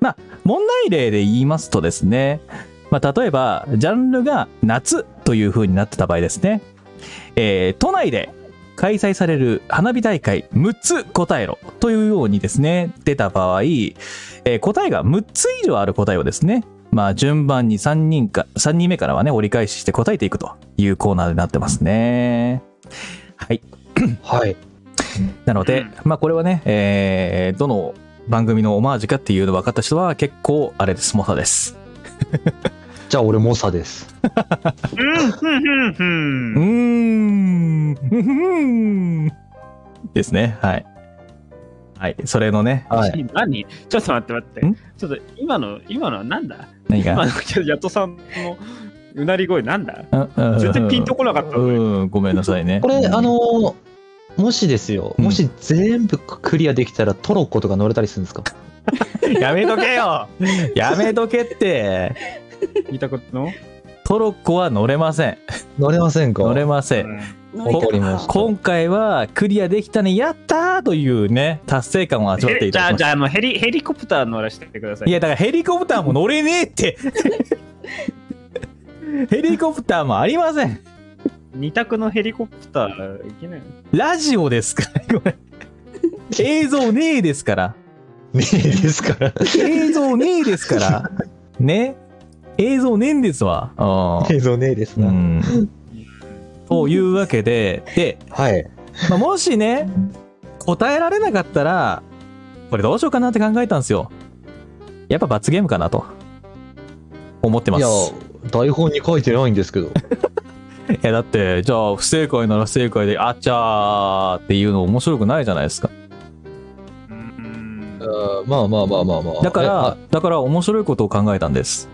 Speaker 2: まあ、問題例で言いますとですね、まあ、例えば、ジャンルが夏という風になってた場合ですね、えー都内で開催される花火大会6つ答えろというようにですね、出た場合、えー答えが6つ以上ある答えをですね、まあ順番に3人か、3人目からはね、折り返しして答えていくというコーナーになってますね。はい。
Speaker 4: はい。
Speaker 2: なので、まあこれはね、えーどの番組のオマージュかっていうの分かった人は結構あれです、モサです。
Speaker 4: じゃあ俺猛者です。
Speaker 3: うん、うん、うん
Speaker 2: うー。ん、うふんですね、はい。はい、それのね、
Speaker 4: はい。
Speaker 3: 何ちょっと待って待って
Speaker 2: ん。
Speaker 3: ちょっと今の、今のはなんだ
Speaker 2: 何
Speaker 3: 今
Speaker 2: が。
Speaker 3: の、ちょっとやっとさんのうなり声なんだ
Speaker 2: 全
Speaker 3: 全然ピンとこなかったのよ
Speaker 2: うん、ごめんなさいね。
Speaker 4: これ、あ、のーもしですよ、
Speaker 2: うん
Speaker 4: もし全部クリアできたらトロッコとか乗れたりするんですか
Speaker 2: やめとけよやめとけって
Speaker 3: 言いたことの
Speaker 2: トロッコは乗れません。
Speaker 4: 乗れませんか
Speaker 2: 乗れませ。
Speaker 3: うんん
Speaker 1: 乗り
Speaker 4: わかりま
Speaker 1: た
Speaker 4: し
Speaker 2: 今回はクリアできたね、やったーというね、達成感を味わって
Speaker 3: え
Speaker 2: い
Speaker 3: じ
Speaker 2: た
Speaker 3: ゃ
Speaker 2: だきまし
Speaker 3: あ、じ
Speaker 2: た
Speaker 3: ゃあ、あの、ヘリ、ヘリコプター乗らせてください。
Speaker 2: いや、だからヘリコプターも乗れねえって。ヘリコプターもありません。
Speaker 3: 二択のヘリコプター、いけない。
Speaker 2: ラジオですから、これ。映像ねえですから。
Speaker 4: ねえですから。
Speaker 2: 映像ねえですから。ね。映像ねえんですわ。うん
Speaker 4: 映像ねえです
Speaker 2: う
Speaker 4: な。
Speaker 2: んというわけで、で、
Speaker 4: はい。
Speaker 2: まあ、もしね、答えられなかったら、これどうしようかなって考えたんですよ。やっぱ罰ゲームかなと。思ってま
Speaker 4: い
Speaker 2: す。
Speaker 4: や
Speaker 2: い、
Speaker 4: 台本に書いてないんですけど。
Speaker 2: や、だって、じゃあ、不正解なら不正解で、あっちゃーっていうの面白くないじゃないですか。
Speaker 3: うん。
Speaker 4: あーまあまあまあまあまあ。
Speaker 2: だか
Speaker 4: え
Speaker 2: ら
Speaker 4: は、
Speaker 2: だから面白いことを考えたんです。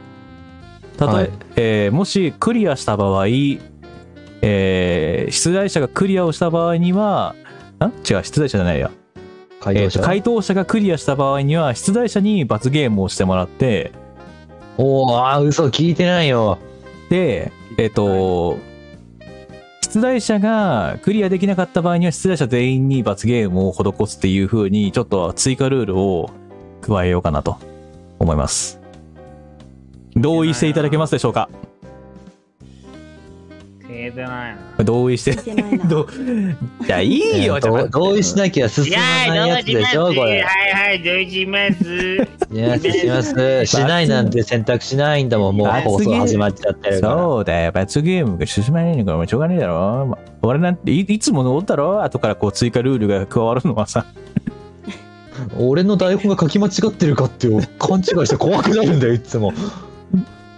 Speaker 2: たとえ
Speaker 4: はい
Speaker 2: えーもしクリアした場合、えー出題者がクリアをした場合には、ん違う、出題者じゃないや。
Speaker 4: 回
Speaker 2: え
Speaker 4: 答
Speaker 2: ーと
Speaker 4: 者。
Speaker 2: 回答者がクリアした場合には出題者に罰ゲームをしてもらって
Speaker 4: おー、あー嘘聞いてないよ。
Speaker 2: でえっ、と出題者がクリアできなかった場合には出題者全員に罰ゲームを施すっていう風にちょっと追加ルールを加えようかなと思います同意していただけますでしょうか
Speaker 3: 消えてないな。
Speaker 2: 同意して
Speaker 1: 聞いてない
Speaker 2: [laughs]
Speaker 1: な。
Speaker 2: どいやいいよ
Speaker 4: えーと同意しなきゃ進まないやつでしょ、これ。
Speaker 3: いはい、同意し [laughs] ます。
Speaker 4: いや、し [laughs] ます。しないなんて選択しないんだもん、もう
Speaker 2: 罰
Speaker 4: 放
Speaker 2: ゲー
Speaker 4: 送
Speaker 2: ム
Speaker 4: 始まっちゃってるから。
Speaker 2: そうだよ、罰ゲームが進まないのか、もうしょうがねえだろ。ま俺なんていいつものおったろ、後からこう追加ルールが加わるのはさ。
Speaker 4: 俺の台本が書き間違ってるかっていう勘違いして怖くなるんだよ、いつ [laughs] も。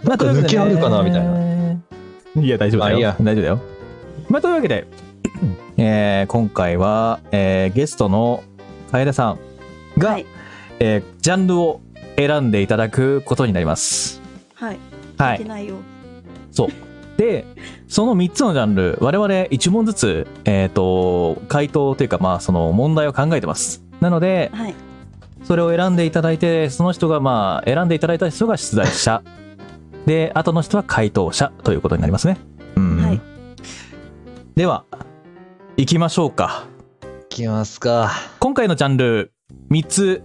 Speaker 4: なんか抜けあるかな、みたいな。
Speaker 2: な。いや、大丈夫だ
Speaker 4: まあいい
Speaker 2: よ
Speaker 4: や。
Speaker 2: 大丈夫だよ。まあ、というわけで、えー今回は、えーゲストの楓さんが、
Speaker 1: はい。
Speaker 2: えージャンルを選んでいただくことになります。
Speaker 1: はい。
Speaker 2: は
Speaker 1: 聞いて
Speaker 2: い。
Speaker 1: ないよ。
Speaker 2: そう。で、その3つのジャンル、我々1問ずつ、えっ、と、回答というか、まあ、その問題を考えてます。なので、
Speaker 1: はい。
Speaker 2: それを選んでいただいて、その人がまあ、選んでいただいた人が出題者。で、後の人は回答者ということになりますね。うん。
Speaker 1: はい
Speaker 2: では、行きましょうか。
Speaker 4: いきますか。
Speaker 2: 今回のジャンル、3つ。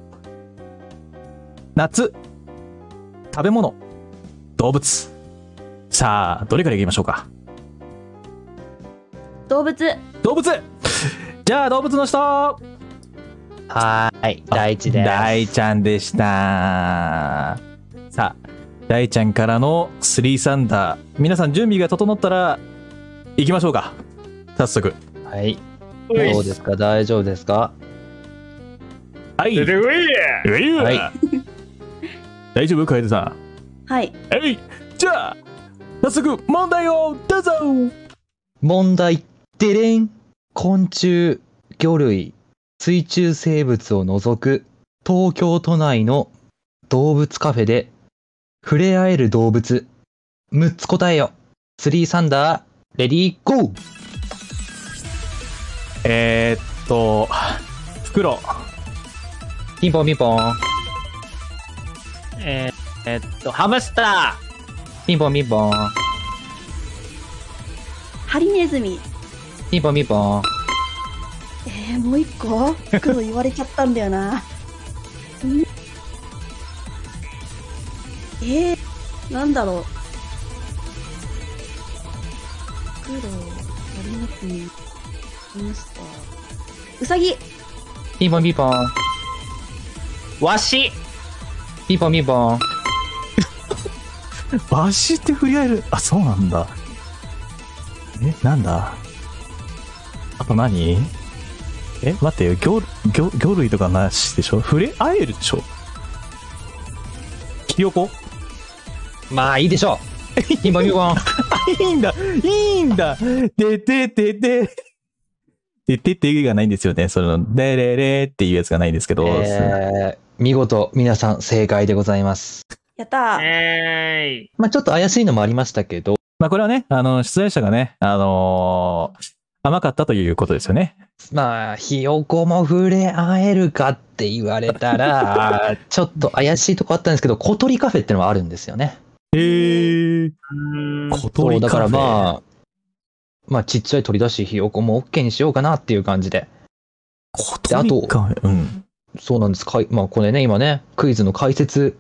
Speaker 2: 夏。食べ物。動物。さあ、どれから行きましょうか。
Speaker 1: 動物。
Speaker 2: 動物じゃあ、動物の人
Speaker 4: はーい、第一です。
Speaker 2: 大ちゃんでした。さあ、大ちゃんからのスリーサンダー。皆さん準備が整ったら、行きましょうか。早速。
Speaker 4: はい。
Speaker 3: うい
Speaker 4: どうですか大丈夫ですか
Speaker 2: はい。
Speaker 3: 出てこい
Speaker 4: は
Speaker 2: はいい。大丈夫楓さん。
Speaker 1: はい。
Speaker 2: えいじゃあ、早速問題をどうぞ
Speaker 4: 問題、でれん昆虫、魚類、水中生物を除く東京都内の動物カフェで触れ合える動物、6つ答えよ。スリーサンダー、レディーゴー
Speaker 2: えー、っと、袋。
Speaker 4: ピンポンピンポン。
Speaker 3: えーえっと、ハムスタ
Speaker 4: ピンポンピンポン。
Speaker 1: ハリネズミ。
Speaker 4: ピンポンピンポン。
Speaker 1: えー、もう一個黒言われちゃったんだよな。んえー、なんだろう。黒、ハリネズミ、ハムスター。うさぎ
Speaker 4: ピンポンピンポン。
Speaker 3: ー、ワシ、
Speaker 4: ピンポンピンポン。
Speaker 2: バシって振り合える。あ、そうなんだ。え、なんだあと何え、待ってよ。魚、魚、魚類とかなしでしょ触れ合えるでしょキヨコ [laughs]
Speaker 4: まあいいでしょう。 [laughs] ピンポンピンポン。
Speaker 2: いいんだいいんだでててて。でててがないんですよね。その、でれれっていうやつがないんですけど。
Speaker 4: えー、見事皆さん正解でございます。
Speaker 1: やったー。
Speaker 3: え
Speaker 4: まあちょっと怪しいのもありましたけど、
Speaker 2: まあこれはね、あの、出演者がね、あのー甘かったということですよね。
Speaker 4: まあ、ひよこも触れ合えるかって言われ
Speaker 2: [laughs]
Speaker 4: たら、ちょっと怪しいとこあったんですけど、小鳥カフェってのはあるんですよね。
Speaker 2: へえ。
Speaker 3: ー、
Speaker 2: 小鳥
Speaker 4: そうだ
Speaker 2: カ
Speaker 4: か
Speaker 2: フェ
Speaker 4: らまあ、まあちっちゃい鳥だし、ひよこも OK にしようかなっていう感じで。
Speaker 2: 小
Speaker 4: であと
Speaker 2: 鳥カフェ。うん。
Speaker 4: そうなんです。かいまあこれね、今ね、クイズの解説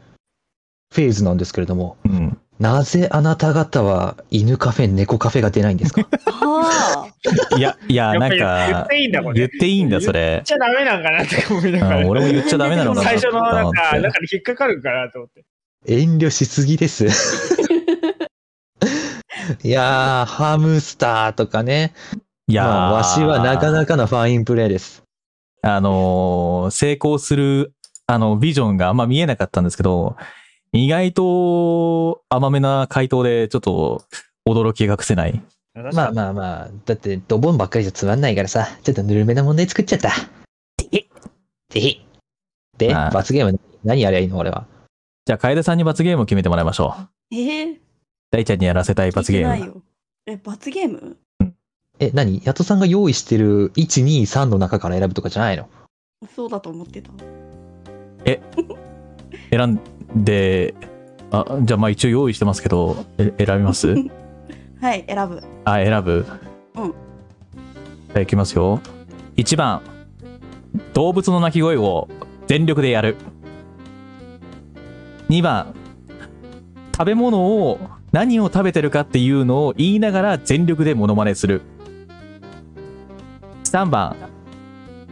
Speaker 4: フェーズなんですけれども、
Speaker 2: うん。
Speaker 4: なぜあなた方は犬カフェ、猫カフェが出ないんで
Speaker 2: [laughs]
Speaker 4: すか
Speaker 1: あー
Speaker 2: いや、いや、
Speaker 3: や
Speaker 2: なん
Speaker 3: っぱり言
Speaker 2: か
Speaker 3: っ、ていいんだ、これ。
Speaker 2: 言っ
Speaker 3: 言って
Speaker 2: いいんだ、それ。
Speaker 3: ちゃダメなんかなって思いな
Speaker 2: う
Speaker 3: がら。
Speaker 2: ん、俺も言っちゃダメな [laughs] のかな。
Speaker 3: 最初のなんか、
Speaker 2: と思
Speaker 3: な
Speaker 2: っ
Speaker 3: ん
Speaker 2: て
Speaker 3: か引っかかるかなと思って。
Speaker 4: 遠慮しすぎです。 [laughs] いやー、ハムスターとかね、
Speaker 2: いやー、
Speaker 4: まあ、わしはなかなかなファインプレーです。
Speaker 2: あのー成功する、あの、ビジョンがあんま見えなかったんですけど、意外と甘めな回答で、ちょっと、驚きが隠せない。
Speaker 4: まあまあまあ、だってドボンばっかりじゃつまんないからさ、ちょっとぬるめな問題作っちゃった。てひ。てひ。で、
Speaker 2: ああ
Speaker 4: 罰ゲーム何やりゃいいの俺は。
Speaker 2: じゃあ、楓さんに罰ゲームを決めてもらいましょう。
Speaker 1: えー、
Speaker 2: 大ちゃんにやらせたい罰ゲ
Speaker 1: 聞いてな
Speaker 2: ーム。
Speaker 1: いよえ、罰ゲーム
Speaker 4: え、何ヤトさんが用意してる1、2、3の中から選ぶとかじゃないの
Speaker 1: そうだと思ってた。
Speaker 2: 選んで、あ、じゃあ、まあ一応用意してますけど、え選びます
Speaker 1: [laughs] はい、選ぶ。
Speaker 2: あ、選ぶ。
Speaker 1: うん
Speaker 2: じゃあ、いきますよ。1番、動物の鳴き声を全力でやる。2番、食べ物を何を食べてるかっていうのを言いながら全力でモノマネする。3番、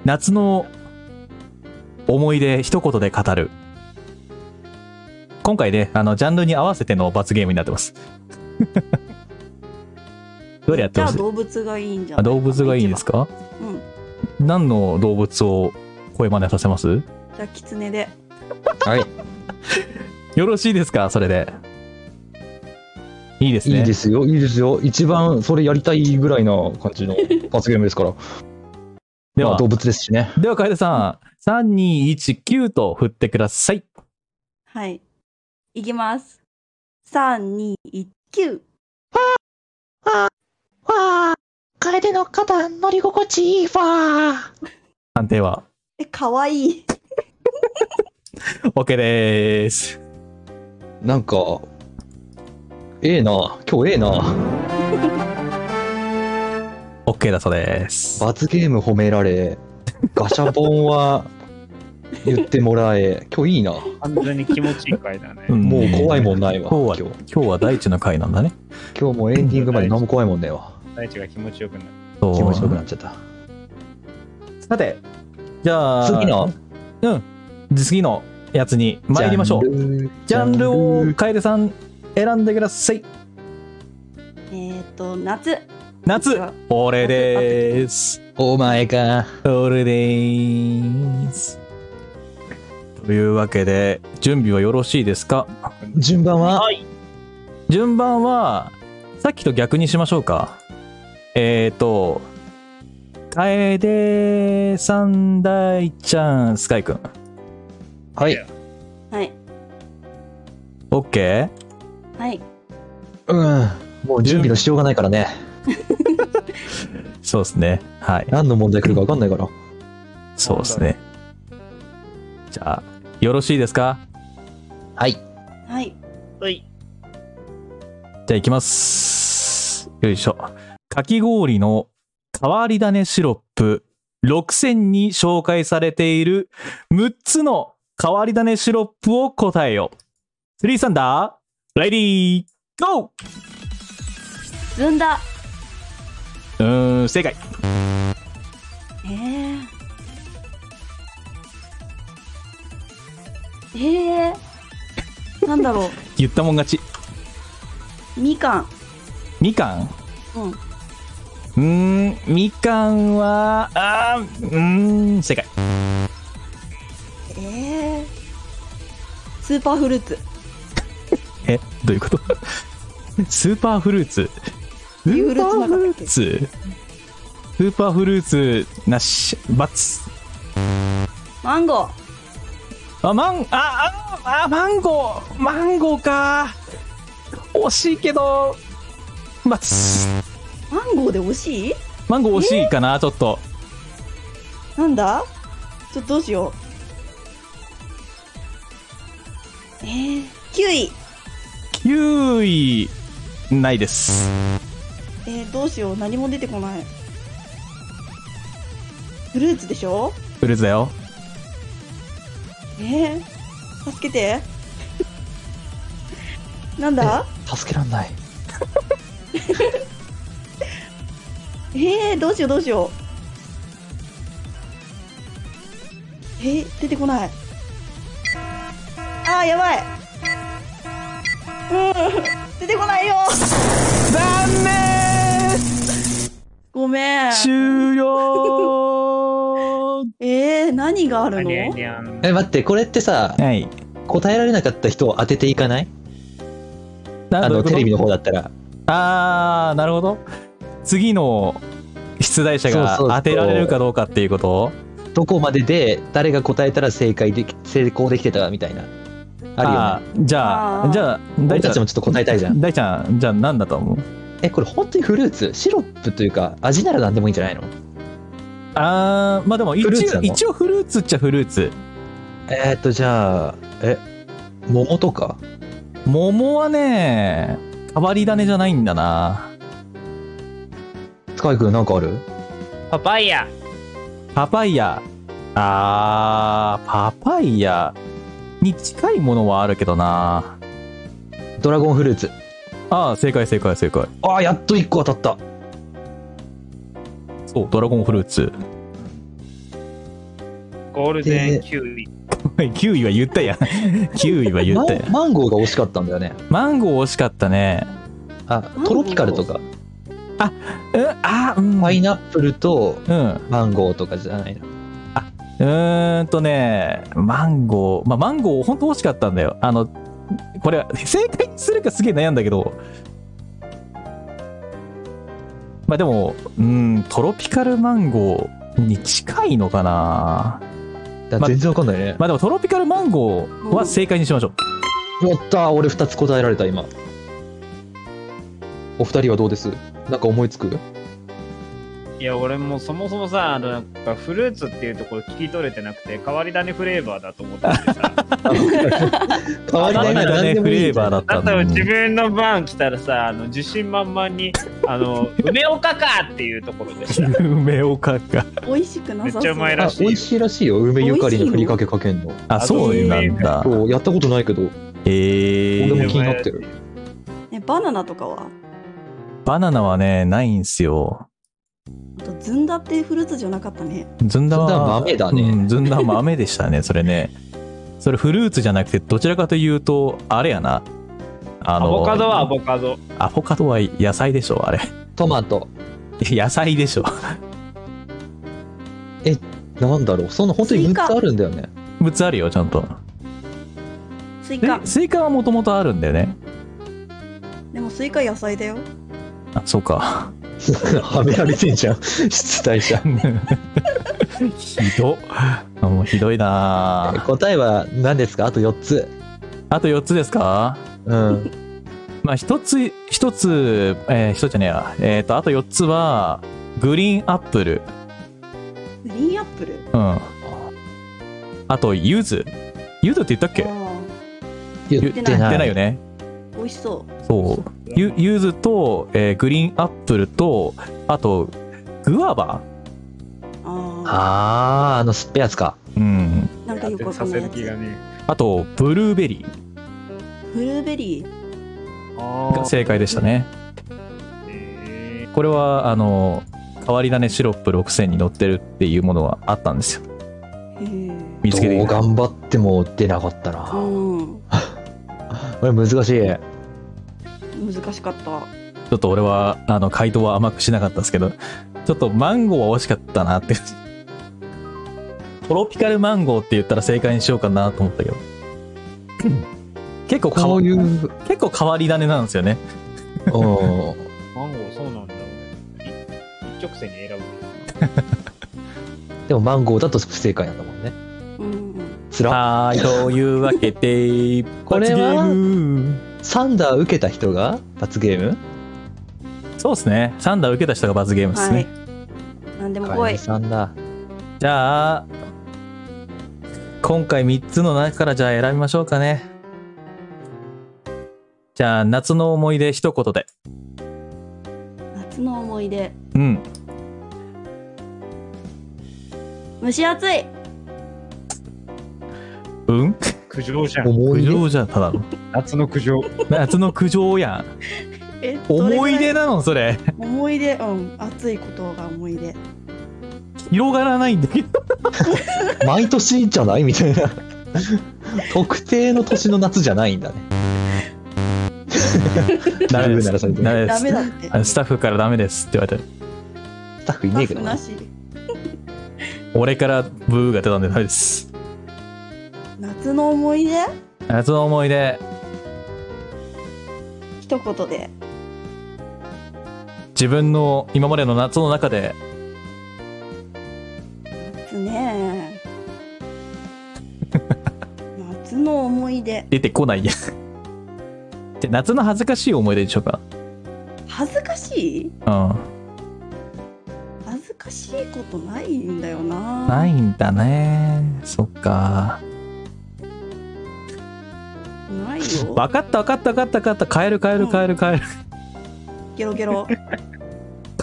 Speaker 2: 夏の思い出一言で語る。今回ね、あの、ジャンルに合わせての罰ゲームになって [laughs] ます。どれやって
Speaker 1: じゃ
Speaker 2: ま
Speaker 1: あ
Speaker 2: す
Speaker 1: 動物がいいんじゃな
Speaker 2: あ
Speaker 1: い
Speaker 2: 動物がいいです
Speaker 1: か
Speaker 2: か
Speaker 1: な一番うん。
Speaker 2: 何の動物を声真似させます
Speaker 1: じゃあ、キツネで。
Speaker 4: はい。
Speaker 2: よろしいですかそれで。いいですね。
Speaker 4: いいですよ、いいですよ。一番それやりたいぐらいな感 [laughs] じの罰ゲームですから。
Speaker 2: で
Speaker 4: ま
Speaker 2: は
Speaker 4: あ、動物ですしね。
Speaker 2: では、楓さん、3、2、1、9と振ってください。
Speaker 1: はい。いきます。3、2、1、9。
Speaker 2: 判定は
Speaker 1: え、かわいい。
Speaker 2: OK でーす。
Speaker 4: なんか、ええな。今日ええな。
Speaker 2: OK だそうです。
Speaker 4: 罰ゲーム褒められ、ガシャポンは言ってもらえ、今日いいな。
Speaker 3: 完全に気持ちいい回だね。
Speaker 2: ん
Speaker 4: もう怖いもんないわ。
Speaker 2: 今
Speaker 4: 今
Speaker 2: 日
Speaker 4: 日
Speaker 2: は、今日は大地の回なんだね。
Speaker 4: 今日もうエンディングまで何も怖いもんねえわ。
Speaker 3: 大地が気持ちよくなる。
Speaker 2: そう
Speaker 4: 気持ちよくなっちゃった。
Speaker 2: さて、じゃあ、
Speaker 4: 次の、
Speaker 2: うん。次のやつに参りましょう。
Speaker 4: う。
Speaker 2: ジャンルを楓さん選んでください。
Speaker 1: えっ、ー、と、夏。
Speaker 2: 夏俺でーす。
Speaker 4: お前か。
Speaker 2: 俺でーす。というわけで、準備はよろしいですか
Speaker 4: 順番は
Speaker 2: 順番は、さっきと逆にしましょうか。えーと、楓さん、大ちゃん、スカイくん。
Speaker 4: はい。
Speaker 1: はい。
Speaker 2: オッケ
Speaker 1: はい。
Speaker 4: うん。もう準備のしようがないからね。
Speaker 2: ーそうですね。はい。
Speaker 4: 何の問題来るか分かんないから。
Speaker 2: そうですね。じゃあ、よろしいですか
Speaker 4: はい。
Speaker 1: はい。
Speaker 2: じゃあ行きます。よいしょ。かき氷の変わり種シロップ6選に紹介されている6つの変わり種シロップを答えよ。スリーサンダー、レディー、ゴ
Speaker 1: ずんだ。
Speaker 2: ーうーん、正解。
Speaker 1: えー。えー。なんだろ
Speaker 2: 言ったもん勝ち。
Speaker 1: う。みかん。
Speaker 2: みかん
Speaker 1: うん。
Speaker 2: うーん、みかんは、あーうーん、正解。
Speaker 1: えー。スーパーフルーツ。
Speaker 2: え、どういうことスーパーフルーツ。ス
Speaker 1: ユーフルーツなかったっけ
Speaker 2: スーパーフルーツなしバツ
Speaker 1: マンゴー。
Speaker 2: あマンあああマンゴーマンゴーか惜しいけどバツ
Speaker 1: マンゴーで惜しい
Speaker 2: マンゴー惜しいかなちょっと
Speaker 1: なんだちょっとどうしよう。えー、9位。
Speaker 2: 9位ないです
Speaker 1: えー、どうしよう。何も出てこない。フルーツでしょ
Speaker 2: フルーツだよ
Speaker 1: えー、助けて。 [laughs] なんだ
Speaker 4: 助けらんない。
Speaker 1: えー、どうしようどうしよう。えー、出てこない。あー、やばい。うん、出てこないよ。
Speaker 2: 残念
Speaker 1: ごめん。
Speaker 2: 終了
Speaker 1: えー、何があるの
Speaker 3: にゃにゃん
Speaker 4: え、待って、これってさ、
Speaker 2: はい
Speaker 4: 答えられなかった人を当てていかないあの、テレビの方だったら。
Speaker 2: あー、なるほど。次の出題者が
Speaker 4: そうそうそう
Speaker 2: 当てられるかどうかっていうこと
Speaker 4: どこまでで誰が答えたら正解でき、成功できてたみたいな。あるよね。
Speaker 2: ーじゃ
Speaker 1: あ
Speaker 2: あ、
Speaker 1: ー
Speaker 2: じゃあ、
Speaker 4: 俺
Speaker 2: 大ち
Speaker 4: た
Speaker 2: ゃ
Speaker 4: ちもちょっと答えたいじゃん
Speaker 2: ん、。大ちゃん、じゃあ何だと思う
Speaker 4: え、これ本当にフルーツシロップというか、味なら何でもいいんじゃないの
Speaker 2: あー、まあでも一
Speaker 4: フルーツな
Speaker 2: 応、
Speaker 4: の
Speaker 2: 一応フルーツっちゃフルーツ。
Speaker 4: えーっと、じゃあ、え、桃とか
Speaker 2: 桃はね、変わり種じゃないんだな。
Speaker 4: スカイ君なんかある
Speaker 3: パパイヤ
Speaker 2: パパイヤ。あー、パパイヤに近いものはあるけどな。
Speaker 4: ドラゴンフルーツ。
Speaker 2: あー、正解正解正解。
Speaker 4: ああ、やっと1個当たった。
Speaker 2: そう、ドラゴンフルーツ。 [laughs]
Speaker 3: ゴールデ
Speaker 4: で
Speaker 3: ンキウイ
Speaker 2: 9位は言ったやん。9位は [laughs] 言
Speaker 4: マ
Speaker 2: っ
Speaker 4: ン
Speaker 2: たやん。
Speaker 4: マンゴーが惜しかったんだよね。
Speaker 2: マンゴー惜しかったね。
Speaker 4: あ、トロピカルと
Speaker 2: う
Speaker 4: か、
Speaker 2: ん、あ、うん。
Speaker 4: パイナップルと
Speaker 2: うん。う
Speaker 4: マンゴーとかじゃないの。
Speaker 2: ーんとね、マンゴー。まあ、マンゴー、ほんと欲しかったんだよ。あの、これ、正解するかすげえ悩んだけど。まあ、でも、うん、トロピカルマンゴーに近いのかな。
Speaker 4: だ
Speaker 2: ま
Speaker 4: 全然わかんないね。
Speaker 2: まあ、でも、トロピカルマンゴーは正解にしましょう。
Speaker 4: やったー俺2つ答えられた、今。お二人はどうですなんか思いつく
Speaker 3: いや俺もそもそもさあのなんかフルーツっていうところ聞き取れてなくて変わり種フレーバーだと思っててさ
Speaker 4: [laughs] 変わり
Speaker 2: 変
Speaker 4: 種
Speaker 2: わり
Speaker 4: なら何
Speaker 2: 種
Speaker 4: で
Speaker 2: フ
Speaker 4: もいい
Speaker 2: レー
Speaker 4: みたい
Speaker 2: バーだ
Speaker 4: な
Speaker 2: った
Speaker 3: あ
Speaker 2: んだ
Speaker 3: と自分の番来たらさあの自信満々にあの梅岡かっていうところでした
Speaker 2: 梅岡か。
Speaker 1: 美味しくなさそ
Speaker 3: めっ
Speaker 1: う。
Speaker 3: ちゃうまいら
Speaker 4: あ
Speaker 3: しい
Speaker 4: 美味しいらしいよ梅ゆかりにふりかけかけんの
Speaker 2: あ、そうなんだ。
Speaker 4: そうやったことないけど
Speaker 2: え
Speaker 4: 俺
Speaker 2: ー、
Speaker 4: も気になってる
Speaker 1: ね、バナナとかは
Speaker 2: バナナはね、ないんすよ。
Speaker 1: あとずんだってフルーツじゃなかったね。
Speaker 2: ずんだは
Speaker 4: ずんだは豆だね
Speaker 2: うんずんだは豆でしたね、それね。それフルーツじゃなくて、どちらかというと、あれやな。 [laughs] あ
Speaker 3: アボカドはアボカド
Speaker 2: アボカドは野菜でしょ、あれ。 [laughs]
Speaker 4: トマト
Speaker 2: 野菜でしょ。
Speaker 4: なんだろうその本当に6つあるんだよね [laughs]
Speaker 2: 6つあるよ、ちゃんと。
Speaker 1: スイ
Speaker 2: で
Speaker 1: カ、
Speaker 2: スイカはもともとあるんだよね。
Speaker 1: でもスイカ野菜だよ
Speaker 2: あ、そう
Speaker 3: [laughs]
Speaker 2: か。
Speaker 4: はめられてんじゃん [laughs] 出題者
Speaker 2: ひど。あもうひどいなぁ
Speaker 4: 答えは何ですかあと4つ
Speaker 2: あと4つですか
Speaker 4: うん
Speaker 2: まあ、一つ、一つ、えー、一つじゃねえや。えっ、と、あと4つは、グリーンアップル。
Speaker 1: グリーンアップル
Speaker 2: うん。あと、柚子。柚子って言ったっけ
Speaker 1: あ
Speaker 4: 言
Speaker 1: ってない
Speaker 2: 言ってないよね。
Speaker 1: ー美味しそう
Speaker 2: そう。ゆ柚子と、えーグリーンアップルと、あと、グアバ
Speaker 1: あ
Speaker 4: あーあの酸っぱいやつか
Speaker 2: うん。
Speaker 1: ーなんかよくわか
Speaker 5: さ
Speaker 1: んな
Speaker 5: せ
Speaker 1: いや
Speaker 5: る
Speaker 1: つ
Speaker 5: 気がね
Speaker 2: あと、ブルーベリ
Speaker 1: ブルーベリー
Speaker 5: あ
Speaker 2: ーが正解でしたね。これは、あの、変わり種シロップ6000に乗ってるっていうものはあったんですよ。
Speaker 1: へー
Speaker 2: 見つけてき
Speaker 4: どう
Speaker 2: た。
Speaker 4: 頑張っても出なかったなこ
Speaker 1: う
Speaker 4: れ難しい
Speaker 1: ん難しかっ
Speaker 2: ち
Speaker 1: た
Speaker 2: ょっと俺は、あの、回答は甘くしなかったんですけど、ちょっとマンゴーは惜しかったなって。トロピカルマンゴーって言ったら正解にしようかなと思ったけど。結構変
Speaker 4: こ
Speaker 2: わ
Speaker 4: うい
Speaker 2: り、
Speaker 4: ううん
Speaker 2: 結構変わり種なんですよね。
Speaker 5: マンゴーそうなんだ一直線に選ぶ
Speaker 4: でもマンゴーだと不正解なんだもんね
Speaker 1: うん
Speaker 4: つら
Speaker 2: はい、というわけで、
Speaker 4: [laughs] これ
Speaker 2: 罰ゲ
Speaker 4: は
Speaker 2: ーム
Speaker 4: サンダー受けた人が罰ゲーム
Speaker 2: そうですね。サンダー受けた人が罰ゲームですね。
Speaker 1: はいなんでも
Speaker 4: カ
Speaker 1: 来
Speaker 4: エル
Speaker 1: い
Speaker 4: さんだ
Speaker 2: じゃあ、今回3つの中からじゃあ選びましょうかね。じゃあ、夏の思い出一言で。
Speaker 1: 夏の思い出
Speaker 2: うん。
Speaker 1: 蒸し暑い
Speaker 2: うん
Speaker 5: 苦情じゃん
Speaker 4: 思
Speaker 2: 苦
Speaker 4: い出
Speaker 2: 情じゃんただの
Speaker 5: 夏の苦情
Speaker 2: 夏の苦情やん
Speaker 1: え
Speaker 2: 思い出なのそれ
Speaker 1: 思い出うん暑いことが思い出
Speaker 2: 広がらないんだけど
Speaker 4: 毎年じゃないみたいな [laughs] 特定の年の夏じゃないんだね
Speaker 2: ダメです
Speaker 4: 鳴らされてる
Speaker 2: ダメで
Speaker 1: ダ
Speaker 2: す
Speaker 1: メだって
Speaker 2: あのスタッフからダメですって言われて
Speaker 4: スタッフいねえけど
Speaker 1: な
Speaker 4: な
Speaker 1: し
Speaker 2: 俺からブーが出たんでダメです
Speaker 1: 夏の思い出
Speaker 2: 夏の思い出
Speaker 1: 一言で
Speaker 2: 自分の今までの夏の中で
Speaker 1: 夏ね
Speaker 2: [laughs]
Speaker 1: 夏の思い出
Speaker 2: 出てこないや [laughs] で夏の恥ずかしい思い出でしょうか
Speaker 1: 恥ずかしい
Speaker 2: うん
Speaker 1: 恥ずかしいことないんだよな
Speaker 2: ないんだねそっか
Speaker 1: ないよ
Speaker 2: 分かった分かった分かった分かった変える変える変える変える
Speaker 1: ゲロゲロ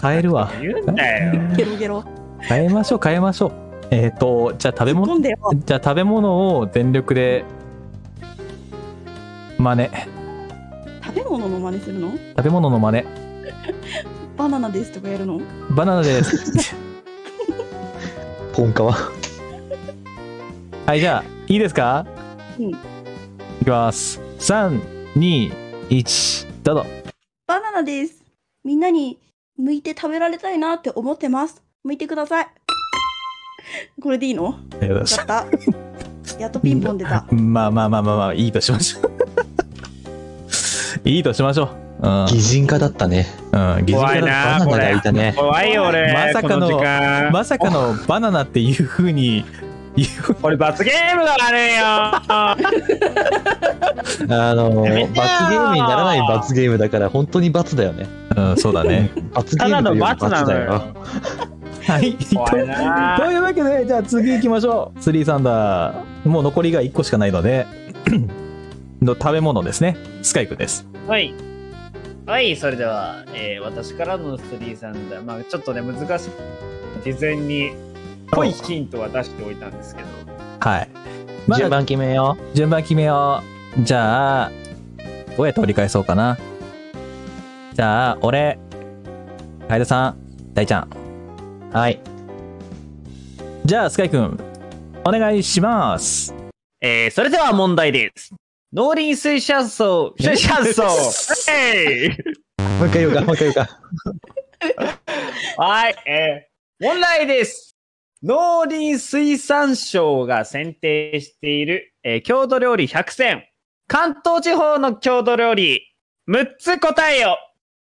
Speaker 2: 変えるわ
Speaker 5: 言うんだよ
Speaker 1: ゲロ
Speaker 2: [laughs]
Speaker 1: ゲロ
Speaker 2: 変えましょう変えましょうえっ、ー、とじゃあ食べ物
Speaker 1: 飲んでよ
Speaker 2: じゃあ食べ物を全力で真似
Speaker 1: 食べ物の真似するの
Speaker 2: 食べ物の真似
Speaker 1: バナナですとかやるの
Speaker 2: バナナです [laughs]
Speaker 4: ポンカは
Speaker 2: はいじゃあいいですか
Speaker 1: うん
Speaker 2: いきます321どうぞ
Speaker 1: バナナですみんなに剥いて食べられたいなって思ってます剥いてくださいこれでいいの
Speaker 2: ありがとうございま
Speaker 1: やったやっとピンポン出た
Speaker 2: すまあまあまあまあまあいいとしま [laughs] しょういいとしましょううん、
Speaker 4: 擬人化だったね
Speaker 2: うん、疑似
Speaker 5: 怖いな
Speaker 4: バナ
Speaker 5: こ
Speaker 4: ナが
Speaker 5: れ
Speaker 4: いたね
Speaker 5: 怖いよ俺
Speaker 2: まさかの
Speaker 5: こ時間
Speaker 2: まさかのバナナっていうふうに言う
Speaker 5: これ罰ゲームが悪いよ
Speaker 4: あの罰ゲ
Speaker 5: めてよー
Speaker 4: ームにならない罰ゲームだから本当に罰だよね
Speaker 2: うんそうだ [laughs] ね
Speaker 4: 罰ゲ
Speaker 5: た
Speaker 4: ー
Speaker 5: だ
Speaker 4: ム
Speaker 5: の
Speaker 4: というより
Speaker 5: 罰な
Speaker 4: 罰
Speaker 5: の
Speaker 4: だよ
Speaker 5: よ
Speaker 2: はい
Speaker 5: 怖いな
Speaker 2: というわけで、じゃあ次行きましょう。スリーサンダー。もう残りが1個しかないので、 [coughs] の食べ物ですね。スカイくんです。
Speaker 3: はい。はい、それでは、えー私からのスリーさんだ。まあ、ちょっとね、難しい。事前に、ぽいヒントは出しておいたんですけど。
Speaker 2: はい。ま
Speaker 4: 順
Speaker 2: だ
Speaker 4: 番決めよ
Speaker 2: 順番決めよう。じゃあ、どうやって折り返そうかな。じゃあ、俺、カエルさん、大ちゃん。
Speaker 4: うはい
Speaker 2: じゃあ、スカイくん、お願いします。
Speaker 3: えーそれでは問題です。農林水 [laughs]
Speaker 2: [laughs]
Speaker 3: 産省、水産省えい
Speaker 4: もう一回言うかもう一回言うか
Speaker 3: はい、えー問題です。農林水産省が選定している、えー郷土料理100選。関東地方の郷土料理、6つ答えよ。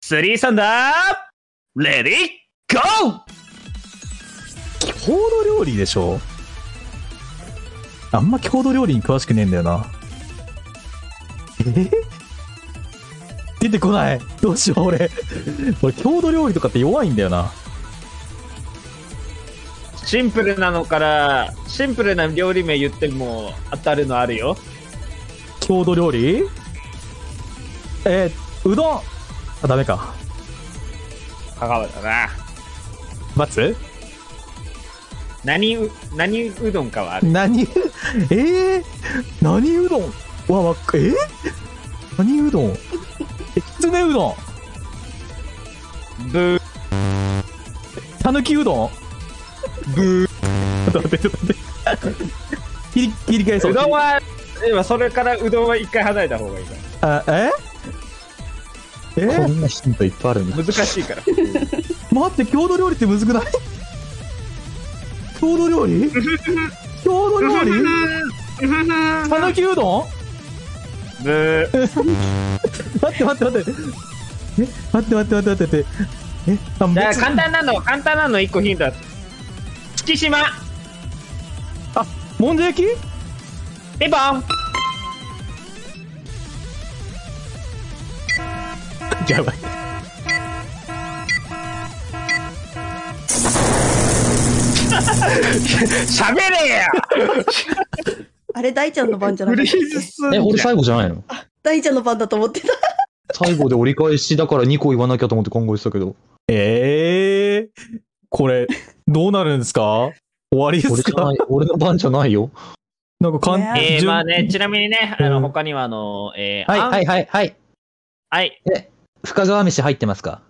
Speaker 3: スリーさんだレディーゴー
Speaker 2: 郷土料理でしょあんま郷土料理に詳しくねえんだよなえ出てこないどうしよう俺俺郷土料理とかって弱いんだよな
Speaker 3: シンプルなのから、シンプルな料理名言っても当たるのあるよ。
Speaker 2: 郷土料理えーうどんあダメか
Speaker 3: 香川だな。
Speaker 2: バツ
Speaker 3: 何う、何うどんかはある。
Speaker 2: 何えー、何うどんわわえー、何うどんえきつねうどん
Speaker 3: ブー、
Speaker 2: たぬきうどん
Speaker 3: ブー。
Speaker 2: ちょっと待ってちょっと待って切り切り替えそうう
Speaker 3: どんは、今それからうどんは一回離れた方がいいか
Speaker 2: あええ
Speaker 4: こんなヒントいっぱいあるんだ
Speaker 3: ら。難し
Speaker 2: [laughs]
Speaker 3: いから。
Speaker 2: 待って郷土料理ってむずくない郷土料理郷土料理
Speaker 3: [laughs]
Speaker 2: たぬきうどん
Speaker 3: ブー。
Speaker 2: 待って待って待ってえ待って待って待って待ってえあも
Speaker 3: じゃあ
Speaker 2: つ
Speaker 3: 簡単なの、簡単なの一個ヒントだと。月島、
Speaker 2: もんじゃ焼き
Speaker 3: ピンポン
Speaker 2: やばい
Speaker 3: [laughs] 喋れや
Speaker 1: あれ、大ちゃんの番じゃなくて、
Speaker 4: え、俺最後じゃないの
Speaker 1: 大ちゃんの番だと思ってた。
Speaker 4: 最後で折り返しだから2個言わなきゃと思って考えてたけど。
Speaker 2: ええこれどうなるんですか終わりで
Speaker 4: 俺
Speaker 2: す
Speaker 4: じゃ
Speaker 2: か
Speaker 4: ない、俺の番じゃないよ。
Speaker 2: なんかかん、
Speaker 1: ね
Speaker 3: えー、
Speaker 2: 順
Speaker 3: まあね、ちなみにね、あ
Speaker 2: う
Speaker 3: の、
Speaker 2: ん
Speaker 3: 他にはあの、えー、
Speaker 4: はい、
Speaker 3: あん
Speaker 4: はい、はい、はい。
Speaker 3: はい。
Speaker 4: 深川飯入ってますか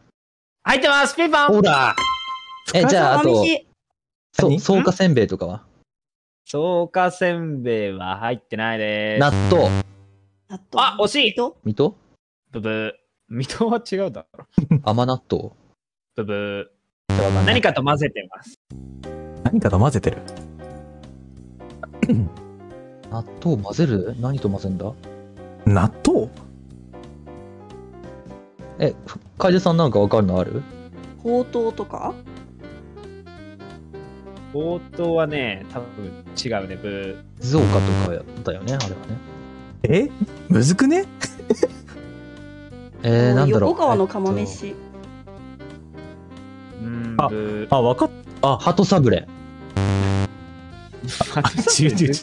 Speaker 3: 入ってますピンポン
Speaker 4: らえ、じゃあ、あと、
Speaker 1: 飯
Speaker 4: そう、
Speaker 2: 何
Speaker 4: 草加せんべいとかは
Speaker 3: そうかせんべいは入ってないです。
Speaker 4: 納豆、
Speaker 1: 納豆
Speaker 3: あ、惜しい
Speaker 1: と
Speaker 4: 水戸
Speaker 3: ブブー。水戸は違うだろ。
Speaker 4: 甘納豆。
Speaker 3: ブブー。何かと混ぜてます。
Speaker 2: 何かと混ぜてる
Speaker 4: 納豆混ぜる何と混ぜんだ
Speaker 2: 納豆
Speaker 4: え、ふ楓さんなんかわかるのある
Speaker 1: ほうとうとか
Speaker 3: 冒頭はね、多分違うね、ブ
Speaker 4: 静岡とかだよね、あれはね。
Speaker 2: えむずくね
Speaker 4: えー、なんだろう。
Speaker 1: 横川の釜
Speaker 4: えっ
Speaker 1: 飯。
Speaker 3: ー。うん、
Speaker 2: あ
Speaker 3: ブ
Speaker 2: あわかっ
Speaker 4: と。鳩サブレ。
Speaker 2: [laughs] た違う違う違う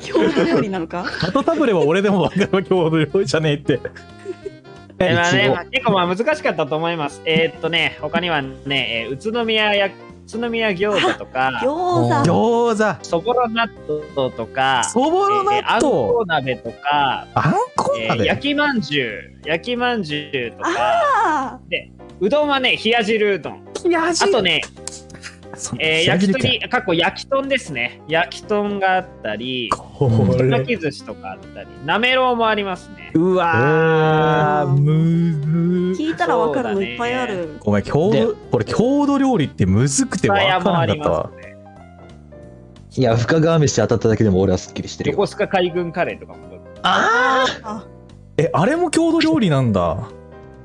Speaker 1: 郷土料理なのか
Speaker 4: [laughs]
Speaker 2: 鳩タブレは俺でも分かるわ郷土料理じゃねえって
Speaker 3: ー。まあね、
Speaker 4: いちご
Speaker 3: まあ結構まあ難しかったと思います。えーっとね、他にはね、えー宇都宮や、宇都宮餃子とか、
Speaker 1: 餃子。
Speaker 2: 餃子
Speaker 3: そぼろ納豆とか、
Speaker 2: そぼろ
Speaker 3: えーあ
Speaker 2: 納
Speaker 3: んこ
Speaker 2: 豆、
Speaker 3: 鍋とか、
Speaker 2: あんこ
Speaker 3: えー
Speaker 2: 鍋、
Speaker 3: 焼きまんじゅう、焼きまんじゅうとか、
Speaker 1: あ
Speaker 3: うどんはね、冷や汁うどん。
Speaker 2: きや
Speaker 3: あとね、えー焼き
Speaker 2: 鳥
Speaker 3: 鳥、かっこ焼き豚ですね。焼き豚があったり、
Speaker 2: こ
Speaker 3: 焼
Speaker 2: れ
Speaker 3: き寿司とかあったり、なめろうもありますね。
Speaker 2: うわー
Speaker 1: えー
Speaker 2: む
Speaker 1: ー
Speaker 2: ず
Speaker 1: 聞いたらわかるのいっぱいあ
Speaker 3: そう
Speaker 1: る。
Speaker 2: ごめん郷
Speaker 4: で
Speaker 2: 土これ郷土料理ってむずくてわからんかったわ
Speaker 3: ね。
Speaker 4: いや、深川飯当たっただけでも俺はすっきりしてるよ。
Speaker 3: 横須賀海軍カレーとかも
Speaker 2: えあれも郷土料理なんだ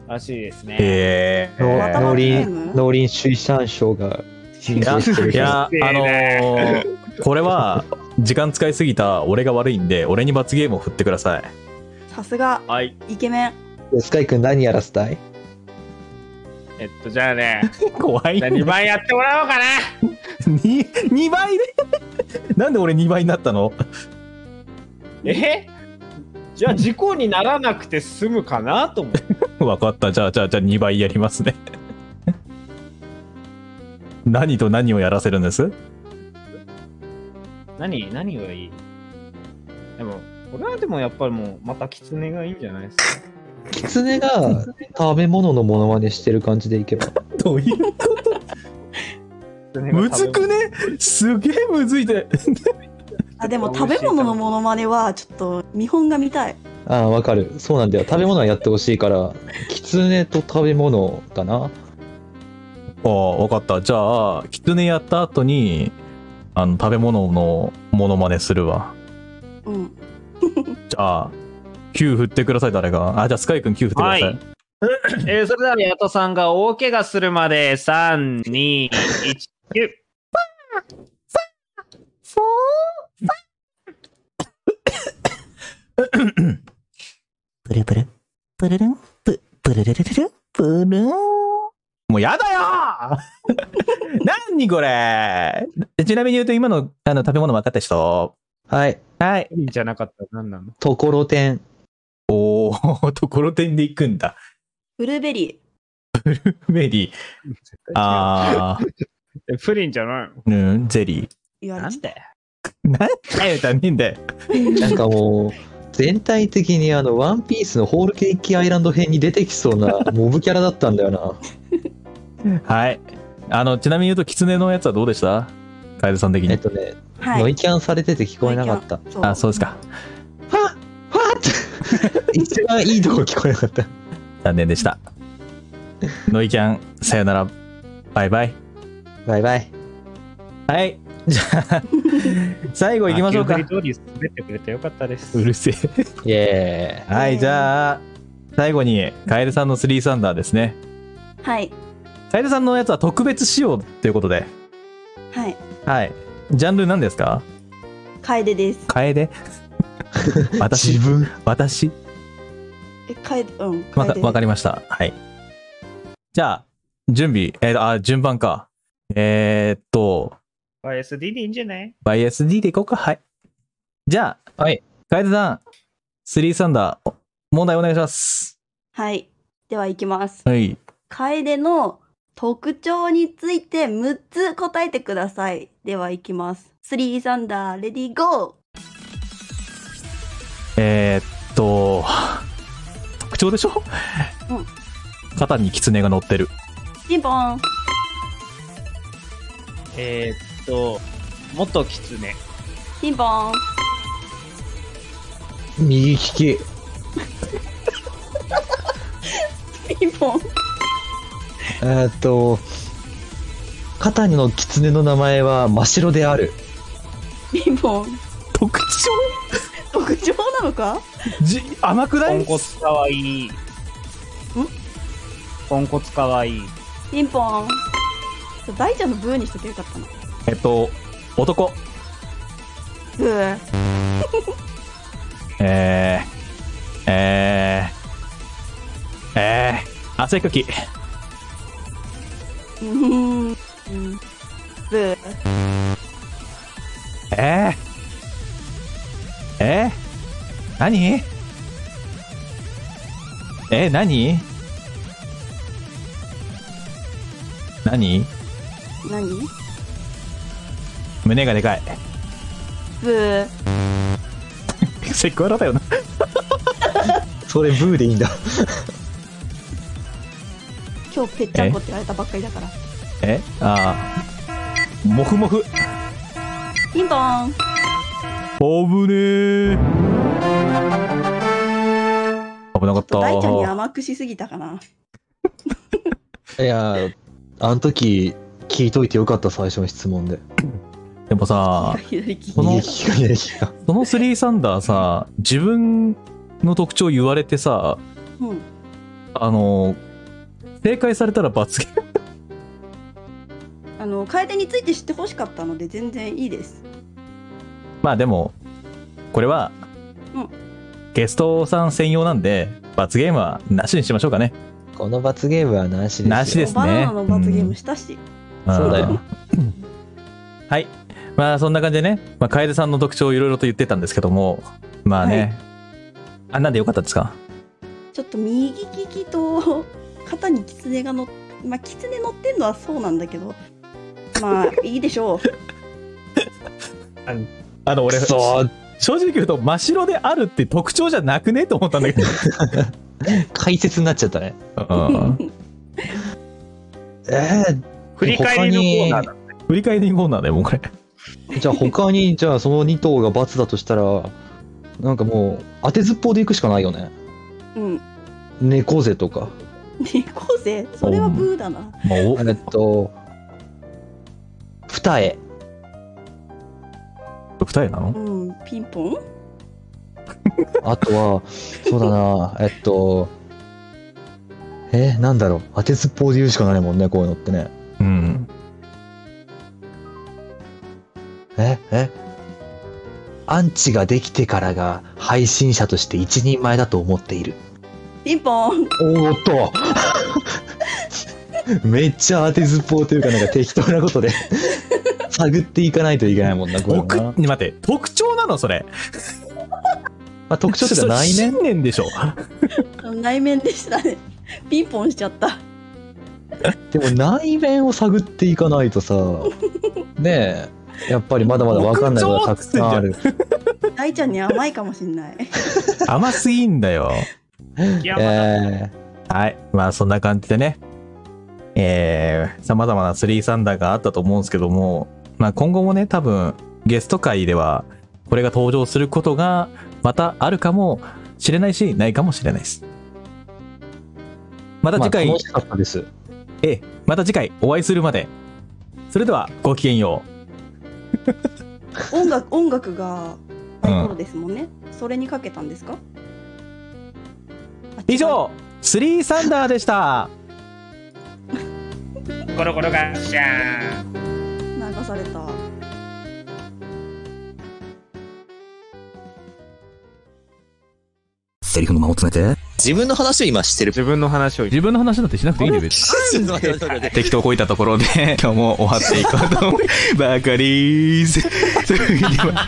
Speaker 3: らしいですね。
Speaker 2: へえ
Speaker 4: 農
Speaker 1: また
Speaker 4: 農林
Speaker 1: ゲーム
Speaker 4: 農林水産省が申請してる
Speaker 2: い
Speaker 4: から
Speaker 2: やあのー [laughs] これは時間使いすぎた俺が悪いんで俺に罰ゲームを振ってください
Speaker 1: さすが、
Speaker 3: はい。
Speaker 1: イケメン。
Speaker 4: スカイ君何やらせたい
Speaker 3: えっと、じゃあね、
Speaker 2: [laughs] 怖い
Speaker 3: 2番やってもらおうかな。
Speaker 2: に2倍で [laughs] なんで俺2倍になったの
Speaker 3: えじゃあ、事故にならなくて済むかなと思って。
Speaker 2: わかったじゃあじゃあじゃあ2倍やりますね [laughs] 何と何をやらせるんです
Speaker 3: 何何がいいでも、これはでもやっぱりもう、また狐がいいんじゃないですか。
Speaker 4: キツネ [laughs] が食べ物のモノマネしてる感じでいけば。
Speaker 2: どういうむずくねすげえむずいて [laughs]
Speaker 1: あ、でも食べ物のモノマネは、ちょっと見本が見たい。
Speaker 4: ああ、わかる。そうなんだよ。食べ物はやってほしいから、キツネと食べ物かな。
Speaker 2: ああ、わかった。じゃあ、キツネやった後に、あの、食べ物のモノマネするわ。
Speaker 1: うん。
Speaker 2: じゃあ、9振ってください、誰が。あ、じゃあ、スカイ君9振ってください。
Speaker 3: はいえーそれでは、ヤトさんが大怪我するまで、3、2、1、9。
Speaker 7: プルプル、プルルン、プ、プルルルルル、プルーン。
Speaker 2: もうやだよ [laughs] ー何これちなみに言うと、今のあの食べ物分かった人。
Speaker 4: はい。
Speaker 2: はい。
Speaker 3: じゃなかったら何なの
Speaker 4: ところてん。
Speaker 2: おー、ところてんで行くんだ。
Speaker 1: ブルーベリ
Speaker 2: メリー。あ
Speaker 5: えプリンじゃないの
Speaker 2: ー、うん、ゼリー。
Speaker 1: ー言われてた。
Speaker 3: だよ。
Speaker 2: なんだよ、だねんだよ。
Speaker 4: なんかもう、全体的にあの、ワンピースのホールケーキアイランド編に出てきそうなモブキャラだったんだよな。
Speaker 2: はい。あの、ちなみに言うと、キツネのやつはどうでした楓さん的
Speaker 4: えっ
Speaker 2: に。
Speaker 4: とね、
Speaker 1: は
Speaker 4: ノイ
Speaker 1: い。
Speaker 4: キャンされてて聞こえなかった。
Speaker 1: そう
Speaker 2: あ、そうですか。
Speaker 4: はっはっって、一番いいとこ聞こえなかった。
Speaker 2: 残念でした。ノイキャン、さよなら、バイバイ。
Speaker 4: バイバイ。
Speaker 2: はい。じゃ [laughs] あ、最後行きましょうか
Speaker 5: あ。九振り通り滑ってくれてよかったです。
Speaker 2: うるせえ。
Speaker 4: イエ
Speaker 2: はい、じゃあ、最後に、カエルさんのスリーサンダーですね。
Speaker 1: はい。
Speaker 2: カエルさんのやつは特別仕様ということで。
Speaker 1: はい。
Speaker 2: はい。ジャンル何ですか
Speaker 1: 楓です。
Speaker 2: カエデ
Speaker 4: ー
Speaker 2: [laughs]
Speaker 4: イ。
Speaker 2: 私、
Speaker 4: 分。
Speaker 2: 私。
Speaker 1: え、楓、うん。
Speaker 2: わか
Speaker 1: 楓
Speaker 2: わかりました。はい。じゃあ、準備、えーあ、順番か。えー、っと、
Speaker 5: YSD でいいんじゃない
Speaker 2: YSD でいこうか。はい。じゃあ、
Speaker 4: はい。
Speaker 2: 楓さん、スリーサンダー、お問題お願いします。
Speaker 1: はい。では、いきます。
Speaker 2: はい。
Speaker 1: 楓の特徴について6つ答えてください。では、いきます。スリーサンダー、レディーゴ
Speaker 2: えー、っと、特徴でしょ
Speaker 1: うん
Speaker 2: 肩に狐が乗ってる。
Speaker 1: ーピンポン
Speaker 3: えーっと、元キツネ。
Speaker 1: ピンポン
Speaker 4: 右利き。
Speaker 1: ピンポン
Speaker 4: えーっと、肩の狐の名前は真っ白である。
Speaker 1: ピンポン
Speaker 2: 特徴
Speaker 1: 特徴なのか
Speaker 2: じ甘くな
Speaker 5: ポ
Speaker 2: い
Speaker 5: ンコツかわいい。んポンコツかわいい。
Speaker 1: ピンポン大ちゃんのブーにしとけばよかったな。
Speaker 2: えっと、男。
Speaker 1: ブー。
Speaker 2: えー、えー、えー、汗かき。
Speaker 1: うーん。うんブー。
Speaker 2: えー、えー、何えー、何何
Speaker 1: 何
Speaker 2: 胸がでかい。 [laughs]
Speaker 1: ブー。
Speaker 2: セクハラだよな。
Speaker 4: それブーでいいんだ。
Speaker 1: 今日ぺっちゃんこって言われたばっかりだから。
Speaker 2: えああ。もふもふ。
Speaker 1: ピンポン
Speaker 2: 危ねえ。危なかった。
Speaker 1: 大ちゃんに甘くしすぎたかな。
Speaker 4: いやー、あの時聞いといてよかった最初の質問で。
Speaker 2: でもさ、
Speaker 1: 左利き
Speaker 2: この
Speaker 4: 右利きか左利きか。
Speaker 2: そのスリーサンダーさ、自分の特徴言われてさ、
Speaker 1: うん。
Speaker 2: あの、正解されたら罰ゲーム。 [laughs]
Speaker 1: あの、楓について知ってほしかったので全然いいです。
Speaker 2: まあでも、これは、
Speaker 1: うん
Speaker 2: ゲストさん専用なんで、罰ゲームはなしにしましょうかね。
Speaker 4: この罰ゲームはなしですよ。
Speaker 2: なしですね
Speaker 1: バナナの罰ゲームしたし。
Speaker 4: そうだよ。
Speaker 2: はい。まあそんな感じでね、まあ、楓さんの特徴をいろいろと言ってたんですけども、まあね、
Speaker 1: はい
Speaker 2: あ、なんでよかったですか
Speaker 1: ちょっと右利きと肩に狐が乗っまあ狐乗ってんのはそうなんだけど
Speaker 2: [laughs]
Speaker 1: まあいいでしょう
Speaker 2: あの、俺、
Speaker 4: く
Speaker 2: 正
Speaker 4: そー
Speaker 2: 直言うと、真っ白であるって特徴じゃなくねと思ったんだけど。
Speaker 4: 解説になっちゃったね。
Speaker 2: うん。
Speaker 4: えー、
Speaker 5: 振り返りのコーナーだ。
Speaker 2: 振り返りコーナーでもうこれ。
Speaker 4: じゃあ他に、じゃあその2頭が罰だとしたら、なんかもう当てずっぽうでいくしかないよね。
Speaker 1: うん
Speaker 4: 猫背とか。
Speaker 1: 猫背それはブーだな。
Speaker 2: まあお
Speaker 4: えっと、二重。
Speaker 2: 二重なの
Speaker 1: うん、ピンポン
Speaker 4: あとは、そうだな、えっと、えー、なんだろう、当てずっぽうで言うしかないもんね、こういうのってね。
Speaker 2: うん。
Speaker 4: え、え、アンチができてからが配信者として一人前だと思っている。
Speaker 1: ピンポン
Speaker 4: おーっと [laughs] めっちゃ当てずっぽうというか、なんか適当なことで [laughs] 探っていかないといけないもんな、こういうの
Speaker 2: 僕、
Speaker 4: な。ま
Speaker 2: 待って、特徴なのそれ。
Speaker 4: あ、特徴というか、内面
Speaker 2: それ信念でし [laughs] ょ。
Speaker 1: 内面でしたね。ピンポンしちゃった。
Speaker 4: でも内面を探っていかないとさ、ねえ、やっぱりまだまだ分かんないことがたくさんある。
Speaker 1: 大ちゃんに甘いかもしんない。
Speaker 2: 甘すぎんだよ。
Speaker 5: い
Speaker 4: え
Speaker 5: や、まだ
Speaker 4: ー、
Speaker 2: はい。まあ、そんな感じでね。えー、様々なスリーサンダーがあったと思うんですけども、まあ今後もね、多分、ゲスト会では、これが登場することが、またあるかもしれないし、ないかもしれないです。また次回、
Speaker 4: まあ、楽しかったです。
Speaker 2: ええ、また次回お会いするまで。それでは、ごきげんよう。
Speaker 1: 音楽音楽がサイコロですもんね。それにかけたんですかあ
Speaker 2: 以上、スリーサンダーでした。
Speaker 5: コロコロガッシャー。
Speaker 1: 違う流された。
Speaker 8: セリフの間を詰めて。自分の話を今してる。
Speaker 5: 自分の話を
Speaker 2: 自分の話なんてしなくていいね、別に。適当こいたところで [laughs] 今日も終わっていこうと思うバカリー [laughs] ズという意味では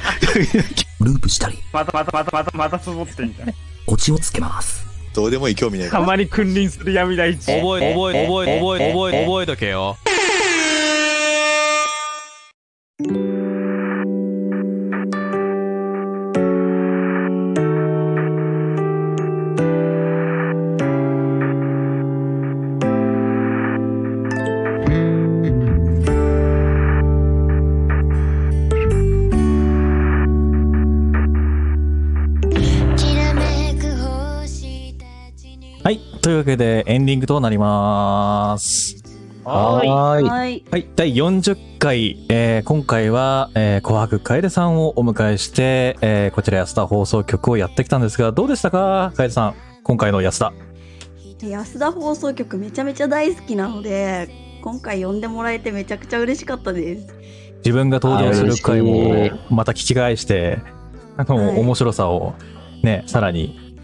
Speaker 9: ループしたり、
Speaker 5: またまたまたまたまたつぼってんじゃん。
Speaker 9: オチをつけます。
Speaker 8: どうでもいい興味ない
Speaker 5: [laughs] たまに君臨する闇大 [laughs] 地。
Speaker 2: 覚え覚え覚え覚え覚え覚えとけよ
Speaker 6: きらめく星たちに
Speaker 2: はいというわけでエンディングとなります
Speaker 4: はーい。
Speaker 1: はい。
Speaker 2: はい第40回、えー今回は、えー紅白楓さんをお迎えして、えーこちら安田放送局をやってきたんですがどうでしたか楓さん今回の安田
Speaker 1: で安田放送局めちゃめちゃ大好きなので、今回呼んでもらえてめちゃくちゃ嬉しかったです。
Speaker 2: 自分が登場する回
Speaker 4: あー嬉
Speaker 2: も
Speaker 4: し
Speaker 2: また聞き返してあの、
Speaker 1: はい
Speaker 2: 面白さをねさらに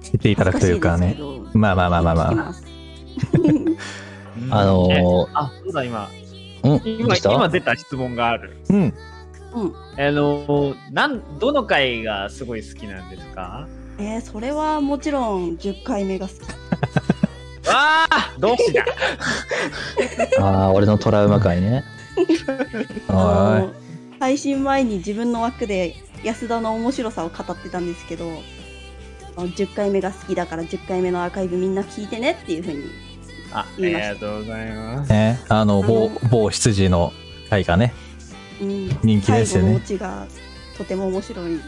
Speaker 2: 知っていただくというかね
Speaker 1: 恥ずかしいですけど。
Speaker 2: まあまあまあまあまあ
Speaker 1: 聞きます [laughs]
Speaker 4: あのー、
Speaker 5: あ、そうだ、今。
Speaker 4: うん、ど
Speaker 5: 今、
Speaker 4: うした
Speaker 5: 今出た質問がある。
Speaker 2: うん
Speaker 5: あのー、なん、どの回がすごい好きなんですか
Speaker 1: えー、それはもちろん10回目が好き。
Speaker 5: わあどうしだ
Speaker 4: ああ、俺のトラウマ回ね。
Speaker 1: あ
Speaker 2: は
Speaker 1: の配信前に自分の枠で安田の面白さを語ってたんですけどあの10回目が好きだから10回目のアーカイブみんな聞いてねっていうふうに
Speaker 5: あ、ありがとうございます
Speaker 2: い。ねあの某
Speaker 1: あ
Speaker 2: 某羊の回がね
Speaker 1: うん
Speaker 2: 人気ですよね
Speaker 1: 最後のオチがとても面白い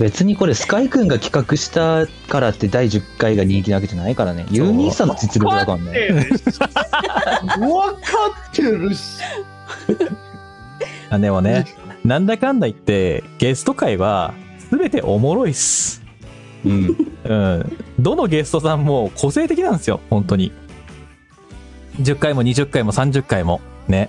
Speaker 4: 別にこれ、スカイくんが企画したからって第10回が人気なわけじゃないからね。ユーミンさんの実力わかんない。
Speaker 5: わかってるし。
Speaker 2: あでもねなんだかんだ言ってゲスト回は全ておもろいっす
Speaker 4: うん。
Speaker 2: うんどのゲストさんも個性的なんですよ本当に10回も20回も30回もね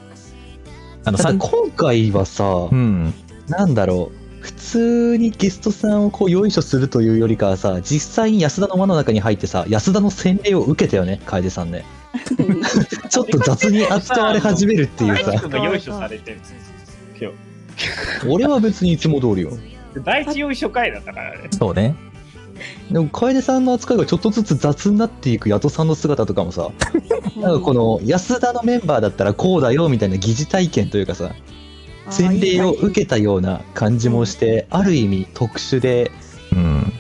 Speaker 2: あの
Speaker 4: ただ
Speaker 2: 三
Speaker 4: 今回はさ
Speaker 2: う、ん
Speaker 4: なんだろう。普通にゲストさんをこう、よいしょするというよりかはさ、実際に安田の輪の中に入ってさ、安田の洗礼を受けたよね、楓さ
Speaker 2: [laughs]
Speaker 4: んね。ちょっと雑に扱われ始めるっていう
Speaker 5: 大
Speaker 4: さ
Speaker 2: [laughs]
Speaker 5: 地、君がよいしょされてる。
Speaker 4: 俺は別にいつも通りよ。
Speaker 5: 第一よいしょ回だったからね。
Speaker 2: そうね
Speaker 4: でも楓さんの扱いがちょっとずつ雑になっていく矢戸さんの姿とかもさ [laughs] なん
Speaker 1: [laughs]
Speaker 4: かこの安田のメンバーだったらこうだよみたいな疑似体験というかさ洗礼を受けたような感じもしてある意味特殊で
Speaker 2: うん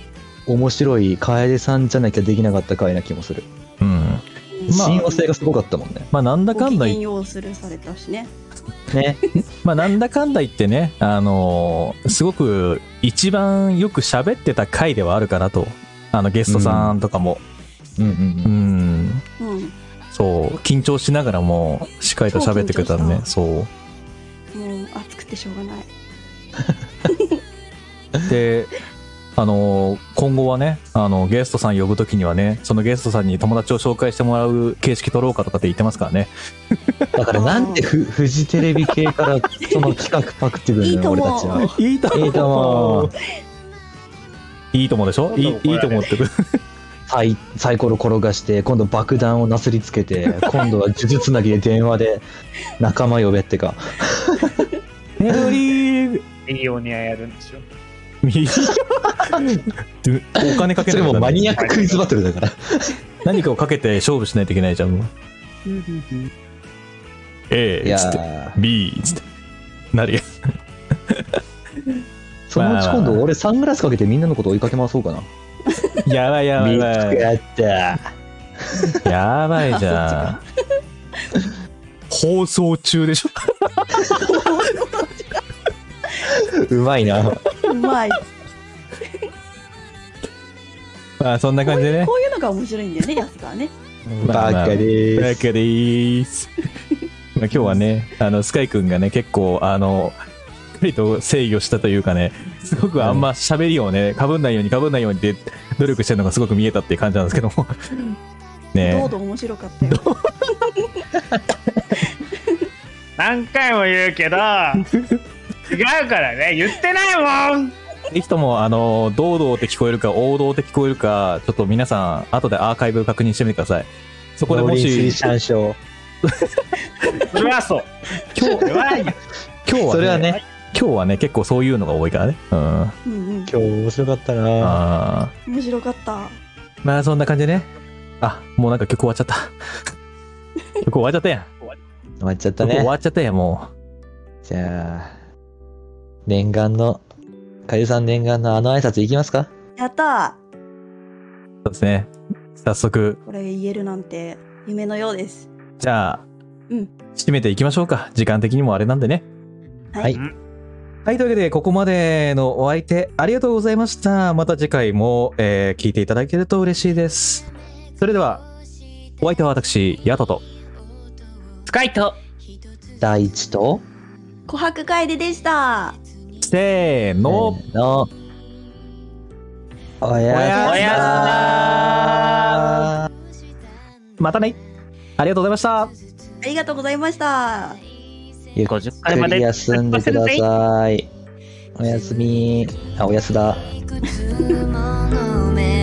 Speaker 2: 面
Speaker 4: 面白い楓さんじゃなきゃできなかった回な気もする、
Speaker 2: うんまあ
Speaker 4: 親和性がすごかったもんね
Speaker 2: まあなんだ
Speaker 1: た
Speaker 2: か
Speaker 1: かん
Speaker 2: んだ
Speaker 1: だ
Speaker 2: 言っ
Speaker 1: い用するされたしね
Speaker 4: ね
Speaker 2: まあなんだかんだ言ってね、あのーすごく一番よく喋ってた回ではあるかなと。あのゲストさんとかも
Speaker 4: うんう
Speaker 2: うんん。
Speaker 1: うん。
Speaker 2: そう。緊張しながらも、しっかりと喋ってくれたんで、そう。
Speaker 1: もう暑くてしょうがない。
Speaker 2: で、あのー今後はね、あの、ゲストさん呼ぶときにはね、そのゲストさんに友達を紹介してもらう形式取ろうかとかって言ってますからね。
Speaker 4: だからなんでフフジテレビ系からその企画パクってくる
Speaker 1: い
Speaker 4: のよ、
Speaker 1: い
Speaker 4: 俺
Speaker 1: と思う
Speaker 4: たちは。
Speaker 2: いいと
Speaker 4: いいとも。
Speaker 2: いいともでしょいいいいともって。
Speaker 4: サイサイコロ転がして、今度爆弾をなすりつけて、今度は呪術つなぎで電話で仲間呼べってか。
Speaker 2: メドリ [laughs] ー
Speaker 5: ミリオネアやるんでしょ。
Speaker 2: みお金かけ
Speaker 4: そ
Speaker 2: て
Speaker 4: れもうマニアッククイズバトルだから。
Speaker 2: 何かをかけて勝負しないといけないじゃん。もう A
Speaker 4: いや
Speaker 2: つって、
Speaker 4: ー
Speaker 2: B つって。なるよ。
Speaker 4: そのうち今度俺サングラスかけてみんなのこと追いかけ回そうかな。
Speaker 2: やばいやばい
Speaker 4: 見
Speaker 2: や
Speaker 4: つ
Speaker 2: ばい。
Speaker 4: やった。
Speaker 2: やばいじゃ [laughs] ん。放送中でしょ
Speaker 4: うまいな。
Speaker 1: う
Speaker 2: [laughs]
Speaker 1: まい。
Speaker 2: まあそんな感じでね
Speaker 1: こ。ういうのが面白いんだよね、やつがね。
Speaker 2: まあ
Speaker 4: バ
Speaker 2: まあ
Speaker 4: カで
Speaker 2: バ
Speaker 4: ー
Speaker 2: カでーす。まあ今日はね、あの、スカイくんがね、結構、あの、しっかりと制御したというかね、すごくあんま喋りをね、かぶんないようにかぶんないようにって努力してるのがすごく見えたっていう感じなんですけど
Speaker 1: [laughs]
Speaker 2: も。
Speaker 1: ど
Speaker 2: ね
Speaker 1: うどう面白かったよ。
Speaker 5: 何回も言うけど、違うからね、言ってないもん
Speaker 2: え、ぜひとも、あの、堂々って聞こえるか、王道って聞こえるか、ちょっと皆さん、後でアーカイブ確認してみてください。そこでも
Speaker 4: 農林水
Speaker 2: し、
Speaker 4: 産省。
Speaker 5: それはそう。今日は言う
Speaker 2: 今日はね、
Speaker 4: それはね、
Speaker 2: 今日はね、結構そういうのが多いからね。うん。あ
Speaker 1: うんうん。
Speaker 4: 今日面白かったな。
Speaker 2: あー。
Speaker 1: 面白かった。
Speaker 2: まあそんな感じでね。あ、もうなんか曲終わっちゃ
Speaker 4: [laughs]
Speaker 2: った。曲終わっちゃったやん。
Speaker 4: 終わっちゃった
Speaker 2: 曲
Speaker 4: ね
Speaker 2: 終。わっちゃったやん、も
Speaker 4: じゃあ、念願の、かゆさん念願のあの挨拶いきますか
Speaker 1: やった
Speaker 2: う。そうですね。早速、
Speaker 1: ーこれ言えるなんて夢のようです。
Speaker 2: じゃあ、
Speaker 1: うん
Speaker 2: 締めていきましょうか。時間的にもあれなんでね。
Speaker 1: はい
Speaker 2: はい、というわけで、ここまでのお相手、ありがとうございました。また次回も、えー聞いていただけると嬉しいです。それでは、お相手は私、ヤトと。
Speaker 3: スカイト
Speaker 4: 第一と、
Speaker 1: 琥珀楓でした。
Speaker 2: せーの。
Speaker 4: せーの、お
Speaker 2: お
Speaker 4: や
Speaker 2: や
Speaker 3: すみな
Speaker 4: さー
Speaker 2: またね。ありがとうございました。
Speaker 1: ありがとうございました。
Speaker 4: ゆっ
Speaker 3: 50回ま
Speaker 4: く
Speaker 3: で
Speaker 4: り休んでください。おやすみ。あ、おやすだ。
Speaker 6: いくつものメ